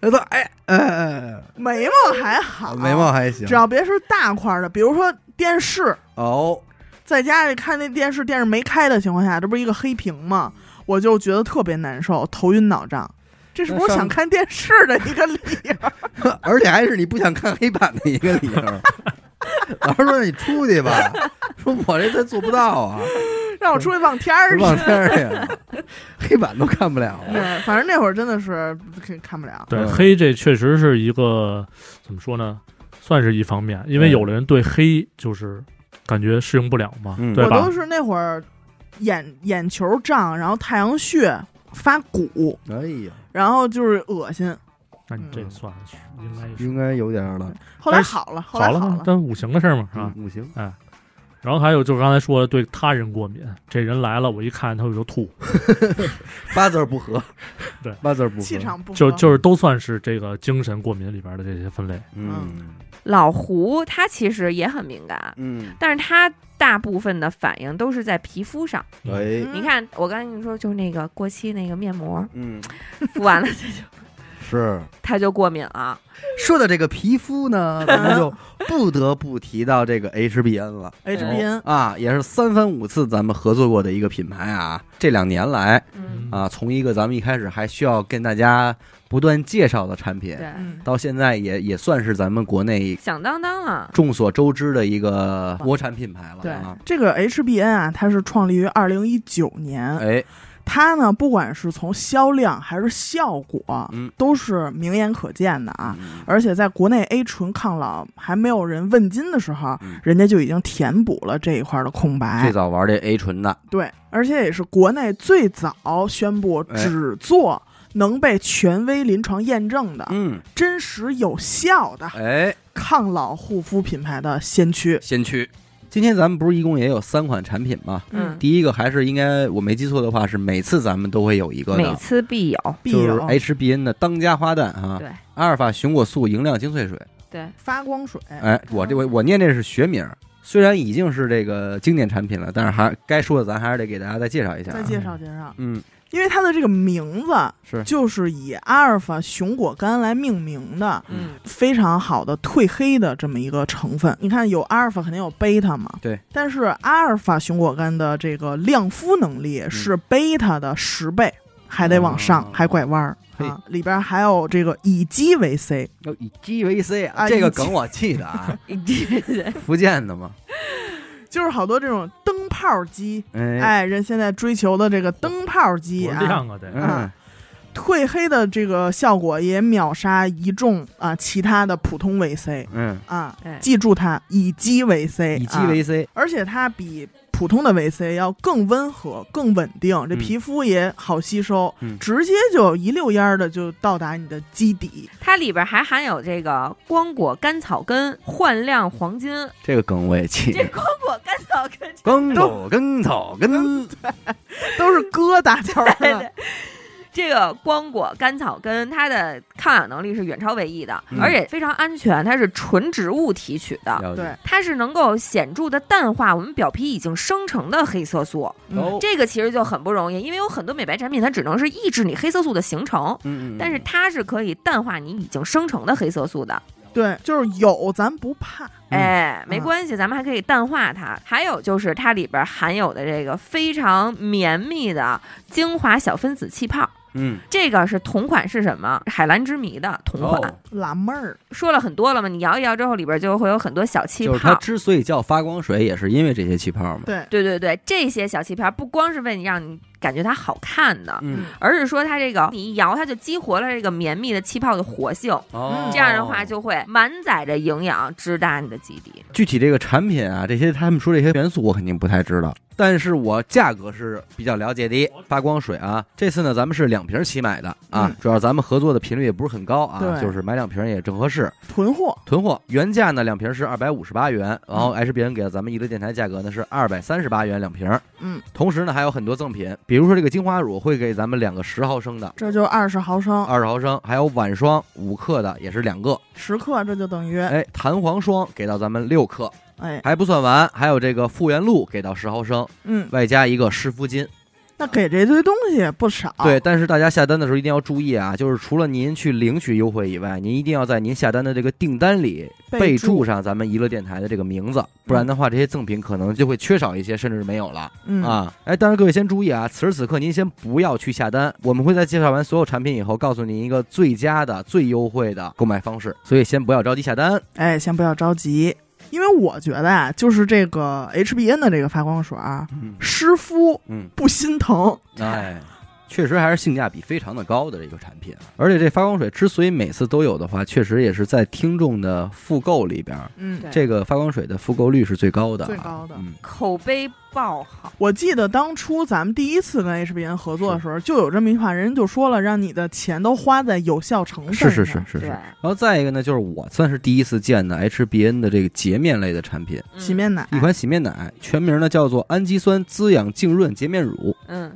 Speaker 1: 他说：“哎，呃，
Speaker 2: 眉毛还好，
Speaker 1: 眉毛还行
Speaker 2: 只。要别是大块儿的，比如说电视，
Speaker 1: 哦，
Speaker 2: 在家里看那电视，电视没开的情况下，这不是一个黑屏吗？我就觉得特别难受，头晕脑胀。这是
Speaker 1: 那
Speaker 2: 我
Speaker 1: 上
Speaker 2: 想看电视的一个理由。
Speaker 1: [laughs] 而且还是你不想看黑板的一个 [laughs] 理由。老师说你出去 [laughs] 吧，说我这真做不到啊，
Speaker 2: 让我出去望天儿去。
Speaker 1: [laughs] 望天儿去 [laughs] 了，黑板都看不了了。
Speaker 2: 对，反正那会儿真的是看看不了。
Speaker 4: 对，
Speaker 1: 嗯
Speaker 4: 黑这确实是一个怎么说呢，算是一方面，因为
Speaker 1: 嗯
Speaker 4: 有的人对黑就是感觉适应不了嘛，
Speaker 1: 嗯
Speaker 4: 对
Speaker 2: 我
Speaker 4: 吧
Speaker 2: 都？是那会儿眼眼球胀，然后太阳穴发鼓，
Speaker 1: 哎呀，
Speaker 2: 然后就是恶心。
Speaker 4: 那你这个
Speaker 1: 嗯
Speaker 4: 算是应该是
Speaker 1: 应该有点儿了，
Speaker 2: 后来
Speaker 4: 但是
Speaker 2: 好了，后来
Speaker 4: 好
Speaker 2: 好
Speaker 4: 了，但五行的事儿嘛，是吧？哎
Speaker 1: 嗯，五行
Speaker 4: 然后还有就是刚才说的对他人过敏，这人来了，我一看他我就吐，
Speaker 1: 八字儿不 [laughs] 合，
Speaker 4: 对
Speaker 1: 八字儿不合，
Speaker 2: 气场不合
Speaker 4: 就就是都算是这个精神过敏里边的这些分类。
Speaker 1: 嗯
Speaker 3: 老胡他其实也很敏感，
Speaker 1: 嗯，
Speaker 3: 但是他大部分的反应都是在皮肤上。
Speaker 1: 哎，
Speaker 3: 你，看，我刚才跟你说，就是那个过期那个面膜
Speaker 1: 嗯，。
Speaker 3: [laughs] 敷完了，他就是他就过敏了。
Speaker 1: 说到这个皮肤 [laughs] 呢，咱们就不得不提到这个 HBN 了。
Speaker 2: 嗯 HBN
Speaker 1: 啊，也是三番五次咱们合作过的一个品牌啊。这两年来
Speaker 3: 嗯，
Speaker 1: 啊，从一个咱们一开始还需要跟大家不断介绍的产品，
Speaker 3: 对，
Speaker 2: 嗯，
Speaker 1: 到现在也也算是咱们国内
Speaker 3: 响当当了。
Speaker 1: 众所周知的一个国产品牌了。
Speaker 2: 对嗯
Speaker 1: 啊，
Speaker 2: 这个 HBN 啊，它是创立于二零一九年，
Speaker 1: 哎，
Speaker 2: 它呢不管是从销量还是效果，
Speaker 1: 嗯
Speaker 2: 都是明眼可见的啊。
Speaker 1: 嗯
Speaker 2: 而且在国内 A 醇抗老还没有人问津的时候，
Speaker 1: 嗯
Speaker 2: 人家就已经填补了这一块的空
Speaker 1: 最
Speaker 2: 白。
Speaker 1: 早玩这 A 醇的，
Speaker 2: 对，而且也是国内最早宣布
Speaker 1: 哎
Speaker 2: 只做能被权威临床验证的、
Speaker 1: 嗯，
Speaker 2: 真实有效的
Speaker 1: 哎，
Speaker 2: 抗老护肤品牌的先驱。
Speaker 1: 先驱。今天咱们不是一共也有三款产品吗？
Speaker 3: 嗯，
Speaker 1: 第一个还是应该我没记错的话，是每次咱们都会有一个的，
Speaker 3: 每次必有。
Speaker 2: 必
Speaker 1: 就是
Speaker 2: 有
Speaker 1: HBN 的当家花旦啊，
Speaker 3: 对
Speaker 1: 阿尔法熊果素营养精粹水。
Speaker 3: 对，
Speaker 2: 发光水，
Speaker 1: 哎，我这我我念这是学名儿，虽然已经是这个经典产品了，但是还该说的咱还是得给大家再介绍一下啊。
Speaker 2: 再介绍介绍，
Speaker 1: 嗯，
Speaker 2: 因为它的这个名字
Speaker 1: 是
Speaker 2: 就是以阿尔法熊果苷来命名的，
Speaker 3: 嗯， [laughs]
Speaker 2: 非常好的褪黑的这么一个成分。你看有阿尔法肯定有贝塔嘛，
Speaker 1: 对。
Speaker 2: 但是阿尔法熊果苷的这个亮肤能力是贝塔的十倍，还得往上，
Speaker 1: 嗯哦
Speaker 2: 还拐弯儿。
Speaker 1: 嘿
Speaker 2: 啊，里边还有这个乙基维 C，
Speaker 1: 要哦以 G 为 C 啊，
Speaker 2: 啊
Speaker 1: 这个
Speaker 2: 以 G
Speaker 1: 梗我记得啊，
Speaker 3: 对
Speaker 1: 福建的嘛。
Speaker 2: 就是好多这种灯泡机，
Speaker 1: 哎，
Speaker 2: 哎，人现在追求的这个灯泡机
Speaker 4: 多
Speaker 2: 啊，
Speaker 4: 亮啊，得
Speaker 1: 嗯
Speaker 2: 啊，褪黑的这个效果也秒杀一众啊其他的普通维 C
Speaker 1: 嗯，
Speaker 2: 啊，
Speaker 3: 对
Speaker 2: 记住它，乙基维 C，
Speaker 1: 以 G
Speaker 2: 啊
Speaker 1: 为 C，
Speaker 2: 而且它比普通的维 C 要更温和、更稳定，这
Speaker 1: 嗯
Speaker 2: 皮肤也好吸收，
Speaker 1: 嗯
Speaker 2: 直接就一溜烟儿的就到达你的基底。
Speaker 3: 它里边还含有这个光果甘草根、焕亮黄金。
Speaker 1: 这个梗我也记
Speaker 3: [laughs] 这
Speaker 1: 得。
Speaker 3: 光果甘草根，
Speaker 1: 跟走跟草跟，
Speaker 2: 都是疙瘩球儿
Speaker 3: 对
Speaker 2: 的
Speaker 3: 对，这个光果甘草根，它的抗氧能力是远超维 E 的，
Speaker 1: 嗯
Speaker 3: 而且非常安全，它是纯植物提取的。
Speaker 1: 了解
Speaker 3: 它是能够显著的淡化我们表皮已经生成的黑色素，
Speaker 2: 嗯
Speaker 1: 哦
Speaker 3: 这个其实就很不容易，因为有很多美白产品它只能是抑制你黑色素的形成，
Speaker 1: 嗯嗯，
Speaker 3: 但是它是可以淡化你已经生成的黑色素的。
Speaker 2: 对，就是有咱不怕，
Speaker 1: 嗯
Speaker 3: 哎，没
Speaker 2: 嗯
Speaker 3: 关系，咱们还可以淡化它。还有就是它里边含有的这个非常绵密的精华小分子气泡，
Speaker 1: 嗯，
Speaker 3: 这个是同款是什么？海蓝之谜的同款。
Speaker 1: 哦
Speaker 2: 辣妹儿
Speaker 3: 说了很多了嘛，你摇一摇之后，里边就会有很多小气
Speaker 1: 就是它
Speaker 3: 泡。
Speaker 1: 之所以叫发光水，也是因为这些气泡嘛。
Speaker 2: 对。
Speaker 3: 对对对，这些小气泡不光是为你让你感觉它好看的，
Speaker 1: 嗯，
Speaker 3: 而是说它这个你一摇，它就激活了这个绵密的气泡的活性，
Speaker 1: 哦，
Speaker 3: 这样的话就会满载着营养直达你的基底。
Speaker 1: 具体这个产品啊，这些他们说这些元素我肯定不太知道，但是我价格是比较了解的。发光水啊，这次呢咱们是两瓶起买的啊，
Speaker 2: 嗯
Speaker 1: 主要咱们合作的频率也不是很高啊，
Speaker 2: 对
Speaker 1: 就是买两瓶也正合适。
Speaker 2: 囤货，
Speaker 1: 囤货原价呢两瓶是二百五十八元，然后 HBN 给了咱们一乐电台价格呢是二百三十八元两瓶。
Speaker 2: 嗯，
Speaker 1: 同时呢还有很多赠品，比如说这个精华乳会给咱们两个十毫升的。
Speaker 2: 这就二十毫升，
Speaker 1: 二十毫升，还有晚霜五克的也是两个，
Speaker 2: 十克，这就等于
Speaker 1: 哎，弹簧霜给到咱们六克，
Speaker 2: 哎，
Speaker 1: 还不算完，还有这个复原露给到十毫升，
Speaker 2: 嗯，
Speaker 1: 外加一个湿敷巾。
Speaker 2: 那给这堆东西也不少，
Speaker 1: 对，，但是大家下单的时候一定要注意啊，就是除了您去领取优惠以外，您一定要在您下单的这个订单里备
Speaker 2: 备注
Speaker 1: 注上咱们娱乐电台的这个名字，不然的话这些赠品可能就会缺少一些，甚至是没有了。
Speaker 2: 嗯，
Speaker 1: 啊，哎，当然各位先注意啊，此时此刻您先不要去下单，我们会在介绍完所有产品以后，告诉您一个最佳的、最优惠的购买方式，所以先不要着急下单。
Speaker 2: 哎，先不要着急，因为我觉得啊，就是这个 HBN 的这个发光水啊，
Speaker 1: 嗯
Speaker 2: 湿敷
Speaker 1: 嗯，
Speaker 2: 不心疼，
Speaker 1: 哎。确实还是性价比非常的高的这个产品，啊而且这发光水之所以每次都有的话，确实也是在听众的复购里边儿，
Speaker 2: 嗯，
Speaker 3: 对
Speaker 1: 这个发光水的复购率是最高的啊，
Speaker 2: 最高的
Speaker 1: 嗯，
Speaker 3: 口碑爆好，
Speaker 2: 我记得当初咱们第一次跟 HBN 合作的时候，就有这么一句话，人家就说了，让你的钱都花在有效成分
Speaker 1: 是
Speaker 2: 上。
Speaker 1: 是是是
Speaker 3: 对嗯
Speaker 1: 是。，然后再一个呢，就是我算是第一次见的 HBN 的这个洁面类的产品，
Speaker 3: 嗯
Speaker 2: 洗面奶。
Speaker 1: 一款洗面奶，全名呢叫做氨基酸滋养净润洁面乳。
Speaker 3: 嗯，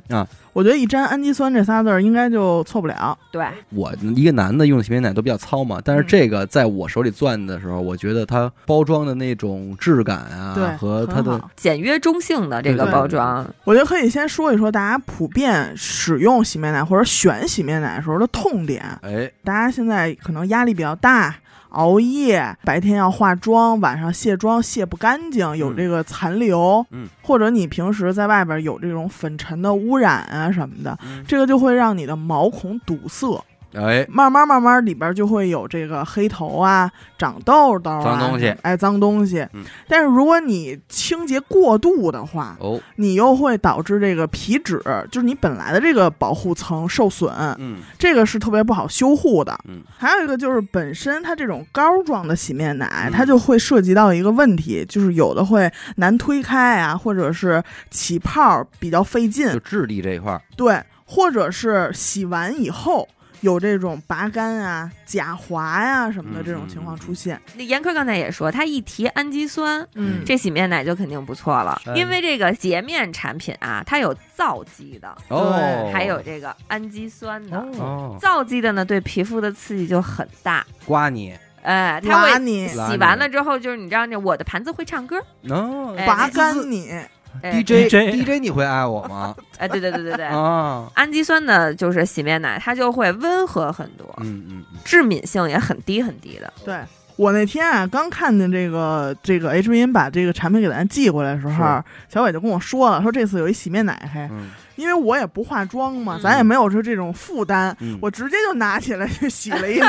Speaker 2: 我觉得一沾氨基酸这仨字儿，应该就错不了。
Speaker 3: 对，
Speaker 1: 我一个男的用的洗面奶都比较糙嘛，但是
Speaker 2: 嗯
Speaker 1: 这个在我手里攥的时候，我觉得它包装的那种质感
Speaker 2: 对
Speaker 1: 啊，，和它
Speaker 2: 很
Speaker 1: 的
Speaker 2: 好。
Speaker 3: 简约中性的这个
Speaker 2: 对
Speaker 3: 包装，
Speaker 2: 我觉得可以先说一说大家普遍使用洗面奶或者选洗面奶的时候的痛点。
Speaker 1: 哎，
Speaker 2: 大家现在可能压力比较大，熬夜，白天要化妆，晚上卸妆卸不干净，有
Speaker 1: 嗯
Speaker 2: 这个残留，
Speaker 1: 嗯，
Speaker 2: 或者你平时在外边有这种粉尘的污染啊什么的，
Speaker 1: 嗯
Speaker 2: 这个就会让你的毛孔堵塞，
Speaker 1: 哎，
Speaker 2: 慢慢慢慢里边就会有这个黑头啊、长痘痘啊、
Speaker 1: 脏东西
Speaker 2: 哎，脏东西。
Speaker 1: 嗯
Speaker 2: 但是如果你清洁过度的话，
Speaker 1: 哦，
Speaker 2: 你又会导致这个皮脂，就是你本来的这个保护层受损，
Speaker 1: 嗯
Speaker 2: 这个是特别不好修护的。
Speaker 1: 嗯，
Speaker 2: 还有一个就是本身它这种膏状的洗面奶，
Speaker 1: 嗯
Speaker 2: 它就会涉及到一个问题，就是有的会难推开啊，或者是起泡比较费劲
Speaker 1: 就，质地这一块儿，
Speaker 2: 对，或者是洗完以后。有这种拔干啊、假滑呀、什么的
Speaker 1: 嗯
Speaker 2: 这种情况出现，
Speaker 3: 那严科刚才也说，他一提氨基酸，
Speaker 1: 嗯
Speaker 3: 这洗面奶就肯定不错了，
Speaker 1: 嗯
Speaker 3: 因为这个洁面产品啊，它有皂基的，
Speaker 1: 哦，
Speaker 3: 还有这个氨基酸的。
Speaker 1: 哦，
Speaker 3: 皂基的呢，对皮肤的刺激就很大，
Speaker 1: 刮你，
Speaker 3: 哎，它
Speaker 2: 拉
Speaker 3: 会
Speaker 2: 你、
Speaker 1: 拉
Speaker 3: 洗
Speaker 1: 你
Speaker 3: 完了之后，就是你知道那我的盘子会唱歌，
Speaker 1: 哦
Speaker 3: 哎
Speaker 2: 拔
Speaker 3: 这
Speaker 2: 干你，
Speaker 3: 哎，
Speaker 1: DJ
Speaker 4: DJ
Speaker 1: DJ 你会爱我吗？
Speaker 3: 哎，对对对对对。
Speaker 1: 啊，
Speaker 3: 氨基酸呢，就是洗面奶，它就会温和很多，
Speaker 1: 嗯嗯嗯，
Speaker 3: 致敏性也很低很低的。
Speaker 2: 对我那天啊，刚看见这个这个 H 音把这个产品给咱寄过来的时候
Speaker 1: 是，
Speaker 2: 小伟就跟我说了，说这次有一洗面奶，嘿，
Speaker 1: 嗯
Speaker 2: 因为我也不化妆嘛，
Speaker 3: 嗯
Speaker 2: 咱也没有说这种负担，
Speaker 1: 嗯，
Speaker 2: 我直接就拿起来就洗了一脸。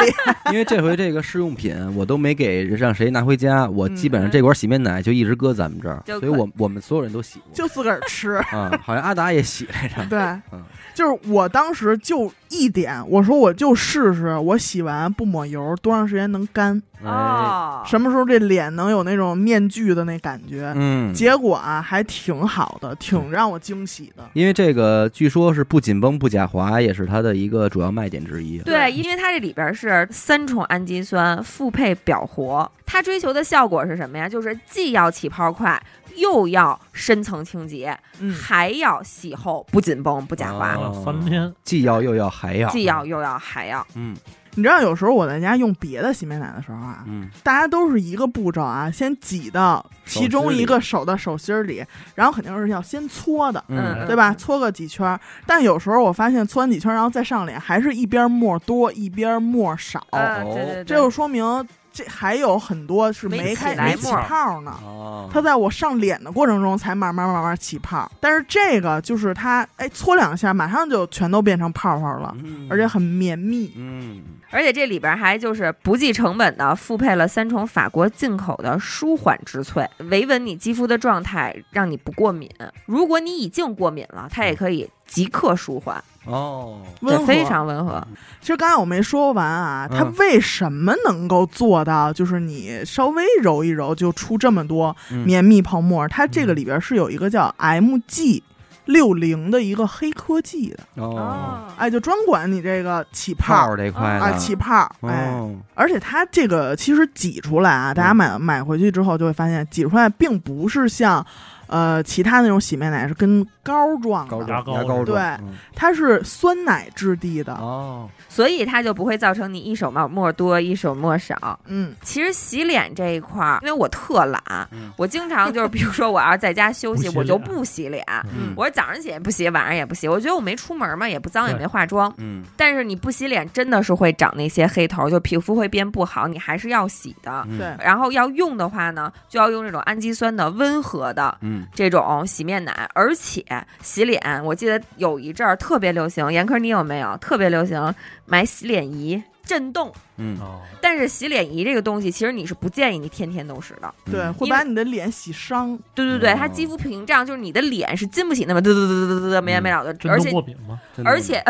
Speaker 1: 因为这回这个试用品我都没给让谁拿回家，我基本上
Speaker 3: 嗯
Speaker 1: 这管洗面奶就一直搁咱们这儿，
Speaker 3: 就
Speaker 1: 所以我我们所有人都洗过
Speaker 2: 就自个儿
Speaker 1: [laughs]
Speaker 2: 吃。
Speaker 1: 啊，好像阿达也洗来着。
Speaker 2: 对，
Speaker 1: 嗯
Speaker 2: [laughs] 就是我当时就一点，我说我就试试，我洗完不抹油，多长时间能干，
Speaker 1: 哎，
Speaker 3: 哦，
Speaker 2: 什么时候这脸能有那种面具的那感觉。
Speaker 1: 嗯，
Speaker 2: 结果啊，还挺好的，挺让我惊喜
Speaker 1: [laughs]
Speaker 2: 的。
Speaker 1: 因为这个据说是不紧绷不假滑，也是它的一个主要卖点之一。
Speaker 3: 对，因为它这里边是三重氨基酸复配表活，它追求的效果是什么呀？就是既要起泡快，又要深层清洁，
Speaker 2: 嗯，
Speaker 3: 还要洗后不紧绷不假滑，
Speaker 1: 哦
Speaker 4: 啊翻篇，
Speaker 1: 既要又要还要，
Speaker 3: 既要又要还要。
Speaker 1: 嗯
Speaker 2: 你知道有时候我在家用别的洗面奶的时候啊，
Speaker 1: 嗯，
Speaker 2: 大家都是一个步骤啊，先挤到其中一个手的手心儿里，然后肯定是要先搓的，
Speaker 1: 嗯
Speaker 2: 对吧？？搓个几圈儿。但有时候我发现搓完几圈儿，然后再上脸，还是一边沫多一边沫少，
Speaker 3: 嗯，
Speaker 1: 哦
Speaker 3: 对对对，
Speaker 2: 这就说明这还有很多是
Speaker 3: 没
Speaker 2: 没
Speaker 3: 起
Speaker 2: 开
Speaker 3: 来
Speaker 2: 没起
Speaker 3: 沫儿
Speaker 2: 泡呢。
Speaker 1: 哦，
Speaker 2: 嗯它在我上脸的过程中才慢慢慢慢起泡，但是这个就是它，哎，搓两下马上就全都变成泡泡了，
Speaker 1: 嗯
Speaker 2: 而且很绵密。
Speaker 1: 嗯，
Speaker 3: 而且这里边还就是不计成本的复配了三重法国进口的舒缓植萃，维稳你肌肤的状态，让你不过敏。如果你已经过敏了，它也可以即刻舒缓，
Speaker 1: 哦，
Speaker 3: 对
Speaker 2: 温，和
Speaker 3: 非常温和。
Speaker 2: 其实刚才我没说完啊，
Speaker 1: 嗯
Speaker 2: 它为什么能够做到，就是你稍微揉一揉就出这么多
Speaker 1: 嗯
Speaker 2: 绵密泡沫？它这个里边是有一个叫 MG 六零的一个黑科技的，
Speaker 1: 哦，
Speaker 3: 啊
Speaker 2: 哎，就专管你这个起泡
Speaker 1: 泡这块的
Speaker 2: 啊，起泡，哎，
Speaker 1: 哦，嗯
Speaker 2: 而且它这个其实挤出来啊，大家买买回去之后就会发现，挤出来并不是像呃其他那种洗面奶是跟膏状
Speaker 1: 高
Speaker 2: 的，
Speaker 4: 状
Speaker 1: 牙
Speaker 4: 牙膏
Speaker 1: 膏
Speaker 2: 对
Speaker 1: 状嗯
Speaker 2: 它是酸奶质地的，
Speaker 1: 哦，
Speaker 3: 所以它就不会造成你一手沫沫多，一手沫少。
Speaker 2: 嗯，
Speaker 3: 其实洗脸这一块儿，因为我特懒，
Speaker 1: 嗯
Speaker 3: 我经常就是，比如说我要是在家休息，
Speaker 4: 不洗
Speaker 3: 我就
Speaker 4: 脸
Speaker 3: 不洗脸。
Speaker 2: 嗯
Speaker 3: 我早上起来不洗，晚上也不洗。我觉得我没出门嘛，也不脏，也
Speaker 4: 对
Speaker 3: 没化妆。
Speaker 1: 嗯
Speaker 3: 但是你不洗脸，真的是会长那些黑头，就皮肤会变不好，你还是要洗的。
Speaker 1: 嗯
Speaker 2: 对，
Speaker 3: 然后要用的话呢，就要用这种氨基酸的温和的
Speaker 1: 嗯
Speaker 3: 这种洗面奶，而且洗脸，我记得有一阵儿特别流行，严科你有没有？特别流行买洗脸仪震动，
Speaker 1: 嗯，
Speaker 4: 哦，
Speaker 3: 但是洗脸仪这个东西，其实你是不建议你天天都使的。
Speaker 2: 对，
Speaker 1: 嗯
Speaker 2: 会
Speaker 3: 因为
Speaker 2: 把你的脸洗伤。
Speaker 3: 对对对，
Speaker 1: 哦
Speaker 3: 它肌肤屏障，就是你的脸是经不起那么嘚嘚嘚嘚嘚嘚没完没了的，
Speaker 4: 真
Speaker 3: 而
Speaker 4: 的
Speaker 3: 且
Speaker 4: 过敏吗？
Speaker 1: 真的
Speaker 3: 而且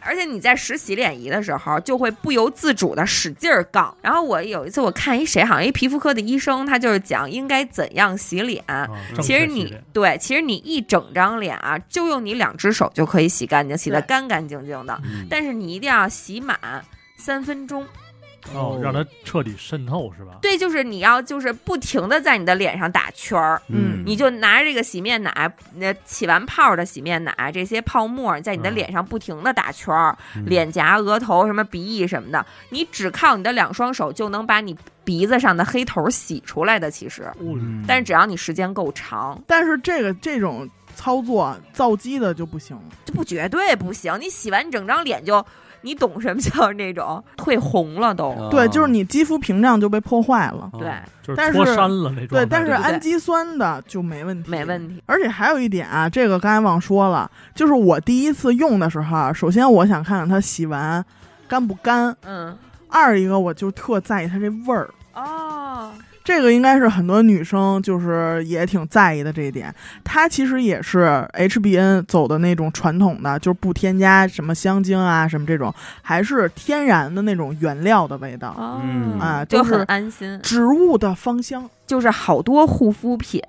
Speaker 3: 而且你在使洗脸仪的时候，就会不由自主的使劲儿杠。然后我有一次我看一谁好像一皮肤科的医生，他就是讲应该怎样洗脸。
Speaker 4: 啊，正
Speaker 3: 其实
Speaker 4: 确洗
Speaker 3: 你
Speaker 4: 脸
Speaker 3: 对，其实你一整张脸啊，就用你两只手就可以洗干净，洗得
Speaker 2: 对
Speaker 3: 干干净净的。
Speaker 1: 嗯
Speaker 3: 但是你一定要洗满三分钟。
Speaker 4: 哦，让它彻底渗透是吧？
Speaker 3: 对，就是你要就是不停的在你的脸上打圈儿，
Speaker 1: 嗯，
Speaker 3: 你就拿这个洗面奶，那起完泡的洗面奶，这些泡沫在你的
Speaker 4: 嗯
Speaker 3: 脸上不停的打圈儿，
Speaker 1: 嗯
Speaker 3: 脸颊、额头、什么鼻翼什么的，你只靠你的两双手就能把你鼻子上的黑头洗出来的，其实。
Speaker 4: 哦
Speaker 1: 嗯
Speaker 3: 但是只要你时间够长，
Speaker 2: 但是这个这种操作造机的就不行了。
Speaker 3: 这不绝对不行。你洗完你整张脸就，你懂什么叫那种退红了都。
Speaker 1: 哦
Speaker 2: 对，就是你肌肤屏障就被破坏了。
Speaker 1: 哦
Speaker 3: 对，
Speaker 4: 就是
Speaker 2: 但
Speaker 4: 脱
Speaker 2: 是
Speaker 4: 山了那种。
Speaker 2: 对，但是
Speaker 3: 对不对
Speaker 2: 氨基酸的就没问题，
Speaker 3: 没问。题。
Speaker 2: 而且还有一点啊，这个刚才忘说了，就是我第一次用的时候啊，首先我想看看它洗完干不干，
Speaker 3: 嗯，
Speaker 2: 二一个我就特在意它这味儿。
Speaker 3: 哦，
Speaker 2: 这个应该是很多女生就是也挺在意的这一点。它其实也是 HBN 走的那种传统的，就是不添加什么香精啊什么这种，还是天然的那种原料的味道，
Speaker 3: 哦
Speaker 1: 嗯
Speaker 2: 啊
Speaker 3: 就
Speaker 2: 就是
Speaker 3: 很安心。
Speaker 2: 植物的芳香。
Speaker 3: 就是好多护肤品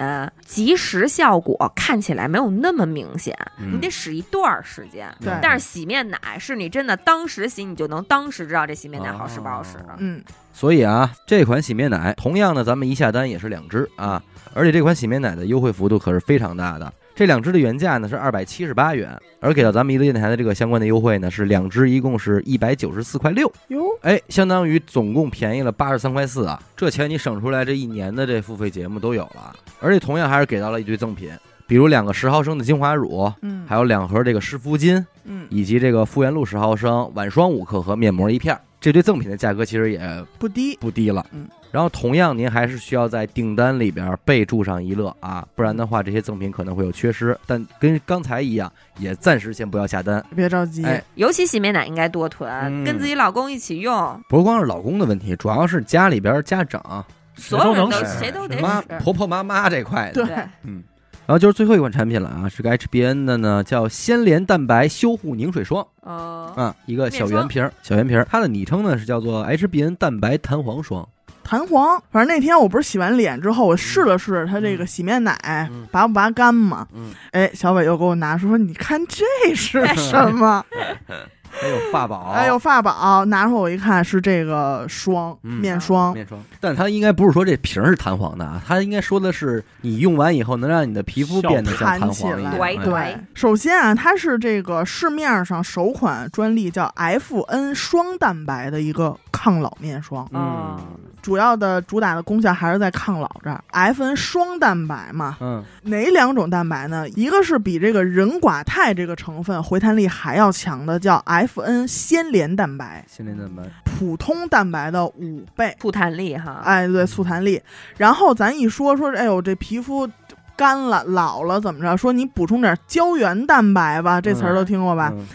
Speaker 3: 即时效果看起来没有那么明显，
Speaker 1: 嗯
Speaker 3: 你得使一段儿时间。
Speaker 2: 对
Speaker 3: 但是洗面奶是你真的当时洗，你就能当时知道这洗面奶好使不好使
Speaker 1: 哦
Speaker 3: 了。
Speaker 2: 嗯，
Speaker 1: 所以啊，这款洗面奶同样呢，咱们一下单也是两支啊，而且这款洗面奶的优惠幅度可是非常大的。这两支的原价呢是二百七十八元，而给到咱们一个电台的这个相关的优惠呢是两支一共是一百九十四块六，
Speaker 2: 哟，
Speaker 1: 哎，相当于总共便宜了八十三块四啊！这钱你省出来，这一年的这付费节目都有了，而且同样还是给到了一堆赠品，比如两个十毫升的精华乳，
Speaker 2: 嗯，
Speaker 1: 还有两盒这个湿敷巾，
Speaker 2: 嗯，
Speaker 1: 以及这个复原露十毫升、晚霜五克和面膜一片儿。这堆赠品的价格其实也
Speaker 2: 不低。
Speaker 1: 不低了。
Speaker 2: 嗯，
Speaker 1: 然后同样您还是需要在订单里边备注上一乐啊，不然的话这些赠品可能会有缺失。但跟刚才一样，也暂时先不要下单。
Speaker 2: 别着急，
Speaker 1: 哎
Speaker 3: 尤其洗面奶应该多囤，
Speaker 1: 嗯
Speaker 3: 跟自己老公一起用，
Speaker 1: 不光是老公的问题，主要是家里边家长、
Speaker 3: 所有
Speaker 4: 能
Speaker 3: 人都
Speaker 4: 使
Speaker 3: 谁都得
Speaker 1: 妈
Speaker 3: 使。
Speaker 1: 婆婆妈妈这块的。
Speaker 2: 对
Speaker 3: 对，
Speaker 1: 嗯。然后就是最后一款产品了啊，是个 HBN 的呢，叫鲜莲蛋白修护凝水霜
Speaker 3: 嗯，
Speaker 1: 啊，一个小圆瓶儿，小圆瓶儿，它的昵称呢是叫做 HBN 蛋白弹簧霜。
Speaker 2: 弹簧。反正那天我不是洗完脸之后，我试了试它这个洗面奶
Speaker 1: 嗯
Speaker 2: 拔不拔干嘛。
Speaker 1: 嗯，
Speaker 2: 哎，小伟又给我拿出说，你看这是什
Speaker 1: [laughs]
Speaker 2: 么？
Speaker 1: 还有发宝，
Speaker 2: 哎呦，发宝拿出我一看是这个霜，
Speaker 1: 嗯
Speaker 2: 面霜。
Speaker 1: 面霜，但它应该不是说这瓶儿是弹簧的啊，它应该说的是你用完以后能让你的皮肤变得像弹簧一样。
Speaker 3: 弹起来
Speaker 1: 哎
Speaker 3: 对
Speaker 2: 对，首先啊，它是这个市面上首款专利叫 FN 双蛋白的一个抗老面霜，
Speaker 1: 嗯
Speaker 2: 主要的主打的功效还是在抗老这儿。FN 双蛋白嘛，
Speaker 1: 嗯
Speaker 2: 哪两种蛋白呢？一个是比这个壬寡肽这个成分回弹力还要强的，叫 FN 先联蛋白，
Speaker 1: 心灵蛋白，
Speaker 2: 普通蛋白的五倍。
Speaker 3: 吐痰力哈，
Speaker 2: 哎，对，速弹力。然后咱一说说，哎呦，这皮肤干了、老了怎么着？说你补充点胶原蛋白吧，这词儿都听过吧？
Speaker 1: 嗯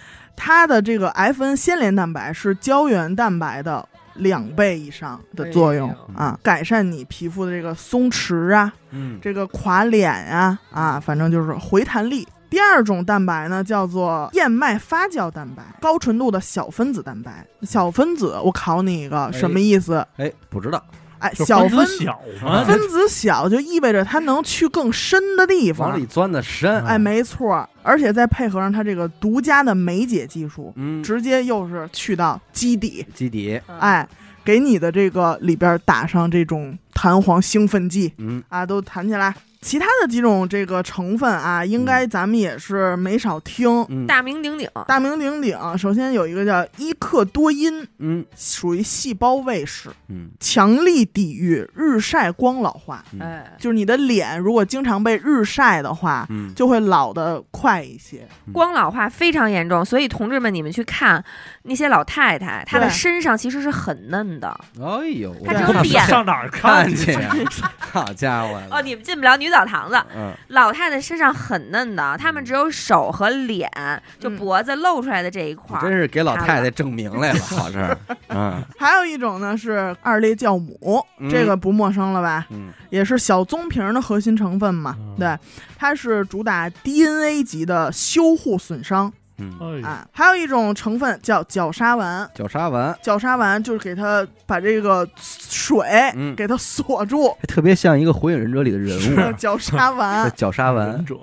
Speaker 2: 它的这个 FN 先联蛋白是胶原蛋白的两倍以上的作用
Speaker 3: 哎
Speaker 1: 呦
Speaker 2: 啊，改善你皮肤的这个松弛啊，
Speaker 1: 嗯，
Speaker 2: 这个垮脸呀、啊，反正就是回弹力。第二种蛋白呢，叫做燕麦发酵蛋白，高纯度的小分子蛋白。小分子，我考你一个，什么意思？
Speaker 1: 哎，不知道，
Speaker 2: 哎，
Speaker 4: 就
Speaker 2: 小
Speaker 4: 分
Speaker 2: 分
Speaker 4: 子小
Speaker 1: 啊
Speaker 4: 嘛，
Speaker 2: 分子小就意味着它能去更深的地
Speaker 1: 往
Speaker 2: 方
Speaker 1: 里。钻的深，
Speaker 2: 哎，没错，而且再配合上它这个独家的酶解技术，
Speaker 1: 嗯，
Speaker 2: 直接又是去到基底，
Speaker 1: 基底，
Speaker 3: 嗯，
Speaker 2: 哎，给你的这个里边打上这种弹簧兴奋剂，
Speaker 1: 嗯，
Speaker 2: 啊，都弹起来。其他的几种这个成分啊，应该咱们也是没少听，
Speaker 1: 嗯
Speaker 3: 大名鼎鼎，
Speaker 2: 大名鼎鼎。首先有一个叫伊克多因，
Speaker 1: 嗯
Speaker 2: 属于细胞卫士，
Speaker 1: 嗯
Speaker 2: 强力抵御日晒光老化。
Speaker 1: 嗯
Speaker 3: 哎，
Speaker 2: 就是你的脸如果经常被日晒的话，
Speaker 1: 嗯，
Speaker 2: 就会老得快一些。
Speaker 3: 光老化非常严重，所以同志们，你们去看那些老太太，她的
Speaker 2: 对
Speaker 3: 身上其实是很嫩的。
Speaker 1: 哎呦，
Speaker 3: 它
Speaker 1: 我
Speaker 3: 只有
Speaker 1: 不
Speaker 3: 脸
Speaker 4: 上哪儿
Speaker 1: 看
Speaker 4: 去
Speaker 1: 去？呀，好家伙，
Speaker 3: 哦，你们进不了女澡堂子。
Speaker 1: 嗯
Speaker 3: 老太太身上很嫩的，她们只有手和脸，
Speaker 2: 嗯
Speaker 3: 就脖子露出来的这一块
Speaker 1: 真
Speaker 3: 儿。
Speaker 1: 是给老太太证明来了，好事儿，嗯
Speaker 2: 还有一种呢是二裂酵母，
Speaker 1: 嗯
Speaker 2: 这个不陌生了吧？
Speaker 1: 嗯
Speaker 2: 也是小棕瓶的核心成分嘛。
Speaker 4: 嗯
Speaker 2: 对，它是主打 DNA 级的修护损伤。
Speaker 1: 嗯，
Speaker 4: 哎呀，
Speaker 2: 啊，还有一种成分叫角鲨烷，
Speaker 1: 绞杀完，
Speaker 2: 角鲨烷就是给它把这个水
Speaker 1: 嗯
Speaker 2: 给它锁住，
Speaker 1: 还特别像一个《火影忍者》里的人物
Speaker 2: 叫
Speaker 1: 啊，
Speaker 2: 角鲨烷
Speaker 1: 叫。绞杀完
Speaker 4: 忍，者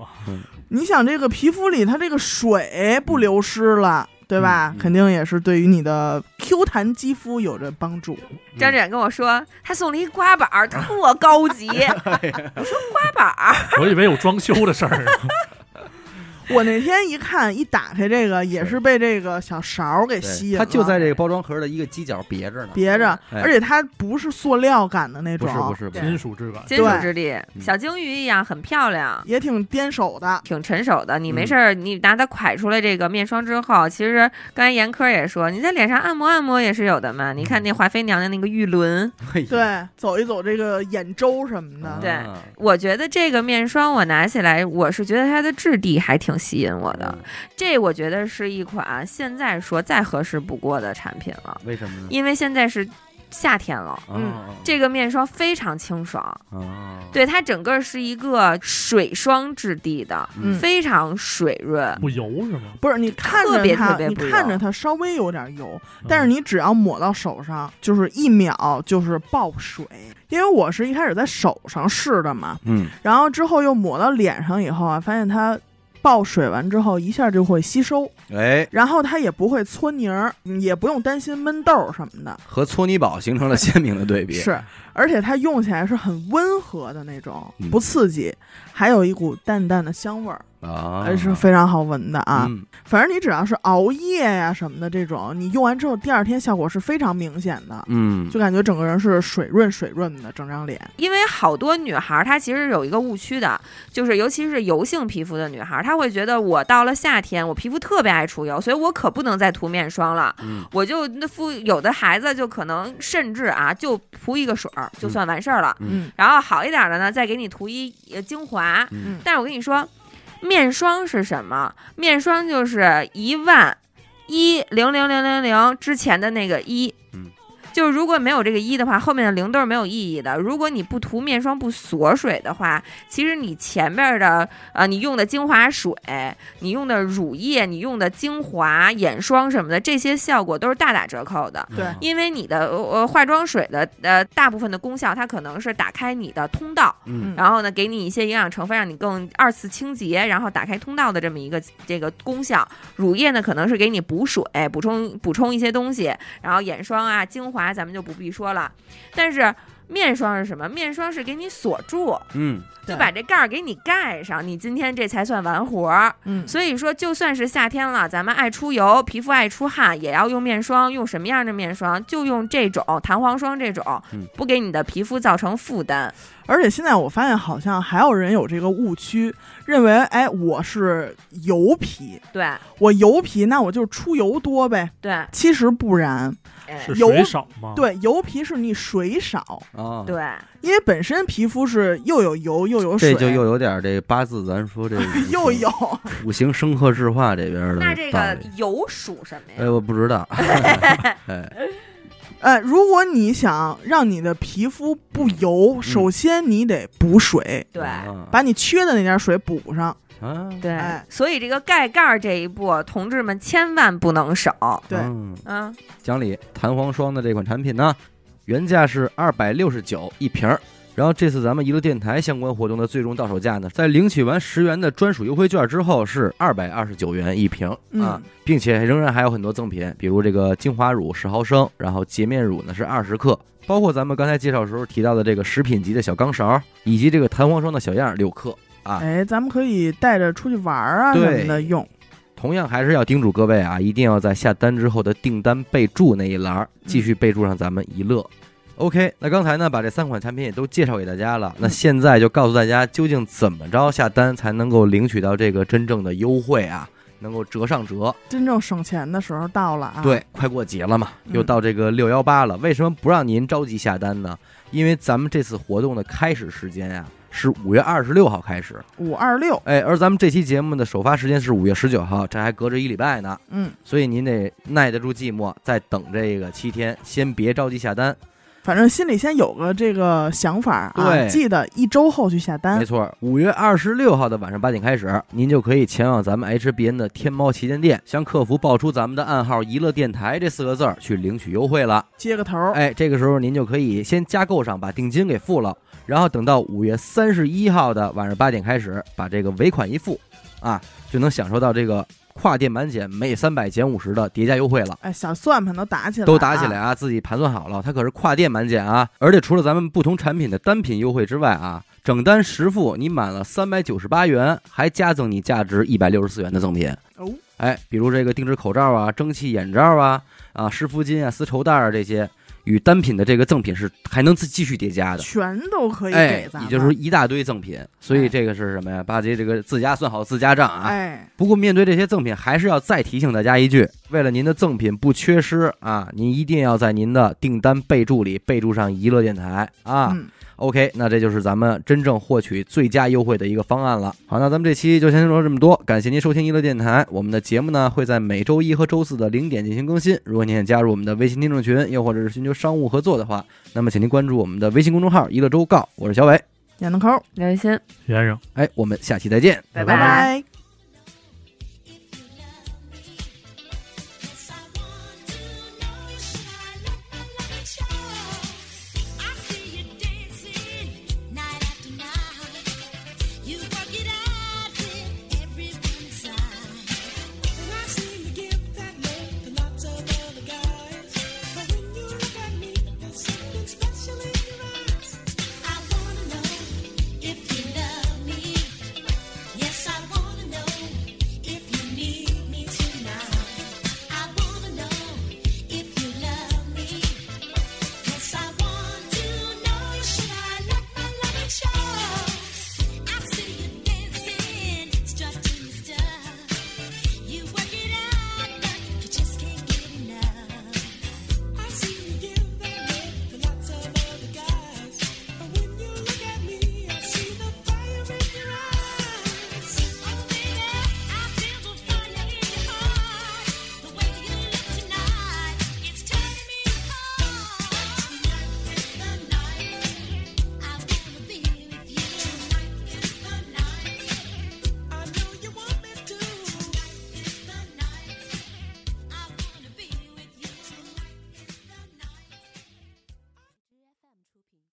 Speaker 2: 你想这个皮肤里它这个水不流失了。对
Speaker 1: 嗯嗯
Speaker 2: 吧？
Speaker 1: 嗯
Speaker 2: 肯定也是对于你的 Q 弹肌肤有着帮助。
Speaker 3: 张志远跟我说，他送了一刮板儿，特高级。我说刮板儿，啊
Speaker 4: 我以为有装修的事
Speaker 2: [laughs]
Speaker 4: 儿呢，
Speaker 2: 我那天一看，一打开这个，也是被这个小勺儿给吸引
Speaker 1: 对，
Speaker 2: 了，
Speaker 1: 它就在这个包装盒的一个犄角别着呢，
Speaker 2: 别着，
Speaker 1: 哎
Speaker 2: 而且它不是塑料感的那
Speaker 1: 不
Speaker 2: 种，
Speaker 1: 是不是不是，
Speaker 4: 金属质感。
Speaker 3: 金属
Speaker 2: 对
Speaker 3: 质地，
Speaker 1: 嗯
Speaker 3: 小鲸鱼一样，很漂亮，
Speaker 2: 也挺颠手的。
Speaker 3: 挺成熟的。你没事儿，你拿它蒯出来这个面霜之后，其实刚才严科也说，你在脸上按摩按摩也是有的嘛。你看那华妃娘娘那个玉轮，
Speaker 1: 哎呀，
Speaker 2: 对，走一走这个眼周什么的，
Speaker 3: 对
Speaker 1: 啊
Speaker 3: 我觉得这个面霜我拿起来，我是觉得它的质地还挺吸引我
Speaker 1: 嗯
Speaker 3: 的。这我觉得是一款现在说再合适不过的产品了，
Speaker 1: 为什么呢？
Speaker 3: 因为现在是夏天了，
Speaker 1: 嗯
Speaker 3: 这个面霜非常清爽，
Speaker 1: 啊，
Speaker 3: 对它整个是一个水霜质地的，
Speaker 2: 嗯
Speaker 3: 非常水润。
Speaker 4: 不油是吗？
Speaker 2: 不是你看
Speaker 3: 特
Speaker 2: 着
Speaker 3: 别
Speaker 2: 它，
Speaker 3: 特别
Speaker 2: 你
Speaker 3: 不
Speaker 2: 看
Speaker 3: 油
Speaker 2: 着它稍微有点油，
Speaker 1: 嗯
Speaker 2: 但
Speaker 4: 嗯
Speaker 2: 是你只要抹到手上，就是一秒就是爆水。因为我是一开始在手上试的嘛，
Speaker 1: 嗯
Speaker 2: 然后之后又抹到脸上以后啊，发现它爆水完之后一下就会吸收，
Speaker 1: 哎，
Speaker 2: 然后它也不会搓泥儿，嗯也不用担心闷痘儿什么的。
Speaker 1: 和搓泥宝形成了鲜明的对比，
Speaker 2: [laughs] 是，而且它用起来是很温和的那种
Speaker 1: 嗯，
Speaker 2: 不刺激，还有一股淡淡的香味儿，
Speaker 1: 啊
Speaker 2: 呃，是非常好闻的啊。
Speaker 1: 嗯
Speaker 2: 反正你只要是熬夜呀、什么的这种，你用完之后第二天效果是非常明显的，
Speaker 1: 嗯，
Speaker 2: 就感觉整个人是水润水润的，整张脸。
Speaker 3: 因为好多女孩儿她其实有一个误区的，就是尤其是油性皮肤的女孩儿，她会觉得我到了夏天，我皮肤特别爱出油，所以我可不能再涂面霜了。
Speaker 1: 嗯
Speaker 3: 我就那敷有的孩子就可能甚至啊，就涂一个水儿就算完事儿了。
Speaker 1: 嗯
Speaker 2: 嗯，
Speaker 3: 然后好一点的呢，再给你涂一呃精华。
Speaker 1: 嗯
Speaker 3: 但是我跟你说，面霜是什么？面霜就是一万一零零零零零之前的那个一。
Speaker 1: 嗯
Speaker 3: 就是如果没有这个一的话，后面的零都是没有意义的。如果你不涂面霜不锁水的话，其实你前面的呃，你用的精华水、你用的乳液、你用的精华、眼霜什么的，这些效果都是大打折扣的。
Speaker 2: 对
Speaker 1: 啊
Speaker 3: 因为你的呃化妆水的呃大部分的功效，它可能是打开你的通道，
Speaker 1: 嗯
Speaker 3: 然后呢给你一些营养成分，让你更二次清洁，然后打开通道的这么一个这个功效。乳液呢可能是给你补水，补充补充一些东西，然后眼霜啊、精华咱们就不必说了，但是。面霜是什么？面霜是给你锁住，
Speaker 1: 嗯
Speaker 2: 对
Speaker 3: 就把这盖儿给你盖上，你今天这才算完活儿。
Speaker 2: 嗯，
Speaker 3: 所以说，就算是夏天了，咱们爱出油，皮肤爱出汗，也要用面霜。用什么样的面霜？就用这种弹簧霜这种
Speaker 1: 嗯，
Speaker 3: 不给你的皮肤造成负担。
Speaker 2: 而且现在我发现好像还有人有这个误区，认为哎我是油皮，
Speaker 3: 对
Speaker 2: 我油皮那我就出油多呗。
Speaker 3: 对，
Speaker 2: 其实不然，
Speaker 3: 哎
Speaker 4: 是
Speaker 2: 油
Speaker 1: 哦
Speaker 4: 水少吗？
Speaker 2: 对，油皮是你水少，
Speaker 1: 啊，
Speaker 3: 对，
Speaker 2: 因为本身皮肤是又有油又有水，
Speaker 1: 这就又有点这八字，咱说
Speaker 2: [laughs]
Speaker 1: 这
Speaker 2: 又有
Speaker 1: 五行生克制化这边的道
Speaker 3: 那
Speaker 1: 理。
Speaker 3: 这个油属什么
Speaker 1: 哎，
Speaker 3: 呀？
Speaker 1: 我不知道，哎，
Speaker 2: 呃，如果你想让你的皮肤不油，首先你得补水，
Speaker 3: 对。
Speaker 1: 嗯啊
Speaker 2: 把你缺的那点水补上。
Speaker 1: 啊，
Speaker 3: 对
Speaker 2: 哎，
Speaker 3: 所以这个盖盖儿这一步，同志们千万不能少。
Speaker 2: 对
Speaker 1: 嗯
Speaker 3: 嗯，
Speaker 1: 讲理，弹簧霜的这款产品呢，原价是二百六十九一瓶儿。然后这次咱们一路电台相关活动的最终到手价呢，在领取完十元的专属优惠券之后是二百二十九元一瓶啊
Speaker 2: 嗯，
Speaker 1: 并且仍然还有很多赠品，比如这个精华乳十毫升，然后洁面乳呢是二十克，包括咱们刚才介绍时候提到的这个食品级的小钢勺，以及这个弹簧霜的小样儿六克啊。
Speaker 2: 哎，咱们可以带着出去玩儿啊
Speaker 1: 对
Speaker 2: 什么的用。
Speaker 1: 同样还是要叮嘱各位啊，一定要在下单之后的订单备注那一栏儿继续备注上咱们一乐。OK，那刚才呢把这三款产品也都介绍给大家
Speaker 2: 嗯
Speaker 1: 了，那现在就告诉大家究竟怎么着下单才能够领取到这个真正的优惠啊，能够折上折。
Speaker 2: 真正省钱的时候到了啊！
Speaker 1: 对，，快过节了嘛，又
Speaker 2: 嗯
Speaker 1: 到这个六幺八了，为什么不让您着急下单呢？因为咱们这次活动的开始时间呀、是五月二十六号开始，
Speaker 2: 五二六，
Speaker 1: 哎，而咱们这期节目的首发时间是五月十九号，这还隔着一礼拜呢。
Speaker 2: 嗯，
Speaker 1: 所以您得耐得住寂寞，再等这个七天，先别着急下单。
Speaker 2: 反正心里先有个这个想法儿啊，
Speaker 1: 对
Speaker 2: 记得一周后去下单
Speaker 1: 没。错，五月二十六号的晚上八点开始，您就可以前往咱们 HBN 的天猫旗舰店，向客服报出咱们的暗号“娱乐电台”这四个字儿去领取优惠了。
Speaker 2: 接个头儿，
Speaker 1: 哎，这个时候您就可以先加购上，把定金给付了，然后等到五月三十一号的晚上八点开始，把这个尾款一付，啊，就能享受到这个跨店满减每三百减五十的叠加优惠了。
Speaker 2: 哎，小算盘都打起来，
Speaker 1: 都打起来。啊！自己盘算好了，它可是跨店满减啊！而且除了咱们不同产品的单品优惠之外啊，整单实付你满了三百九十八元，还加赠你价值一百六十四元的赠品。
Speaker 2: 哦，
Speaker 1: 哎，比如这个定制口罩啊、蒸汽眼罩啊、啊湿敷巾啊、丝绸带啊这些，与单品的这个赠品是还能自继续叠加的。
Speaker 2: 全都可以
Speaker 1: 哎
Speaker 2: 给咱，们。
Speaker 1: 也就是说一大堆赠品，所
Speaker 2: 哎
Speaker 1: 以这个是什么呀？八姐这个自家算好自家账啊。
Speaker 2: 哎，
Speaker 1: 不过面对这些赠品，还是要再提醒大家一句：为了您的赠品不缺失啊，您一定要在您的订单备注里备注上“娱乐电台”啊。
Speaker 2: 嗯，
Speaker 1: OK，那这就是咱们真正获取最佳优惠的一个方案了。好，那咱们这期就先说这么多，感谢您收听娱乐电台。我们的节目呢会在每周一和周四的零点进行更新。如果您想加入我们的微信听众群，又或者是寻求商务合作的话，那么请您关注我们的微信公众号“娱乐周告”，我是小伟。
Speaker 2: 闫德抠儿，
Speaker 3: 刘雨欣，
Speaker 4: 先生。
Speaker 1: 哎，我们下期再见。
Speaker 3: 拜
Speaker 2: 拜拜。